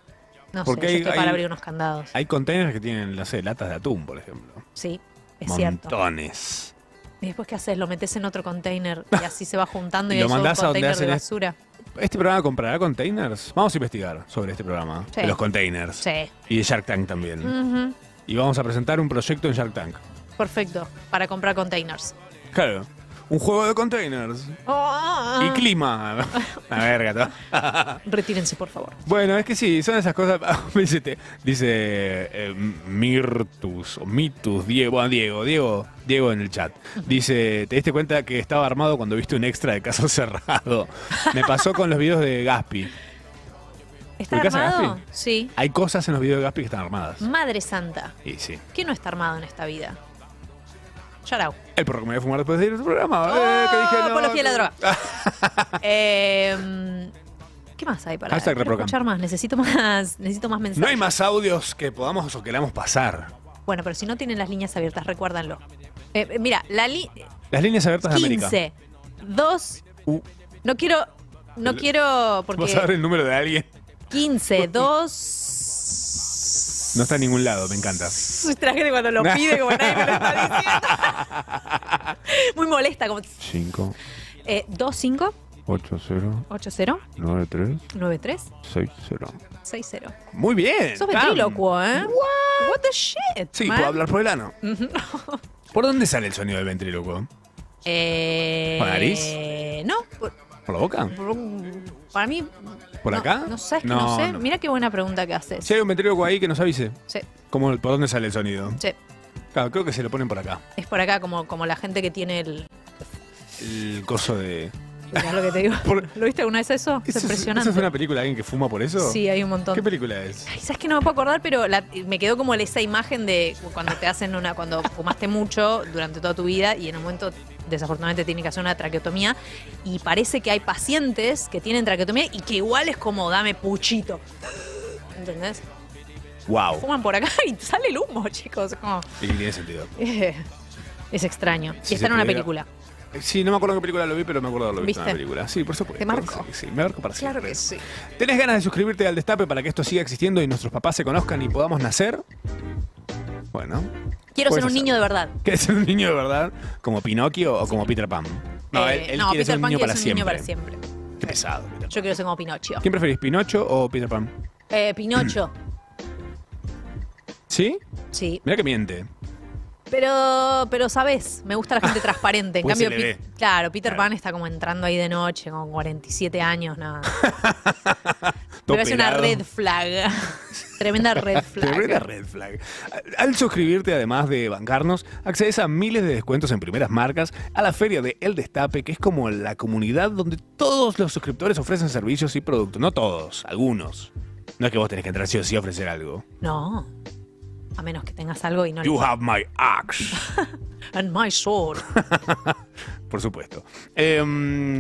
S4: No
S5: Porque
S4: sé, yo
S5: hay-
S4: estoy
S5: hay-
S4: para abrir unos candados.
S5: Hay containers que tienen, no sé, latas de atún, por ejemplo.
S4: Sí, es cierto.
S5: Montones.
S4: ¿Y después qué haces? Lo metes en otro container y así se
S5: [laughs]
S4: va juntando y,
S5: Y lo
S4: eso es un
S5: mandás a donde
S4: container
S5: hacen
S4: de
S5: es-
S4: basura.
S5: ¿Este programa comprará containers? Vamos a investigar sobre este programa.
S4: Sí.
S5: De los containers.
S4: Sí.
S5: Y de Shark Tank también.
S4: Ujú.
S5: Y vamos a presentar un proyecto en Shark Tank.
S4: Perfecto, para comprar containers.
S5: Claro. Un juego de containers.
S4: Ah.
S5: Y clima.
S4: [laughs]
S5: Una verga. todo.
S4: Retírense, por favor.
S5: bueno, es que sí, son esas cosas. [laughs] Ah, Me dice, te- dice eh, Mirtus o Mitus, Diego, bueno, Diego, Diego, Diego en el chat. Dice, ¿te diste cuenta que estaba armado cuando viste un extra de caso [laughs] cerrado? Me pasó con los videos de Gaspi.
S4: ¿Está
S5: ¿Ubicás a
S4: armado?
S5: Gaspi?
S4: Sí.
S5: Hay cosas en los videos de Gaspi que están armadas.
S4: Madre santa.
S5: Y sí.
S4: ¿Quién no está armado en esta vida? Yarau.
S5: El porro que me voy a fumar después de ir a tu programa. eh,
S4: Oh,
S5: que dije, no,
S4: apología de la
S5: [laughs] no.
S4: Eh, ¿Qué más hay para
S5: Hashtag
S4: quiero
S5: reprogram.
S4: escuchar más? Necesito más, necesito más mensajes.
S5: No hay más audios que podamos o queramos pasar.
S4: Bueno, pero si no tienen las líneas abiertas, recuérdanlo. Eh, eh, mira, la li-
S5: Las líneas abiertas de América.
S4: 15, 2,
S5: Uh,
S4: no quiero, no quiero,
S5: ¿Vas a dar
S4: porque
S5: el número de alguien?
S4: 15, 2,
S5: No está en ningún lado, me encanta.
S4: Soy trajera cuando lo pide, como nadie me lo está
S5: [laughs]
S4: diciendo. Muy molesta, como.
S5: 5,
S4: Eh, 25
S5: 8, 0,
S4: 80
S5: 9, 3,
S4: 93
S5: 6, 0.
S4: 60.
S5: Muy bien.
S4: Sos
S5: Cam.
S4: ventrílocuo, ¿eh? What? the shit?
S5: Sí,
S4: man?
S5: puedo hablar por el ano. [laughs] ¿Por dónde sale el sonido del ventrílocuo?
S4: Eh,
S5: ¿Por la nariz?
S4: No. por-
S5: ¿Por la boca?
S4: por- Para mí.
S5: ¿Por
S4: no,
S5: acá?
S4: No sabes que
S5: No,
S4: no, sé.
S5: no.
S4: Mira qué buena pregunta que haces.
S5: Si hay un ventrílocuo ahí que nos avise.
S4: Sí,
S5: ¿Cómo, ¿Por dónde sale el sonido?
S4: sí.
S5: Claro, creo que se lo ponen por acá.
S4: Es por acá, como, como la gente que tiene el.
S5: El coso de.
S4: Mirá lo que te digo. ¿Lo viste alguna vez eso? Es
S5: ¿Eso es-
S4: impresionante.
S5: ¿Eso es una película de alguien que fuma por eso?
S4: Sí, hay un montón.
S5: ¿Qué película es?
S4: Ay, Sabes que no me puedo acordar, pero la- me quedó como esa imagen de cuando te hacen una, cuando fumaste mucho durante toda tu vida y en un momento desafortunadamente tienen que hacer una traqueotomía y parece que hay pacientes que tienen traqueotomía y que igual es como dame puchito. ¿Entendés?
S5: ¡Wow!
S4: Fuman por acá y sale el humo, chicos. como,
S5: Y tiene sentido.
S4: eh, es extraño.
S5: Si
S4: y
S5: se
S4: está en una
S5: pudiera-
S4: película.
S5: Sí, no me acuerdo en qué película lo vi, pero me acuerdo de haberlo visto en una
S4: ¿Viste?
S5: película. Sí, por supuesto.
S4: Te marcó.
S5: Sí, sí, me marco para siempre.
S4: Claro que sí.
S5: ¿Tenés ganas de suscribirte al Destape para que esto siga existiendo y nuestros papás se conozcan y podamos nacer? Bueno,
S4: Quiero ser
S5: Puedes
S4: un niño de verdad.
S5: ¿querés ser un niño de verdad? ¿Como Pinocchio o como Peter Pan? No,
S4: Eh,
S5: él, él
S4: no,
S5: quiere ser
S4: Peter
S5: un
S4: Pan
S5: niño
S4: quiere
S5: para
S4: ser un niño
S5: siempre.
S4: para siempre.
S5: Qué pesado. Peter Pan.
S4: Yo quiero ser como Pinocho.
S5: ¿Quién preferís, Pinocho o Peter Pan?
S4: Eh,
S5: [clears throat]
S4: Pinocho,
S5: ¿Sí?
S4: sí.
S5: Mira que miente.
S4: Pero, pero sabes, me gusta
S5: [laughs]
S4: la gente transparente. En
S5: Pues
S4: cambio,
S5: se le ve.
S4: Pi- claro, Peter
S5: Claro.
S4: Pan está como entrando ahí de noche, con 47
S5: [laughs]
S4: años, nada.
S5: Todo
S4: Pero es una
S5: pelado.
S4: red
S5: [laughs]
S4: flag. Tremenda red flag.
S5: Tremenda red flag. Al suscribirte, además de bancarnos, accedes a miles de descuentos en primeras marcas, a la feria de El Destape, que es como la comunidad donde todos los suscriptores ofrecen servicios y productos. No todos, algunos. No es que vos tenés que entrar sí o sí a ofrecer algo.
S4: No. A menos que tengas algo y no
S5: You
S4: le-
S5: have my axe.
S4: And my
S5: [laughs]
S4: sword.
S5: Por supuesto. Em,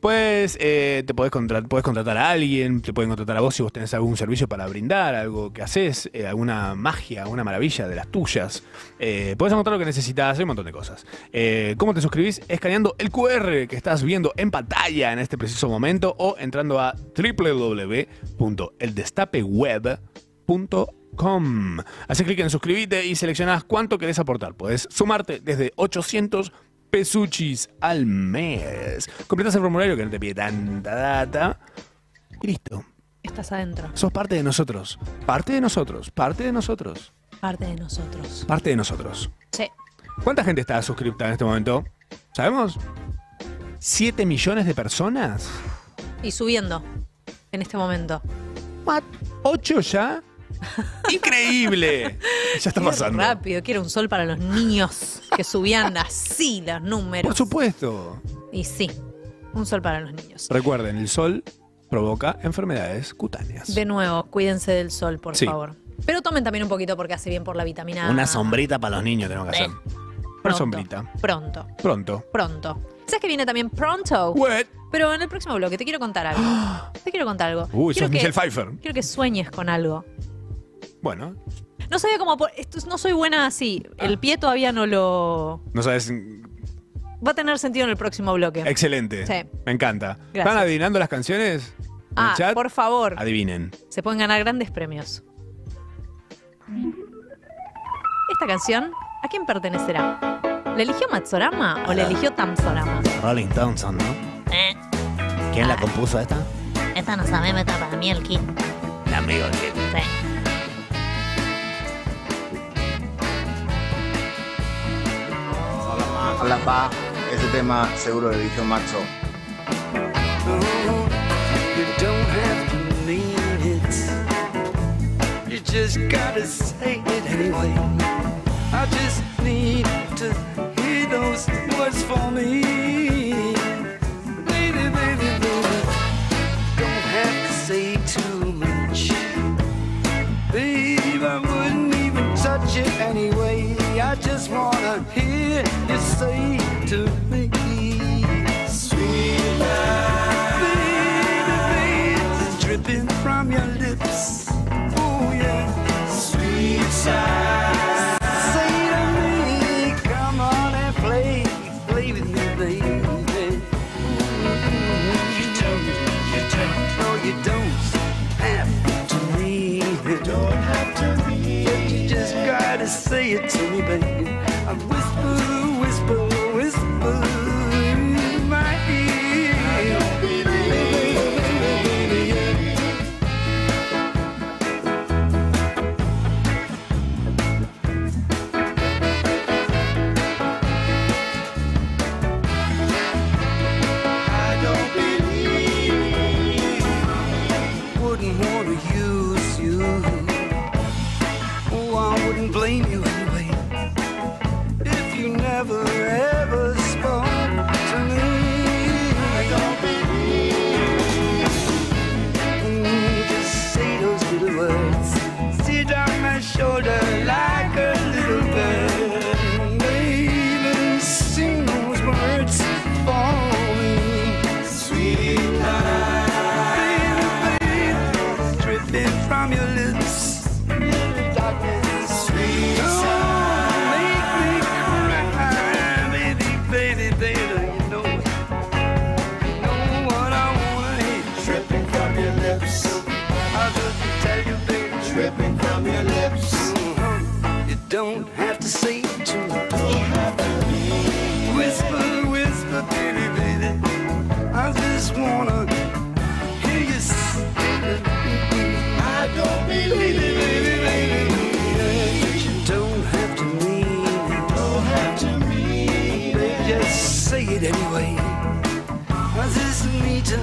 S5: pues eh, te podés, contra- podés contratar a alguien, te pueden contratar a vos si vos tenés algún servicio para brindar, algo que haces, eh, alguna magia, alguna maravilla de las tuyas. Eh, podés encontrar lo que necesitas, hay un montón de cosas. Eh, ¿Cómo te suscribís? Escaneando el QR que estás viendo en pantalla en este preciso momento o entrando a www.eldestapeweb.com Com. Haces clic en suscribirte y seleccionás cuánto querés aportar. Podés sumarte desde 800 pesuchis al mes. Completas el formulario que no te pide tanta data. Y listo.
S4: Estás adentro.
S5: Sos parte de nosotros. Parte de nosotros. Parte de nosotros.
S4: Parte de nosotros.
S5: Parte de nosotros.
S4: Sí.
S5: ¿Cuánta gente está suscripta en este momento? ¿Sabemos? ¿7 millones de personas?
S4: Y subiendo en este momento.
S5: What? ¿8
S4: [laughs]
S5: ya? ¡Increíble! ya está
S4: Qué
S5: pasando.
S4: Rápido, quiero un sol para los niños que subían así los números.
S5: Por supuesto.
S4: Y sí, un sol para los niños.
S5: Recuerden, el sol provoca enfermedades cutáneas.
S4: De nuevo, cuídense del sol, por
S5: Sí.
S4: favor. Pero tomen también un poquito porque hace bien por la vitamina A.
S5: Una sombrita para los niños tenemos que hacer. Una
S4: Pronto,
S5: sombrita.
S4: Pronto,
S5: Pronto.
S4: pronto. ¿Sabes que viene también pronto?
S5: What?
S4: Pero en el próximo bloque te quiero
S5: [gasps]
S4: contar algo. Te quiero contar algo.
S5: Uy,
S4: quiero
S5: sos Michelle Pfeiffer.
S4: Quiero que sueñes con algo.
S5: Bueno,
S4: No sabía cómo. po- esto- No soy buena así.
S5: Ah.
S4: El pie todavía no lo.
S5: no sabes.
S4: Va a tener sentido en el próximo bloque.
S5: Excelente.
S4: Sí.
S5: Me encanta. ¿Están
S4: Gracias.
S5: adivinando las canciones? ¿En el
S4: ah,
S5: chat?
S4: por favor.
S5: Adivinen.
S4: Se pueden ganar grandes premios. Esta canción, ¿a quién pertenecerá? ¿La eligió Matsorama o la eligió Tamsorama?
S5: Rolling Thompson, ¿no? ¿Quién
S4: Ah.
S5: la compuso esta?
S4: Eh, Esta no sabe meta para mí el kit.
S5: La amigo que.
S12: Hola, pa. Ese tema seguro lo eligió Maxo.
S2: You don't have to mean it. You just gotta say it anyway. I just need to hear those words for me. Baby, baby, baby. Don't have to say too much. Babe, I wouldn't even touch it anyway. I just wanna hear you say to me. Sweet Baby, dripping from your lips. Oh yeah, sweet side. Say to me, come on and play, play with me, baby. You don't, you don't, no, you don't have to leave. Don't have to leave. Oh, never ever spoke to me. I don't believe. Mm, just say those little words. Sit on my shoulder like a little bird. Baby, sing those words for me. Sweet night. Baby, baby, dripping from your lips. Dripping from your lips. You don't have to say too much. Whisper, whisper, baby, baby. I just wanna hear you say, I don't believe it, baby, baby. You don't have to mean it. Don't have to mean it. Just say it anyway. I just need to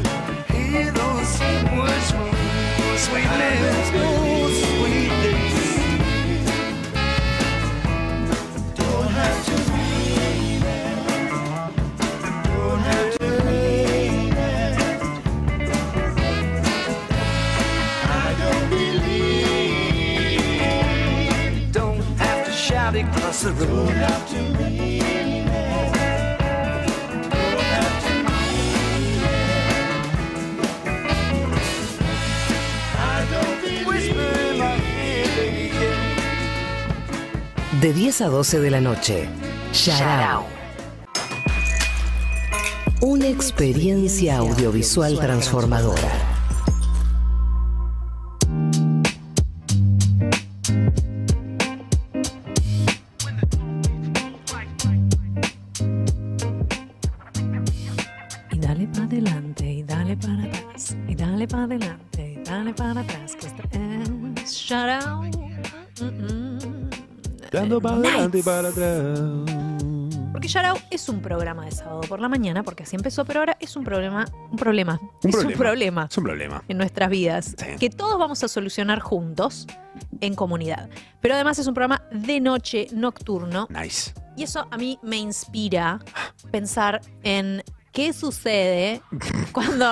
S2: hear those words from you. sweet lips, oh, sweet lips. Don't have to mean it. Don't have to mean it. I don't believe. You don't have to shout it across the room. Don't have to mean it. Don't have to mean it. I don't believe. Whisper in my ear, baby, yeah.
S3: De 10 a 12 de la noche. Sharao. Una experiencia audiovisual transformadora.
S4: Y dale para adelante, y dale para atrás, y dale para adelante, y dale para atrás, que esta es Mm, Shout Out.
S5: Dando para
S4: Nice.
S5: adelante y para atrás.
S4: Porque Shout Out es un programa de sábado por la mañana, porque así empezó, pero ahora es un problema, un problema,
S5: Un
S4: es un
S5: problema.
S4: problema
S5: Es un problema.
S4: en nuestras vidas, que todos vamos a solucionar juntos en comunidad. Pero además es un programa de noche, nocturno, [laughs]
S5: Nice.
S4: Y eso a mí me inspira pensar en
S5: [laughs]
S4: qué sucede cuando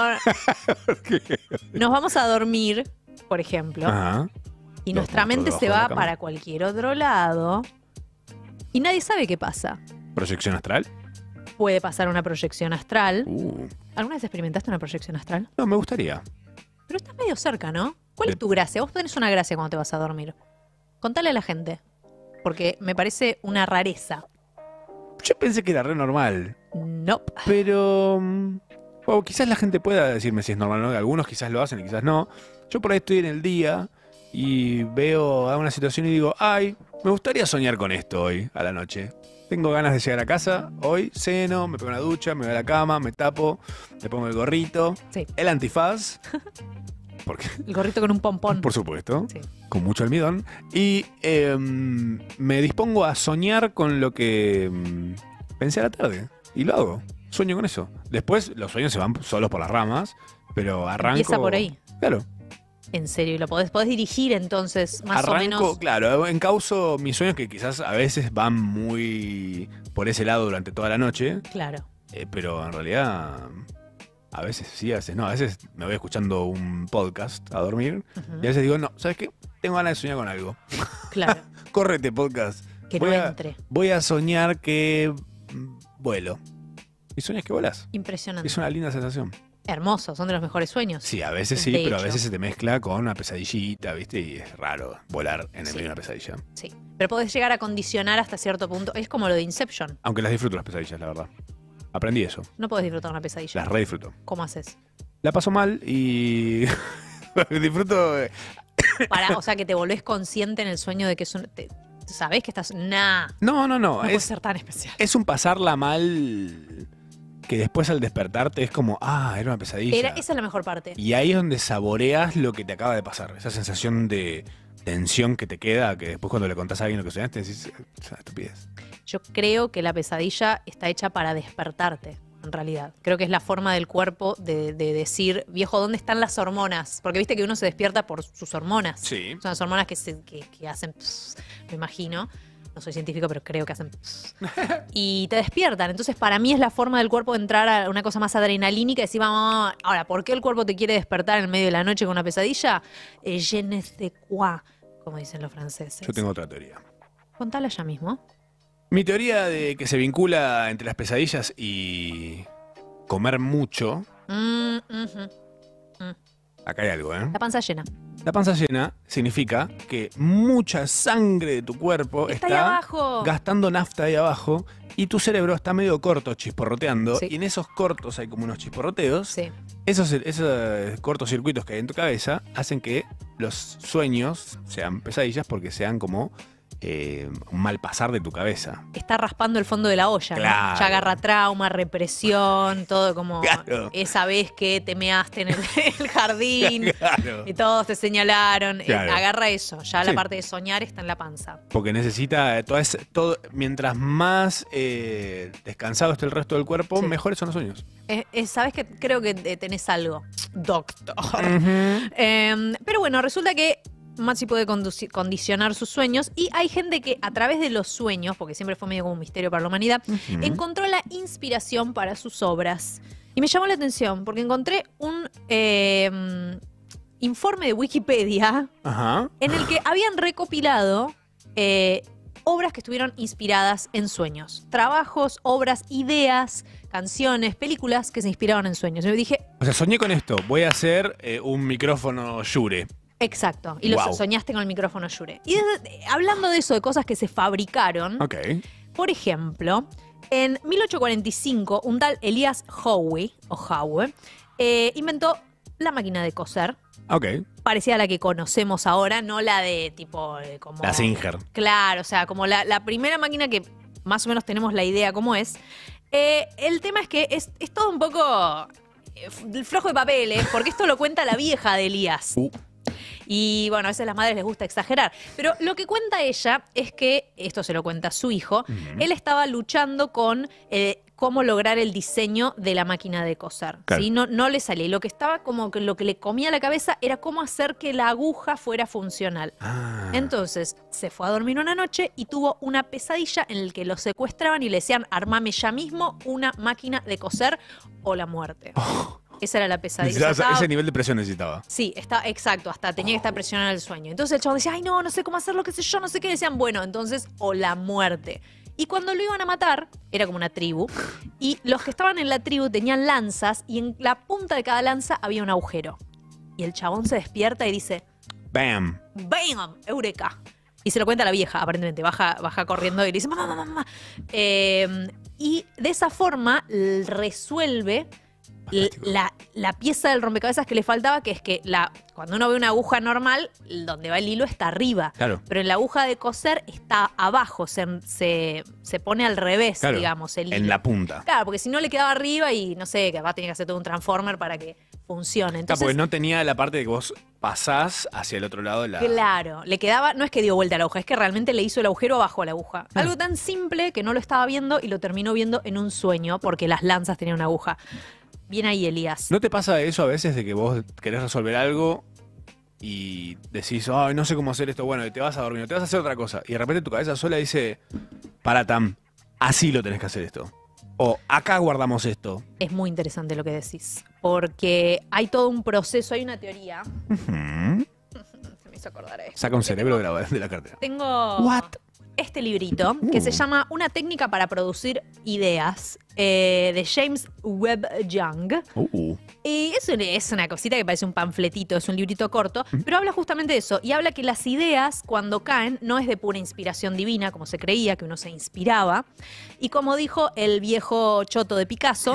S4: nos vamos a dormir, por ejemplo,
S5: Ajá.
S4: y
S5: Lo-
S4: nuestra
S5: lo-
S4: mente
S5: lo bajo de
S4: se
S5: la
S4: va
S5: cama.
S4: para cualquier otro lado y nadie sabe qué pasa.
S5: ¿Proyección astral?
S4: Puede pasar una proyección astral.
S5: Uh,
S4: ¿Alguna vez experimentaste una proyección astral?
S5: no, me gustaría.
S4: Pero estás medio cerca, ¿no? ¿Cuál es
S5: Dep-
S4: tu gracia? Vos tenés una gracia cuando te vas a dormir. Contale a la gente, porque me parece una rareza.
S5: Yo pensé que era re normal.
S4: No.
S5: Pero. mm, o quizás la gente pueda decirme si es normal o no. Algunos quizás lo hacen y quizás no. Yo por ahí estoy en el día y veo a una situación y digo, ay, me gustaría soñar con esto hoy, a la noche. Tengo ganas de llegar a casa, hoy ceno, me pego una ducha, me voy a la cama, me tapo, me pongo el gorrito,
S4: Sí.
S5: el antifaz, porque
S4: [laughs] El gorrito con un pompón.
S5: Por supuesto. Con mucho almidón. Y em, me dispongo a soñar con lo que em, pensé a la tarde. Y lo hago. Sueño con eso. Después los sueños se van solos por las ramas, pero arranco.
S4: Empieza por ahí.
S5: Claro.
S4: En serio, y lo podés, podés dirigir entonces, más
S5: arranco,
S4: o menos.
S5: claro. Encauzo mis sueños que quizás a veces van muy por ese lado durante toda la noche.
S4: Claro.
S5: Eh, pero en realidad, a veces sí, a veces no. A veces me voy escuchando un podcast a dormir
S4: Ujú.
S5: y a veces digo, no, ¿sabes qué? Tengo ganas de soñar con algo.
S4: Claro.
S5: [laughs] Córrete, este podcast.
S4: Que
S5: voy
S4: no
S5: a,
S4: entre.
S5: Voy a soñar que mm, vuelo. Y sueñas que volas.
S4: Impresionante.
S5: Es una linda sensación.
S4: Hermoso, son de los mejores sueños.
S5: Sí, a veces sí,
S4: De
S5: pero a
S4: hecho.
S5: veces se te mezcla con una pesadillita, ¿viste? Y es raro volar en el medio de una pesadilla.
S4: Sí. Pero podés llegar a condicionar hasta cierto punto. Es como lo de Inception.
S5: Aunque las disfruto las pesadillas, la verdad. Aprendí eso.
S4: No podés disfrutar una pesadilla.
S5: Las re disfruto.
S4: ¿Cómo haces?
S5: La paso mal y. [laughs] disfruto. eh,
S4: Para, o sea, que te volvés consciente en el sueño de que es un. te- sabés que estás. Nah.
S5: No, no, no.
S4: No puede
S5: es,
S4: ser tan especial.
S5: es un pasarla mal que después al despertarte es como, ah, era una pesadilla.
S4: Era, esa es la mejor parte.
S5: Y ahí es donde saboreas lo que te acaba de pasar. Esa sensación de tensión que te queda, que después cuando le contás a alguien lo que soñaste, decís, "Es una estupidez.
S4: Yo creo que la pesadilla está hecha para despertarte, en realidad. Creo que es la forma del cuerpo de, de decir, viejo, ¿dónde están las hormonas? Porque viste que uno se despierta por sus hormonas.
S5: Sí.
S4: Son las hormonas que, se- que- que hacen, pss, me imagino. No soy científico, pero creo que hacen.
S5: [laughs]
S4: Y te despiertan. Entonces, para mí es la forma del cuerpo de entrar a una cosa más adrenalínica y decir, vamos. Ahora, ¿por qué el cuerpo te quiere despertar en el medio de la noche con una pesadilla? Eh, Je ne sais quoi, como dicen los franceses.
S5: Yo tengo otra teoría.
S4: Contala ya mismo.
S5: Mi teoría de que se vincula entre las pesadillas y comer mucho.
S4: Mm, ujú.
S5: Acá hay algo, ¿eh?
S4: La panza llena.
S5: La panza llena significa que mucha sangre de tu cuerpo
S4: Está
S5: Oh, está,
S4: ahí abajo.
S5: gastando nafta ahí abajo y tu cerebro está medio corto chisporroteando.
S4: Sí.
S5: Y en esos cortos hay como unos chisporroteos.
S4: Sí.
S5: Esos, esos cortos circuitos que hay en tu cabeza hacen que los sueños sean pesadillas porque sean como eh, un mal pasar de tu cabeza.
S4: Está raspando el fondo de la olla. ¿no?
S5: Claro.
S4: Ya agarra trauma, represión, todo como
S5: Claro.
S4: esa vez que te measte en el, [laughs] el jardín.
S5: [laughs] Claro.
S4: Y todos te señalaron. Eh,
S5: Claro.
S4: Agarra eso. Ya la
S5: Sí.
S4: parte de soñar está en la panza.
S5: Porque necesita eh, toda esa- todo, mientras más eh, descansado esté el resto del cuerpo, mejores son los sueños.
S4: Eh, eh, Sabes que creo que eh, tenés algo, doctor. Em, pero bueno, resulta que Maxi puede conduci- condicionar sus sueños y hay gente que a través de los sueños, porque siempre fue medio como un misterio para la humanidad,
S5: Mm.
S13: Ujú.
S4: encontró la inspiración para sus obras. Y me llamó la atención porque encontré un em, informe de Wikipedia
S5: Ajá.
S4: en el que habían recopilado eh, obras que estuvieron inspiradas en sueños. Trabajos, obras, ideas, canciones, películas que se inspiraron en sueños. Yo dije,
S5: O sea, soñé con esto. Voy a hacer eh, un micrófono Yure.
S4: exacto. Y lo
S5: Guau.
S4: soñaste con el micrófono Yure. Y desde- eh, hablando de eso, de cosas que se fabricaron,
S5: Ok.
S4: por ejemplo, en 1845, un tal Elias Howe, o Howe, eh, inventó la máquina de coser.
S5: Ok.
S4: Parecía la que conocemos ahora, no la de tipo eh, como.
S5: La Singer.
S4: Claro, o sea, como la, la primera máquina que más o menos tenemos la idea cómo es. Eh, el tema es que es, es todo un poco eh, f- flojo de papeles, porque esto lo cuenta la vieja de Elías. Y bueno, a veces las madres les gusta exagerar. Pero lo que cuenta ella es que, esto se lo cuenta su hijo, él estaba luchando con eh, cómo lograr el diseño de la máquina de coser.
S13: Claro.
S4: ¿sí? No, no le salía. Y lo que estaba como que lo que le comía la cabeza era cómo hacer que la aguja fuera funcional.
S5: Ah.
S4: Entonces se fue a dormir una noche y tuvo una pesadilla en la que lo secuestraban y le decían, armame ya mismo una máquina de coser o la muerte. Esa era la pesadilla.
S5: Necesitaba-
S4: Estaba-
S5: Ese nivel de presión necesitaba.
S4: Sí, está, exacto, hasta tenía que estar presionado el sueño. Entonces el chabón decía, ay no, no sé cómo hacerlo, qué sé yo, no sé qué. Le decían, bueno, entonces, o la muerte. Y cuando lo iban a matar, era como una tribu, y los que estaban en la tribu tenían lanzas, y en la punta de cada lanza había un agujero. Y el chabón se despierta y dice,
S5: Bam.
S4: ¡Bam! ¡Eureka! Y se lo cuenta la vieja, aparentemente. Baja, baja corriendo y le dice, mamá, mamá, mamá. Eh, y de esa forma l- resuelve l- la, la pieza del rompecabezas que le faltaba, que es que la, cuando uno ve una aguja normal, l- donde va el hilo está arriba.
S13: Claro.
S4: Pero en la aguja de coser está abajo, se, se, se pone al revés,
S5: Claro,
S4: digamos, el hilo.
S5: En la punta.
S4: Claro, porque si no le quedaba arriba y no sé, capaz tenía que hacer todo un transformer para que funcione.
S5: Claro,
S4: Entonces,
S5: porque no tenía la parte de que vos pasás hacia el otro lado de la.
S4: Claro, le quedaba, no es que dio vuelta a la aguja, es que realmente le hizo el agujero abajo a la aguja.
S5: Mm.
S4: Algo tan simple que no lo estaba viendo y lo terminó viendo en un sueño porque las lanzas tenían una aguja. Bien ahí, Elías.
S5: ¿No te pasa eso a veces de que vos querés resolver algo y decís, ay, no sé cómo hacer esto? Bueno, y te vas a dormir, o te vas a hacer otra cosa. Y de repente tu cabeza sola dice, para Tam, así lo tenés que hacer esto. O acá guardamos esto.
S4: Es muy interesante lo que decís, porque hay todo un proceso, hay una teoría.
S5: Ujú.
S4: [laughs] Se me hizo acordar a esto.
S5: Saca un cerebro de la, de la cartera.
S4: Tengo este librito que
S5: Uh.
S4: se llama Una técnica para producir ideas eh, de James Webb Young.
S5: Uh.
S4: Y es, un- es una cosita que parece un panfletito, es un librito corto, pero habla justamente de eso. Y habla que las ideas, cuando caen, no es de pura inspiración divina, como se creía, que uno se inspiraba. Y como dijo el viejo choto de Picasso,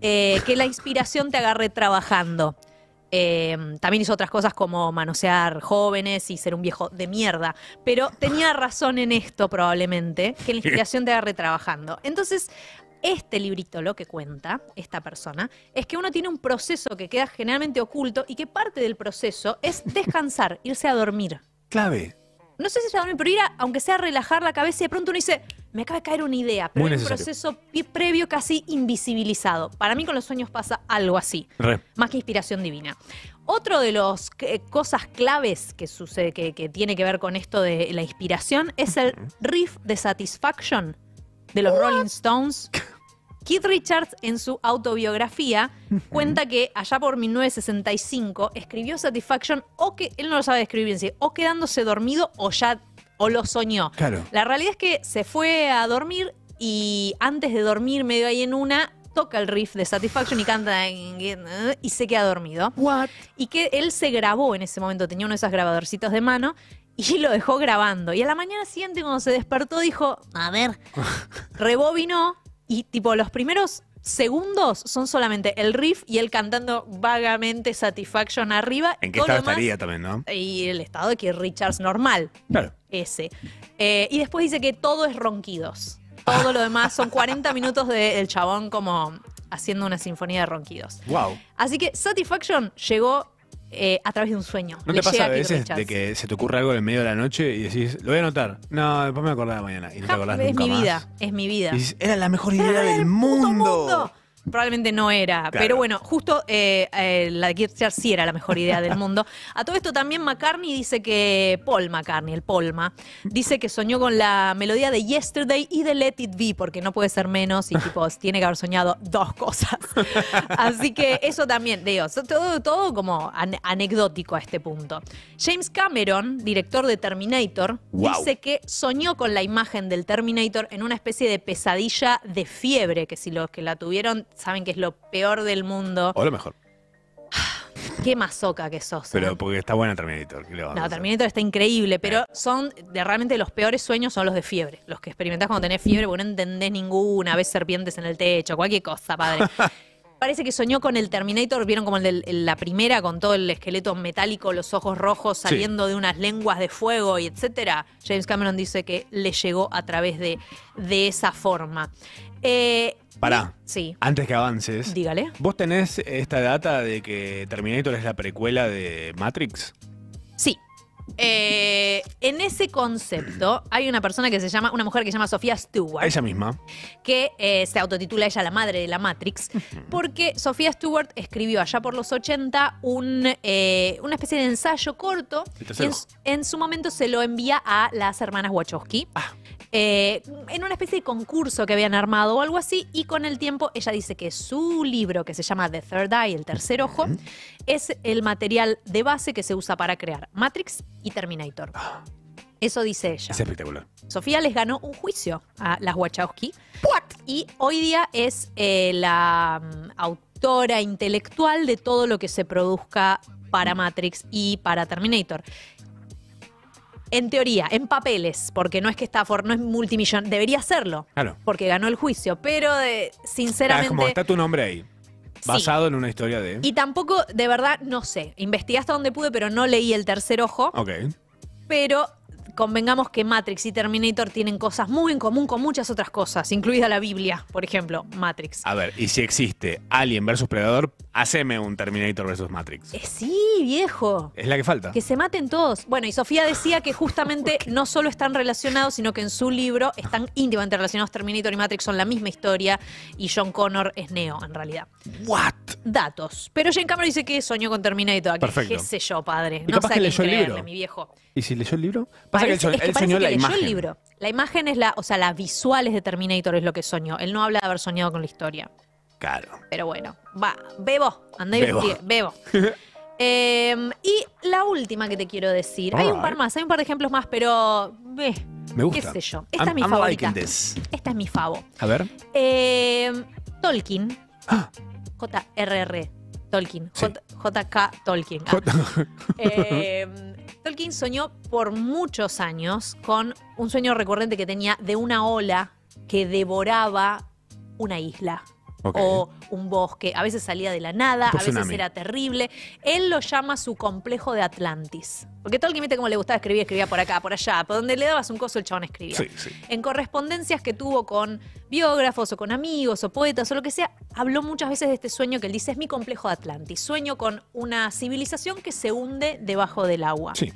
S4: eh, que la inspiración te agarre trabajando. Eh, también hizo otras cosas como manosear jóvenes y ser un viejo de mierda. Pero tenía razón en esto, probablemente, que la inspiración te agarre trabajando. Entonces, este librito lo que cuenta esta persona es que uno tiene un proceso que queda generalmente oculto y que parte del proceso
S5: [laughs]
S4: es descansar, irse a dormir.
S5: Clave.
S4: No sé si irse a dormir, pero ir a, aunque sea a relajar la cabeza y de pronto uno dice, me acaba de caer una idea, pero
S5: Muy
S4: hay un
S5: necesario.
S4: proceso pi- previo casi invisibilizado. Para mí con los sueños pasa algo así
S5: Re.
S4: más que inspiración divina. Otro de las cosas claves que sucede, que, que tiene que ver con esto de la inspiración, es el riff de Satisfaction de los Rolling Stones. Keith Richards, en su autobiografía, cuenta que allá por 1965 escribió Satisfaction o que él no lo sabe describir bien, si o quedándose dormido o ya o lo soñó.
S5: Claro.
S4: La realidad es que se fue a dormir y antes de dormir, medio ahí en una, toca el riff de Satisfaction y canta y se queda dormido. Y que él se grabó en ese momento, tenía uno de esos grabadorcitos de mano y [laughs] lo dejó grabando. Y a la mañana siguiente, cuando se despertó, dijo,
S5: [laughs]
S4: a ver, rebobinó y tipo los primeros segundos son solamente el riff y él cantando vagamente Satisfaction arriba.
S5: ¿En qué
S4: todo lo
S5: estado
S4: demás-
S5: estaría también, no?
S4: y el estado de que Richards normal.
S5: Claro.
S4: Ese. Eh, y después dice que todo es ronquidos. Todo lo demás
S5: [laughs]
S4: son 40 minutos del chabón como haciendo una sinfonía de ronquidos.
S5: Wow.
S4: Así que Satisfaction llegó eh, a través de un sueño.
S5: ¿No
S4: Le
S5: te pasa
S4: llega
S5: a
S4: Keith
S5: veces
S4: Richards.
S5: de que se te ocurre algo en el medio de la noche y decís, lo voy a anotar? No, después me acordé de la mañana y no te acordás
S4: es
S5: nunca
S4: mi
S5: más.
S4: vida, es mi vida.
S5: Y dices, era la mejor idea del mundo.
S4: Probablemente no era,
S5: Claro.
S4: pero bueno, justo eh, eh, la de Keith Richards sí era la mejor idea del mundo. A todo esto también McCartney dice que, Paul McCartney, el Polma, dice que soñó con la melodía de Yesterday y de Let It Be, porque no puede ser menos y tipo, tiene que haber soñado dos cosas. [laughs] Así que eso también, digo, so- todo, todo como an- anecdótico a este punto. James Cameron, director de Terminator,
S13: Wow.
S4: dice que soñó con la imagen del Terminator en una especie de pesadilla de fiebre, que si los que la tuvieron saben que es lo peor del mundo.
S5: O lo mejor.
S4: Qué masoca que sos. ¿eh?
S5: Pero porque está buena Terminator. ¿qué le vamos a Eh.
S4: No,
S5: hacer?
S4: Terminator está increíble, pero son de realmente los peores sueños son los de fiebre. Los que experimentás cuando tenés fiebre, porque no entendés ninguna, ves serpientes en el techo, cualquier cosa, padre.
S5: [laughs]
S4: Parece que soñó con el Terminator, vieron como el de la primera, con todo el esqueleto metálico, los ojos rojos
S13: Sí.
S4: saliendo de unas lenguas de fuego y etcétera. James Cameron dice que le llegó a través de, de esa forma. Eh,
S5: Pará.
S4: sí,
S5: Antes que avances.
S4: dígale.
S5: ¿Vos tenés esta data de que Terminator es la precuela de Matrix?
S4: Sí. Eh, en ese concepto hay una persona que se llama, una mujer que se llama Sofía Stewart.
S5: Ella misma.
S4: que eh, se autotitula ella la madre de la Matrix, porque Sofía Stewart escribió allá por los 80 un, eh, una especie de ensayo corto.
S13: El
S4: y
S13: tercero.
S4: en, su- en su momento se lo envía a las hermanas Wachowski.
S13: Ah.
S4: eh, en una especie de concurso que habían armado o algo así, y con el tiempo ella dice que su libro, que se llama The Third Eye, el tercer ojo, es el material de base que se usa para crear Matrix y Terminator.
S13: Ah.
S4: Eso dice ella.
S5: Es espectacular.
S4: Sofía les ganó un juicio a las Wachowski. Y hoy día es eh, la mm, autora intelectual de todo lo que se produzca para Matrix y para Terminator. En teoría, en papeles, porque no es que Stafford no es multimillón, debería serlo,
S5: Claro.
S4: porque ganó el juicio, pero eh,
S5: Ah, es
S4: sinceramente...
S5: como está tu nombre ahí. Basado en una historia de.
S4: Y tampoco, de verdad, no sé, investigué hasta donde pude, pero no leí el tercer ojo
S5: Ok.
S4: pero convengamos que Matrix y Terminator tienen cosas muy en común con muchas otras cosas, incluida la Biblia, por ejemplo, Matrix.
S5: A ver, y si existe Alien versus Predador, haceme un Terminator versus Matrix.
S4: Eh, sí, viejo.
S5: Es la que falta.
S4: Que se maten todos. Bueno, y Sofía decía que justamente no solo están relacionados, sino que en su libro están íntimamente relacionados. Terminator y Matrix son la misma historia y John Connor es Neo, en realidad.
S5: ¿What?
S4: Datos. Pero Jane Cameron dice que soñó con Terminator. que
S5: Perfecto.
S4: ¿Qué sé yo, padre?
S5: Y
S4: no
S5: capaz
S4: sé
S5: que
S4: a quién
S5: leyó el
S4: creerle,
S5: libro.
S4: mi viejo.
S5: ¿Y si leyó el libro? Pasa que
S4: Parece-
S5: él,
S4: es que
S5: él
S4: parece
S5: soñó
S4: que
S5: la
S4: leyó
S5: imagen.
S4: el libro. La imagen es la, o sea, las visuales de Terminator es lo que soñó. Él no habla de haber soñado con la historia.
S5: Claro.
S4: Pero bueno, va, bebo, andá y
S5: Bebo. [laughs]
S4: investigue, bebo. Em, y la última que te quiero decir. hay un par
S5: Alright.
S4: más, hay un par de ejemplos más, pero eh,
S5: Me gusta.
S4: qué sé yo. Esta
S5: I'm-
S4: es mi
S5: I'm
S4: favorita.
S5: liking this.
S4: Esta es mi favo.
S5: A ver.
S4: Em, Tolkien.
S5: Ah.
S4: J.R.R. Tolkien. J- J.K. Tolkien. Ah. Eh, Tolkien soñó por muchos años con un sueño recurrente que tenía de una ola que devoraba una isla
S13: Ok.
S4: o un bosque. A veces salía de la nada,
S13: Tipo
S4: a veces
S13: tsunami.
S4: era terrible. Él lo llama su complejo de Atlantis. Porque Tolkien, viste cómo le gustaba escribir, escribía por acá, por allá. Por donde le dabas un coso, el chabón escribía.
S13: Sí, sí.
S4: En correspondencias que tuvo con biógrafos o con amigos o poetas o lo que sea, habló muchas veces de este sueño que él dice es mi complejo de Atlantis. Sueño con una civilización que se hunde debajo del agua.
S5: Sí.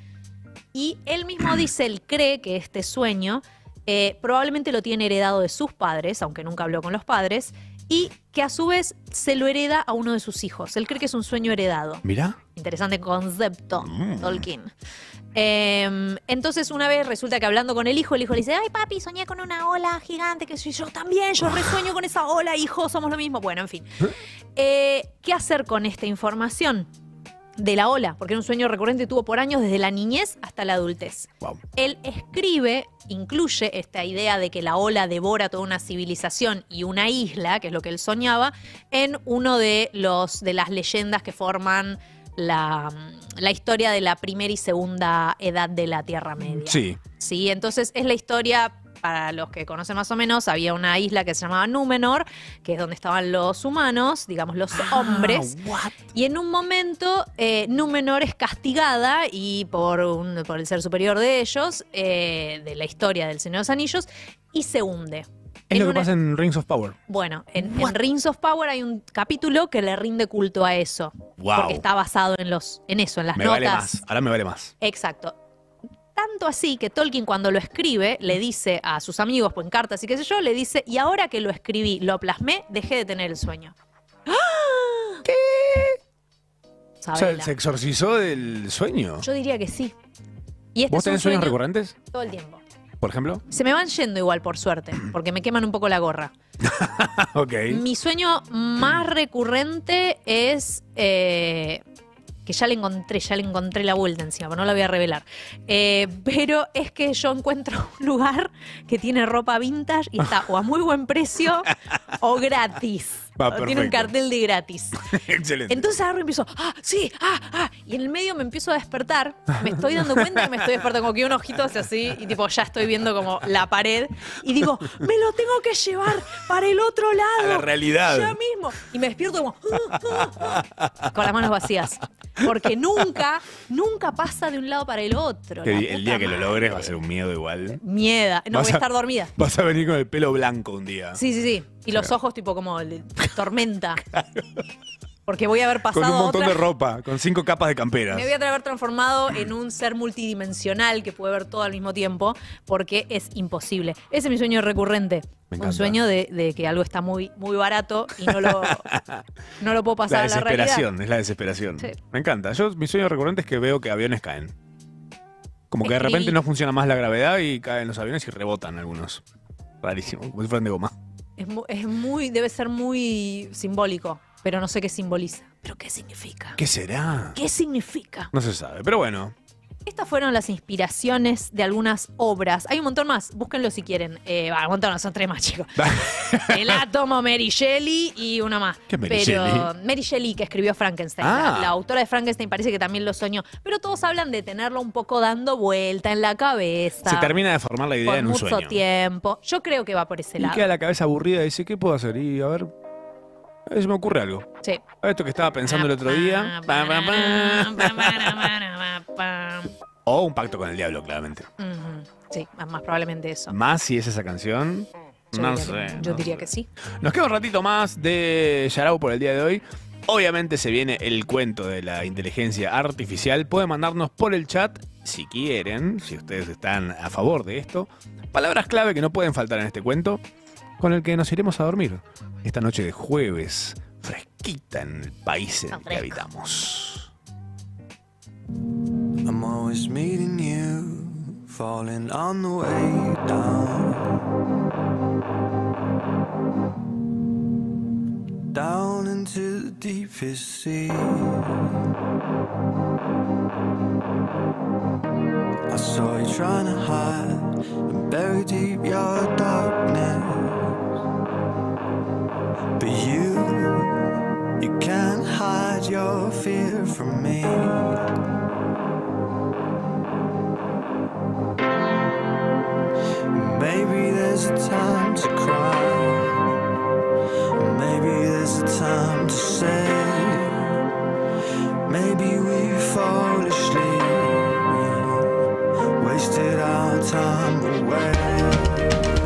S4: Y él mismo dice, él cree que este sueño eh, probablemente lo tiene heredado de sus padres, aunque nunca habló con los padres, y que a su vez se lo hereda a uno de sus hijos. Él cree que es un sueño heredado.
S5: Mirá.
S4: Interesante concepto,
S5: Mm.
S4: Tolkien. Eh, entonces, una vez resulta que hablando con el hijo, el hijo le dice: Ay, papi, soñé con una ola gigante. Que soy yo también, yo resueño con esa ola, hijo, somos lo mismo. Bueno, en fin. Eh, ¿Qué hacer con esta información? De la ola, porque era un sueño recurrente que tuvo por años desde la niñez hasta la adultez. Él escribe, incluye esta idea de que la ola devora toda una civilización y una isla, que es lo que él soñaba, en uno de los de las leyendas que forman la, la historia de la primera y segunda edad de la Tierra Media.
S5: Sí.
S4: Sí, entonces es la historia. Para los que conocen más o menos, había una isla que se llamaba Númenor, que es donde estaban los humanos, digamos los
S5: Ah,
S4: hombres. Y en un momento, eh, Númenor es castigada y por, un- por el ser superior de ellos, eh, de la historia del Señor de los Anillos, y se hunde.
S5: Es
S4: En
S5: lo que
S4: una-
S5: pasa en Rings of Power.
S4: Bueno, en, en Rings of Power hay un capítulo que le rinde culto a eso.
S5: Wow.
S4: Porque está basado en, los, en eso, en las
S5: me
S4: notas.
S5: vale más. Ahora me vale más.
S4: Exacto. Tanto así que Tolkien cuando lo escribe le dice a sus amigos, pues en cartas y qué sé yo, le dice, y ahora que lo escribí, lo plasmé, dejé de tener
S5: [gasps]
S4: el sueño. ¿Qué?
S5: O sea, se exorcizó del sueño.
S4: Yo diría que sí. Y este
S5: ¿Vos
S4: es un
S5: tenés sueños
S4: sueño-
S5: recurrentes?
S4: Todo el tiempo.
S5: Por [laughs] ejemplo.
S4: Se me van yendo igual, por suerte, porque me queman un poco la gorra.
S5: Ah, ok.
S4: Mi sueño más recurrente es. eh, que ya le encontré, ya le encontré la vuelta encima, pero no la voy a revelar. Eh, pero es que yo encuentro un lugar que tiene ropa vintage y está o a muy buen precio o gratis.
S5: Va,
S4: O tiene un
S5: perfecto.
S4: cartel de gratis.
S5: Excelente.
S4: Entonces agarro y empiezo, ah, sí, ah, ah. Y en el medio me empiezo a despertar. Me estoy dando cuenta que me estoy despertando, como que un ojito hace así y tipo, ya estoy viendo como la pared. Y digo, me lo tengo que llevar para el otro lado.
S5: A la realidad.
S4: Ya mismo. Y me despierto como, [laughs] "Ah, ah, ah", con las manos vacías. Porque nunca, nunca pasa de un lado para el otro.
S5: Que
S4: La
S5: di- el
S4: puta
S5: día que lo logres va a ser un miedo igual.
S4: Mieda. No,
S5: Vas
S4: voy a
S5: a- Ah.
S4: estar dormida.
S5: Vas a venir con el pelo blanco un día.
S4: Sí, sí, sí. Y los ojos tipo como de
S5: [laughs]
S4: tormenta. Porque voy a haber
S5: Con
S4: pasado
S5: un
S4: a
S5: montón
S4: otra-
S5: de ropa, con cinco capas de camperas.
S4: Me voy a haber transformado en un ser multidimensional que puede ver todo al mismo tiempo, porque es imposible. Ese es mi sueño recurrente.
S5: Me
S4: un
S5: encanta.
S4: sueño de, de que algo está muy, muy barato y
S5: [laughs]
S4: no lo, no lo puedo pasar
S5: la
S4: a la realidad.
S5: desesperación, es la desesperación.
S4: Sí.
S5: Me encanta. Yo, mi sueño recurrente es que veo que aviones caen. Como que de
S4: Escribí.
S5: repente no funciona más la gravedad y caen los aviones y rebotan algunos. Rarísimo, como si fueran de goma.
S4: Es, mu- es muy, debe ser muy simbólico, pero no sé qué simboliza. ¿Pero qué significa?
S5: ¿Qué será?
S4: ¿Qué significa?
S5: No se sabe, pero bueno.
S4: Estas fueron las inspiraciones de algunas obras. Hay un montón más, búsquenlo si quieren. Eh, va, un montón, son tres
S5: [laughs]
S4: más, chicos. El átomo, Mary Shelley y una más.
S5: ¿Qué es Mary
S4: Pero
S5: Shelley?
S4: Mary Shelley, que escribió Frankenstein.
S5: Ah.
S4: La, la autora de Frankenstein parece que también lo soñó. Pero todos hablan de tenerlo un poco dando vuelta en la cabeza.
S5: Se termina de formar la idea
S4: por
S5: en un
S4: mucho
S5: sueño.
S4: tiempo. Yo creo que va por ese
S5: Y
S4: lado.
S5: queda la cabeza aburrida y dice, ¿qué puedo hacer? Y a ver, a ver, se me ocurre algo.
S4: Sí.
S5: A ver, esto que estaba pensando el otro
S4: Ah,
S5: día. Pa, pa, pa. O un pacto con el diablo, claramente.
S4: Ujú. Sí, más probablemente eso.
S5: Más si es esa canción.
S4: Yo
S5: no
S4: diría
S5: sé.
S4: que- yo
S5: no
S4: diría
S5: sé.
S4: que sí.
S5: Nos queda un ratito más de Yarao por el día de hoy. Obviamente se viene el cuento de la inteligencia artificial. Pueden mandarnos por el chat, si quieren, si ustedes están a favor de esto, palabras clave que no pueden faltar en este cuento, con el que nos iremos a dormir esta noche de jueves, fresquita en el país en el que habitamos.
S13: I'm always meeting you, falling on the way down. Down into the deepest sea. I saw you trying to hide and bury deep your darkness. But you, you can't hide your fear from me. Maybe there's a time to cry. Maybe there's a time to say. Maybe we fall asleep. Wasted our time away.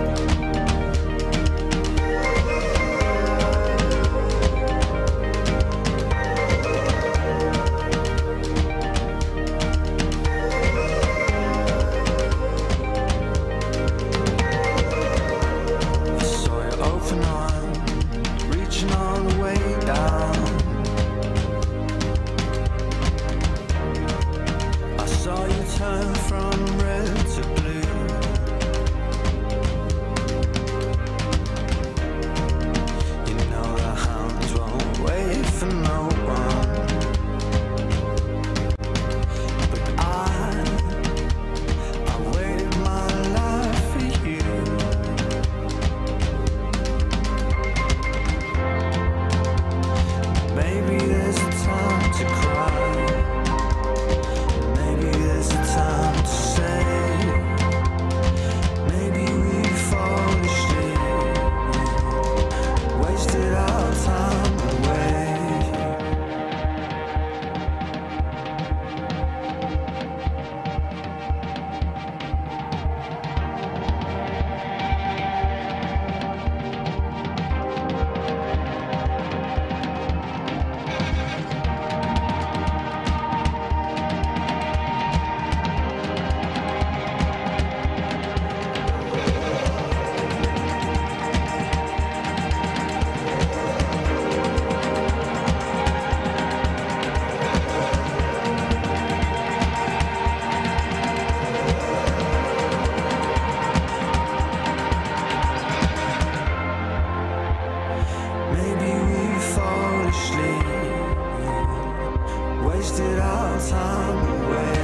S13: wasted our time away.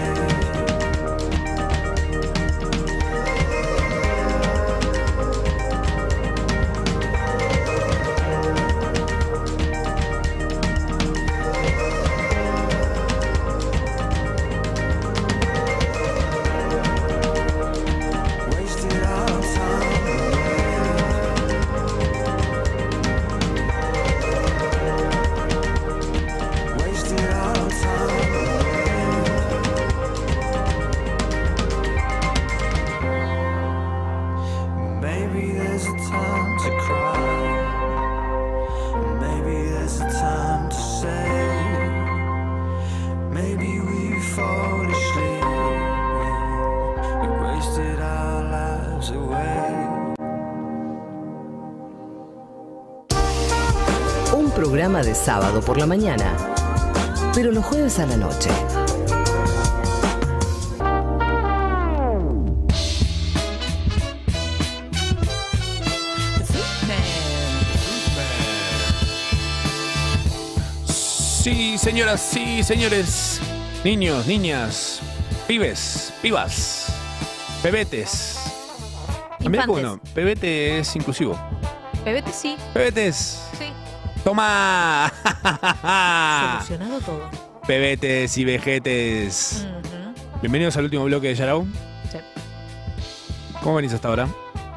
S13: Wasted our time away. Wasted our time away. Maybe there's a time to cry. Maybe there's a time to say. Maybe we fall asleep. We wasted our lives away.
S3: Un programa de sábado por la mañana, pero los jueves a la noche.
S5: Sí, señoras, sí, señores. Niños, niñas, pibes, pibas, bebetes. También,
S4: Infantes.
S5: bueno, bebete es inclusivo.
S4: Bebete sí,
S5: Bebetes.
S4: sí.
S5: Toma. Ah.
S4: Solucionado todo.
S5: Bebetes y vejetes. Bienvenidos al último bloque de Yarao.
S4: Sí.
S5: ¿Cómo venís hasta ahora?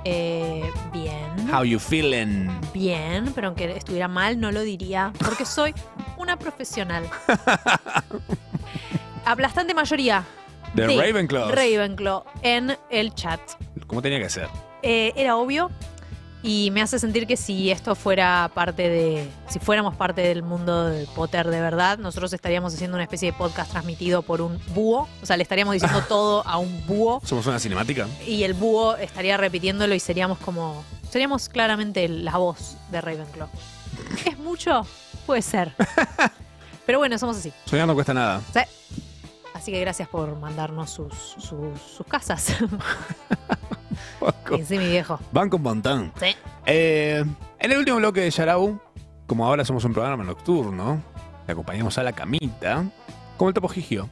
S4: Eh, bien.
S5: How you feeling?
S4: Bien, pero aunque estuviera mal no lo diría, porque soy una
S5: [laughs]
S4: profesional. Aplastante mayoría.
S5: De
S4: de
S5: Ravenclaw.
S4: Ravenclaw en el chat.
S5: ¿Cómo tenía que ser?
S4: Eh, era obvio y me hace sentir que si esto fuera parte de, si fuéramos parte del mundo de Potter de verdad, nosotros estaríamos haciendo una especie de podcast transmitido por un búho, o sea, le estaríamos diciendo todo a un búho
S5: Somos una cinemática.
S4: y el búho estaría repitiéndolo y seríamos como, seríamos claramente la voz de Ravenclaw. ¿Es mucho? Puede ser. Pero bueno, somos así.
S5: Soñar no cuesta nada.
S4: Sí. Así que gracias por mandarnos sus, sus, sus casas. sí, mi viejo.
S5: Banco un montón.
S4: Sí.
S5: Eh, en el último bloque de Yarau, como ahora somos un programa nocturno, te acompañamos a la camita, como el topo Gigio,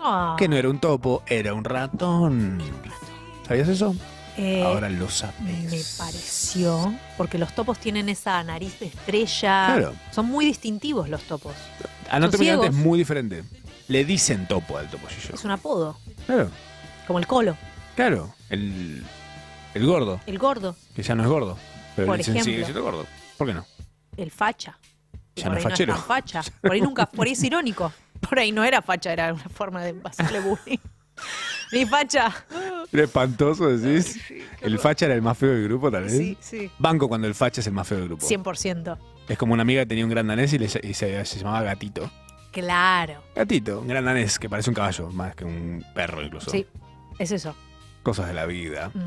S4: Ah.
S5: que no era un topo, era un ratón. ¿Sabías eso?
S4: Eh,
S5: Ahora lo sabes.
S4: Me pareció, porque los topos tienen esa nariz de estrella.
S5: Claro.
S4: Son muy distintivos los topos.
S5: Anatómicamente Ah, es
S4: ciegos.
S5: muy diferente. Le dicen topo al topo Gigio.
S4: Es un apodo,
S5: Claro,
S4: como el colo,
S5: claro. El, el gordo,
S4: el gordo,
S5: que ya no es gordo, pero
S4: Por
S5: le dicen sigue
S4: ejemplo.
S5: siendo gordo. ¿Por qué no?
S4: el facha. que
S5: Ya no
S4: por ahí
S5: es fachero.
S4: tan facha. Por ahí nunca, por ahí es irónico. Por ahí no era facha, era una forma de
S5: [laughs]
S4: hacerle bullying. Mi facha.
S5: Era espantoso, decís. el facha era el más feo del grupo, tal vez.
S4: Sí, sí.
S5: Banco cuando el facha es el más feo del grupo.
S4: 100%.
S5: Es como una amiga que tenía un gran danés y, le- y se, se llamaba Gatito.
S4: Claro.
S5: Gatito, un gran danés que parece un caballo, más que un perro incluso.
S4: Sí, es eso.
S5: Cosas de la vida.
S4: Ujú.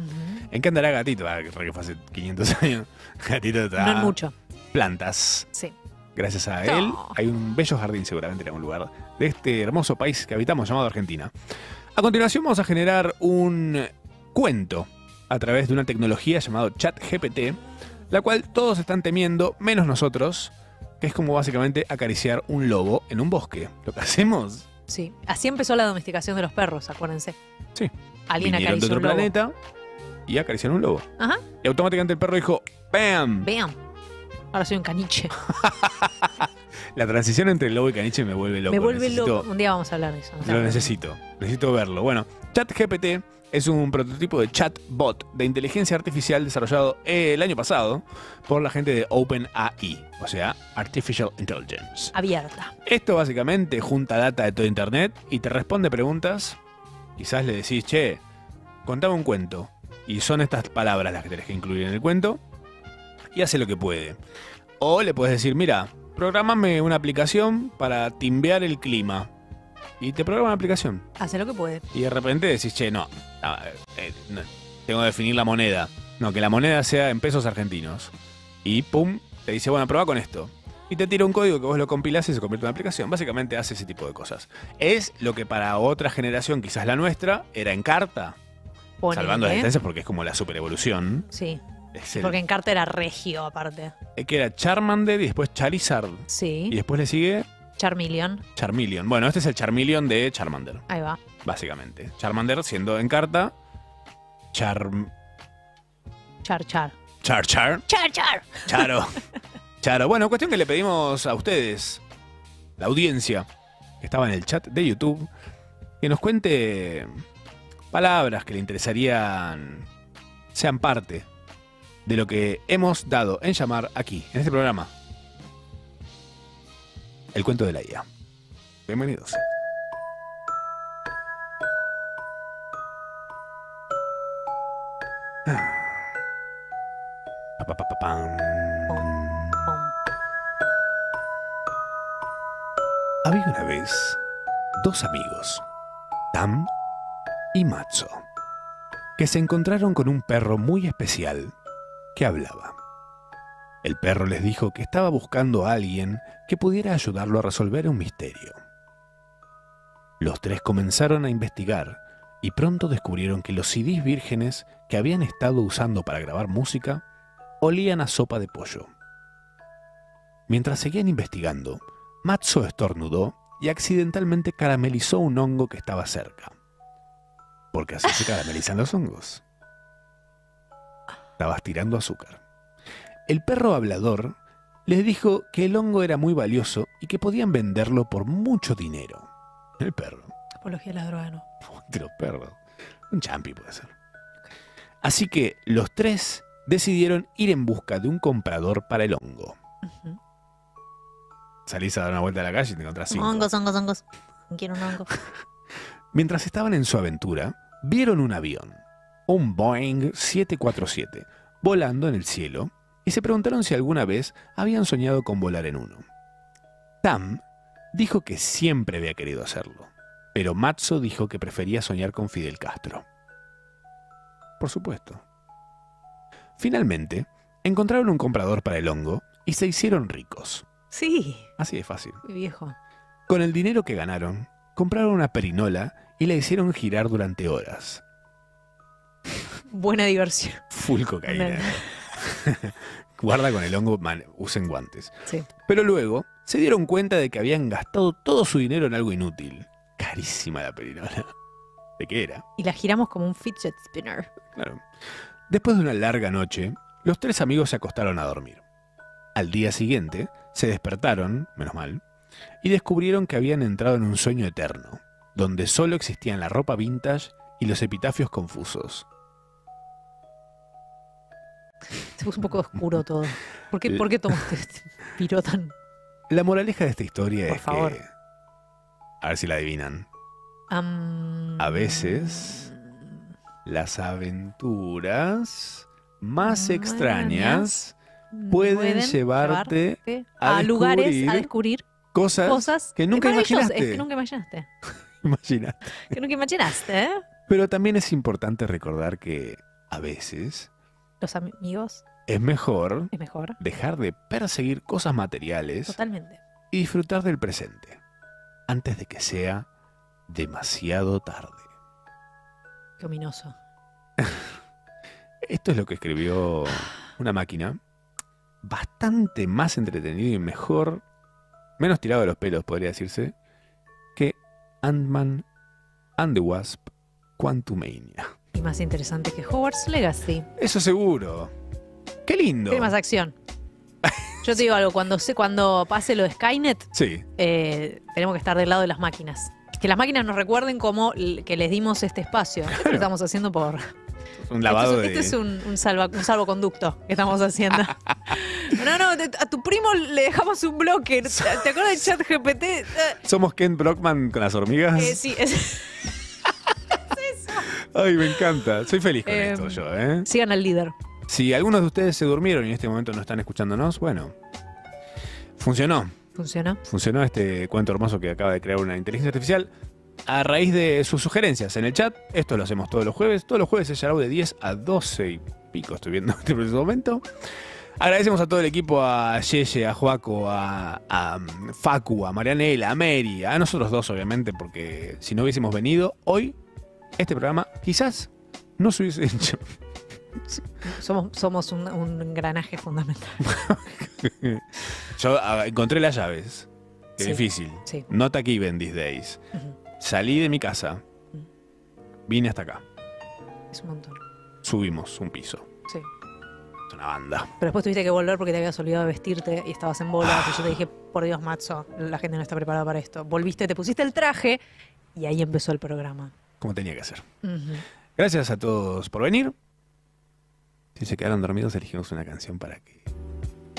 S5: ¿En qué andará Gatito? Ah, que re que fue hace 500 [laughs] años. Gatito está...
S4: No es mucho.
S5: Plantas.
S4: Sí.
S5: Gracias a él hay un bello jardín seguramente en algún lugar de este hermoso país que habitamos llamado Argentina. A continuación vamos a generar un cuento a través de una tecnología llamada ChatGPT, la cual todos están temiendo, menos nosotros, que es como básicamente acariciar un lobo en un bosque. Lo que hacemos,
S4: Sí. Así empezó la domesticación de los perros, acuérdense.
S5: Sí.
S4: Alguien
S5: vinieron de
S4: acarició
S5: otro
S4: un lobo.
S5: planeta y acariciaron un lobo.
S4: Ajá.
S5: Y automáticamente el perro dijo, ¡bam!
S4: Vean. Ahora soy
S5: [laughs]
S4: un caniche.
S5: La transición entre lobo y caniche me vuelve loco.
S4: Me vuelve
S5: Necesito-
S4: loco. Un día vamos a hablar de eso. vamos a
S5: Lo
S4: hablar de eso.
S5: necesito, necesito verlo. Bueno, ChatGPT es un prototipo de chatbot de inteligencia artificial desarrollado eh, el año pasado por la gente de OpenAI, o sea, Artificial Intelligence.
S4: Abierta.
S5: Esto básicamente junta data de todo internet y te responde preguntas. Quizás le decís, che, contame un cuento. Y son estas palabras las que tenés que incluir en el cuento. Y hace lo que puede. O le puedes decir, mira, programame una aplicación para timbear el clima. Y te programa la aplicación.
S4: Hace lo que puede.
S5: Y de repente decís, che, no, ah, eh, no, tengo que definir la moneda. No, que la moneda sea en pesos argentinos. Y pum, te dice, bueno, prueba con esto. Y te tira un código que vos lo compilás y se convierte en una aplicación. Básicamente hace ese tipo de cosas. Es lo que para otra generación, quizás la nuestra, era en carta.
S4: Ponele.
S5: Salvando las distancias porque es como la super evolución.
S4: ¿eh? Sí.
S5: Es el-
S4: Porque en carta era regio, aparte.
S5: eh, que era Charmander y después Charizard.
S4: Sí.
S5: Y después le sigue
S4: Charmeleon.
S5: Charmeleon. Bueno, este es el Charmeleon de Charmander,
S4: Ahí va.
S5: básicamente. Charmander siendo en carta. Charm.
S4: Char, char.
S5: Char Char.
S4: Char, char.
S5: Charo. Charo. Bueno, cuestión que le pedimos a ustedes, la audiencia, que estaba en el chat de YouTube, que nos cuente palabras que le interesarían sean parte de lo que hemos dado en llamar aquí, en este programa. El cuento de la IA. Bienvenidos. Ah. Pa, pa, pa, pa, pam. Había una vez dos amigos, Tam y Matzo, que se encontraron con un perro muy especial que hablaba. El perro les dijo que estaba buscando a alguien que pudiera ayudarlo a resolver un misterio. Los tres comenzaron a investigar y pronto descubrieron que los CDs vírgenes que habían estado usando para grabar música olían a sopa de pollo. Mientras seguían investigando, Matzo estornudó y accidentalmente caramelizó un hongo que estaba cerca. Porque así se caramelizan los hongos. Estabas tirando azúcar. El perro hablador les dijo que el hongo era muy valioso y que podían venderlo por mucho dinero. El perro. [laughs]
S4: Apología de la droga, no.
S5: De los perros. Un champi puede ser. Así que los tres decidieron ir en busca de un comprador para el hongo.
S4: Ujú.
S5: Salís a dar una vuelta a la calle y te encontrás cinco.
S4: Hongos, hongos, hongos. Quiero un hongo.
S5: Mientras estaban en su aventura, vieron un avión, un Boeing 747, volando en el cielo y se preguntaron si alguna vez habían soñado con volar en uno. Tam dijo que siempre había querido hacerlo, pero Matzo dijo que prefería soñar con Fidel Castro. Por supuesto. Finalmente, encontraron un comprador para el hongo y se hicieron ricos.
S4: [laughs] Sí,
S5: Así de fácil.
S4: mi viejo.
S5: Con el dinero que ganaron, compraron una perinola y la hicieron girar durante horas.
S4: Buena diversión.
S5: Full cocaína.
S4: Me-
S5: [laughs] Guarda con el hongo, man- usen guantes.
S4: Sí.
S5: Pero luego se dieron cuenta de que habían gastado todo su dinero en algo inútil. Carísima la perinola. ¿De qué era?
S4: Y la giramos como un fidget spinner.
S5: Claro. Después de una larga noche, los tres amigos se acostaron a dormir. Al día siguiente, se despertaron, menos mal, y descubrieron que habían entrado en un sueño eterno, donde solo existían la ropa vintage y los epitafios confusos.
S4: Se puso un poco oscuro todo. ¿Por qué,
S5: El-
S4: ¿por qué tomaste este piro tan...?
S5: La moraleja de esta historia
S4: Por
S5: es
S4: favor.
S5: que... A ver si la adivinan.
S4: Am,
S5: A veces las aventuras más extrañas pueden, llevarte, a,
S4: Mm, a, lugares,
S5: descubrir
S4: a descubrir
S5: cosas,
S4: cosas
S5: que nunca
S4: maravillosas,
S5: imaginaste.
S4: que nunca imaginaste.
S5: [laughs] Imagina.
S4: Que nunca imaginaste, ¿eh?
S5: Pero también es importante recordar que a veces
S4: Los amigos
S5: es mejor
S4: es mejor.
S5: dejar de perseguir cosas materiales
S4: Totalmente.
S5: y disfrutar del presente antes de que sea demasiado tarde.
S4: Qué ominoso.
S5: Esto es lo que
S4: [sighs]
S5: escribió una máquina. Bastante más entretenido y mejor, menos tirado de los pelos, podría decirse, que Ant-Man and the Wasp Quantumania.
S4: Y más interesante que Hogwarts Legacy.
S5: Eso seguro. ¡Qué lindo!
S4: Tiene
S5: [laughs]
S4: más acción. Yo te digo algo, cuando, se- cuando pase lo de Skynet,
S5: Sí,
S4: eh, tenemos que estar del lado de las máquinas. Que las máquinas nos recuerden como que les dimos este espacio. Esto Lo estamos haciendo por...
S5: un lavado
S4: Esto
S5: de...
S4: este es un, un salva- un salvoconducto que
S5: [laughs]
S4: estamos haciendo. no, no, te- a tu primo le dejamos un bloque. ¿Te te acuerdas de ChatGPT? Eh,
S5: ¿Somos Ken Brockman con las hormigas?
S4: eh, sí, es-
S5: Ay, me encanta. Soy feliz con
S4: Em,
S5: esto yo, ¿eh?
S4: sigan al líder.
S5: Si algunos de ustedes se durmieron y en este momento no están escuchándonos, bueno, funcionó.
S4: ¿Funcionó?
S5: Funcionó este cuento hermoso que acaba de crear una inteligencia artificial a raíz de sus sugerencias en el chat. Esto lo hacemos todos los jueves. Todos los jueves es Yarao de 10 a 12 y pico, estoy viendo [laughs] en este preciso momento. Agradecemos a todo el equipo, a Yeye, a Joaco, a, a, mm, Facu, a Marianela, a Mary, a nosotros dos obviamente, porque si no hubiésemos venido hoy, este programa quizás no se hubiese [laughs] hecho.
S4: Somos, somos un, un engranaje fundamental.
S5: Yo ah, encontré las llaves. Qué
S4: Sí,
S5: difícil.
S4: sí.
S5: Not aquí, Ben, these days. Salí de mi casa. Vine hasta acá.
S4: Es un montón.
S5: Subimos un piso.
S4: Sí.
S5: Es una banda.
S4: Pero después tuviste que volver porque te habías olvidado de vestirte y estabas en bola. y yo te dije, por Dios, Matzo, la gente no está preparada para esto. Volviste, te pusiste el traje y ahí empezó el programa.
S5: Como tenía que ser.
S4: Ujú.
S5: Gracias a todos por venir. Si se quedaron dormidos, elegimos una canción para que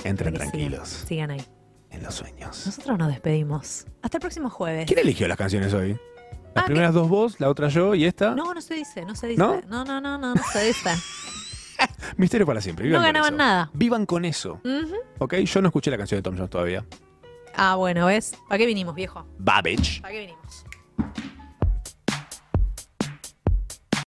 S5: entren tranquilos
S4: Sigan ahí.
S5: en los sueños.
S4: Nosotros nos despedimos. Hasta el próximo jueves.
S5: ¿Quién eligió las canciones hoy? Las
S4: Ah,
S5: primeras dos vos, la otra yo y esta.
S4: No, no se dice, no se dice.
S5: ¿No?
S4: No, no, no, no, no, se dice.
S5: Misterio para siempre.
S4: no
S5: Vivan con
S4: ganaban
S5: eso.
S4: nada.
S5: Vivan con eso.
S4: Ujú.
S5: ¿Ok? Yo no escuché la canción de Tom Jones todavía.
S4: Ah, bueno, ¿ves? ¿Para qué vinimos, viejo?
S5: Babbage.
S4: ¿Para qué vinimos?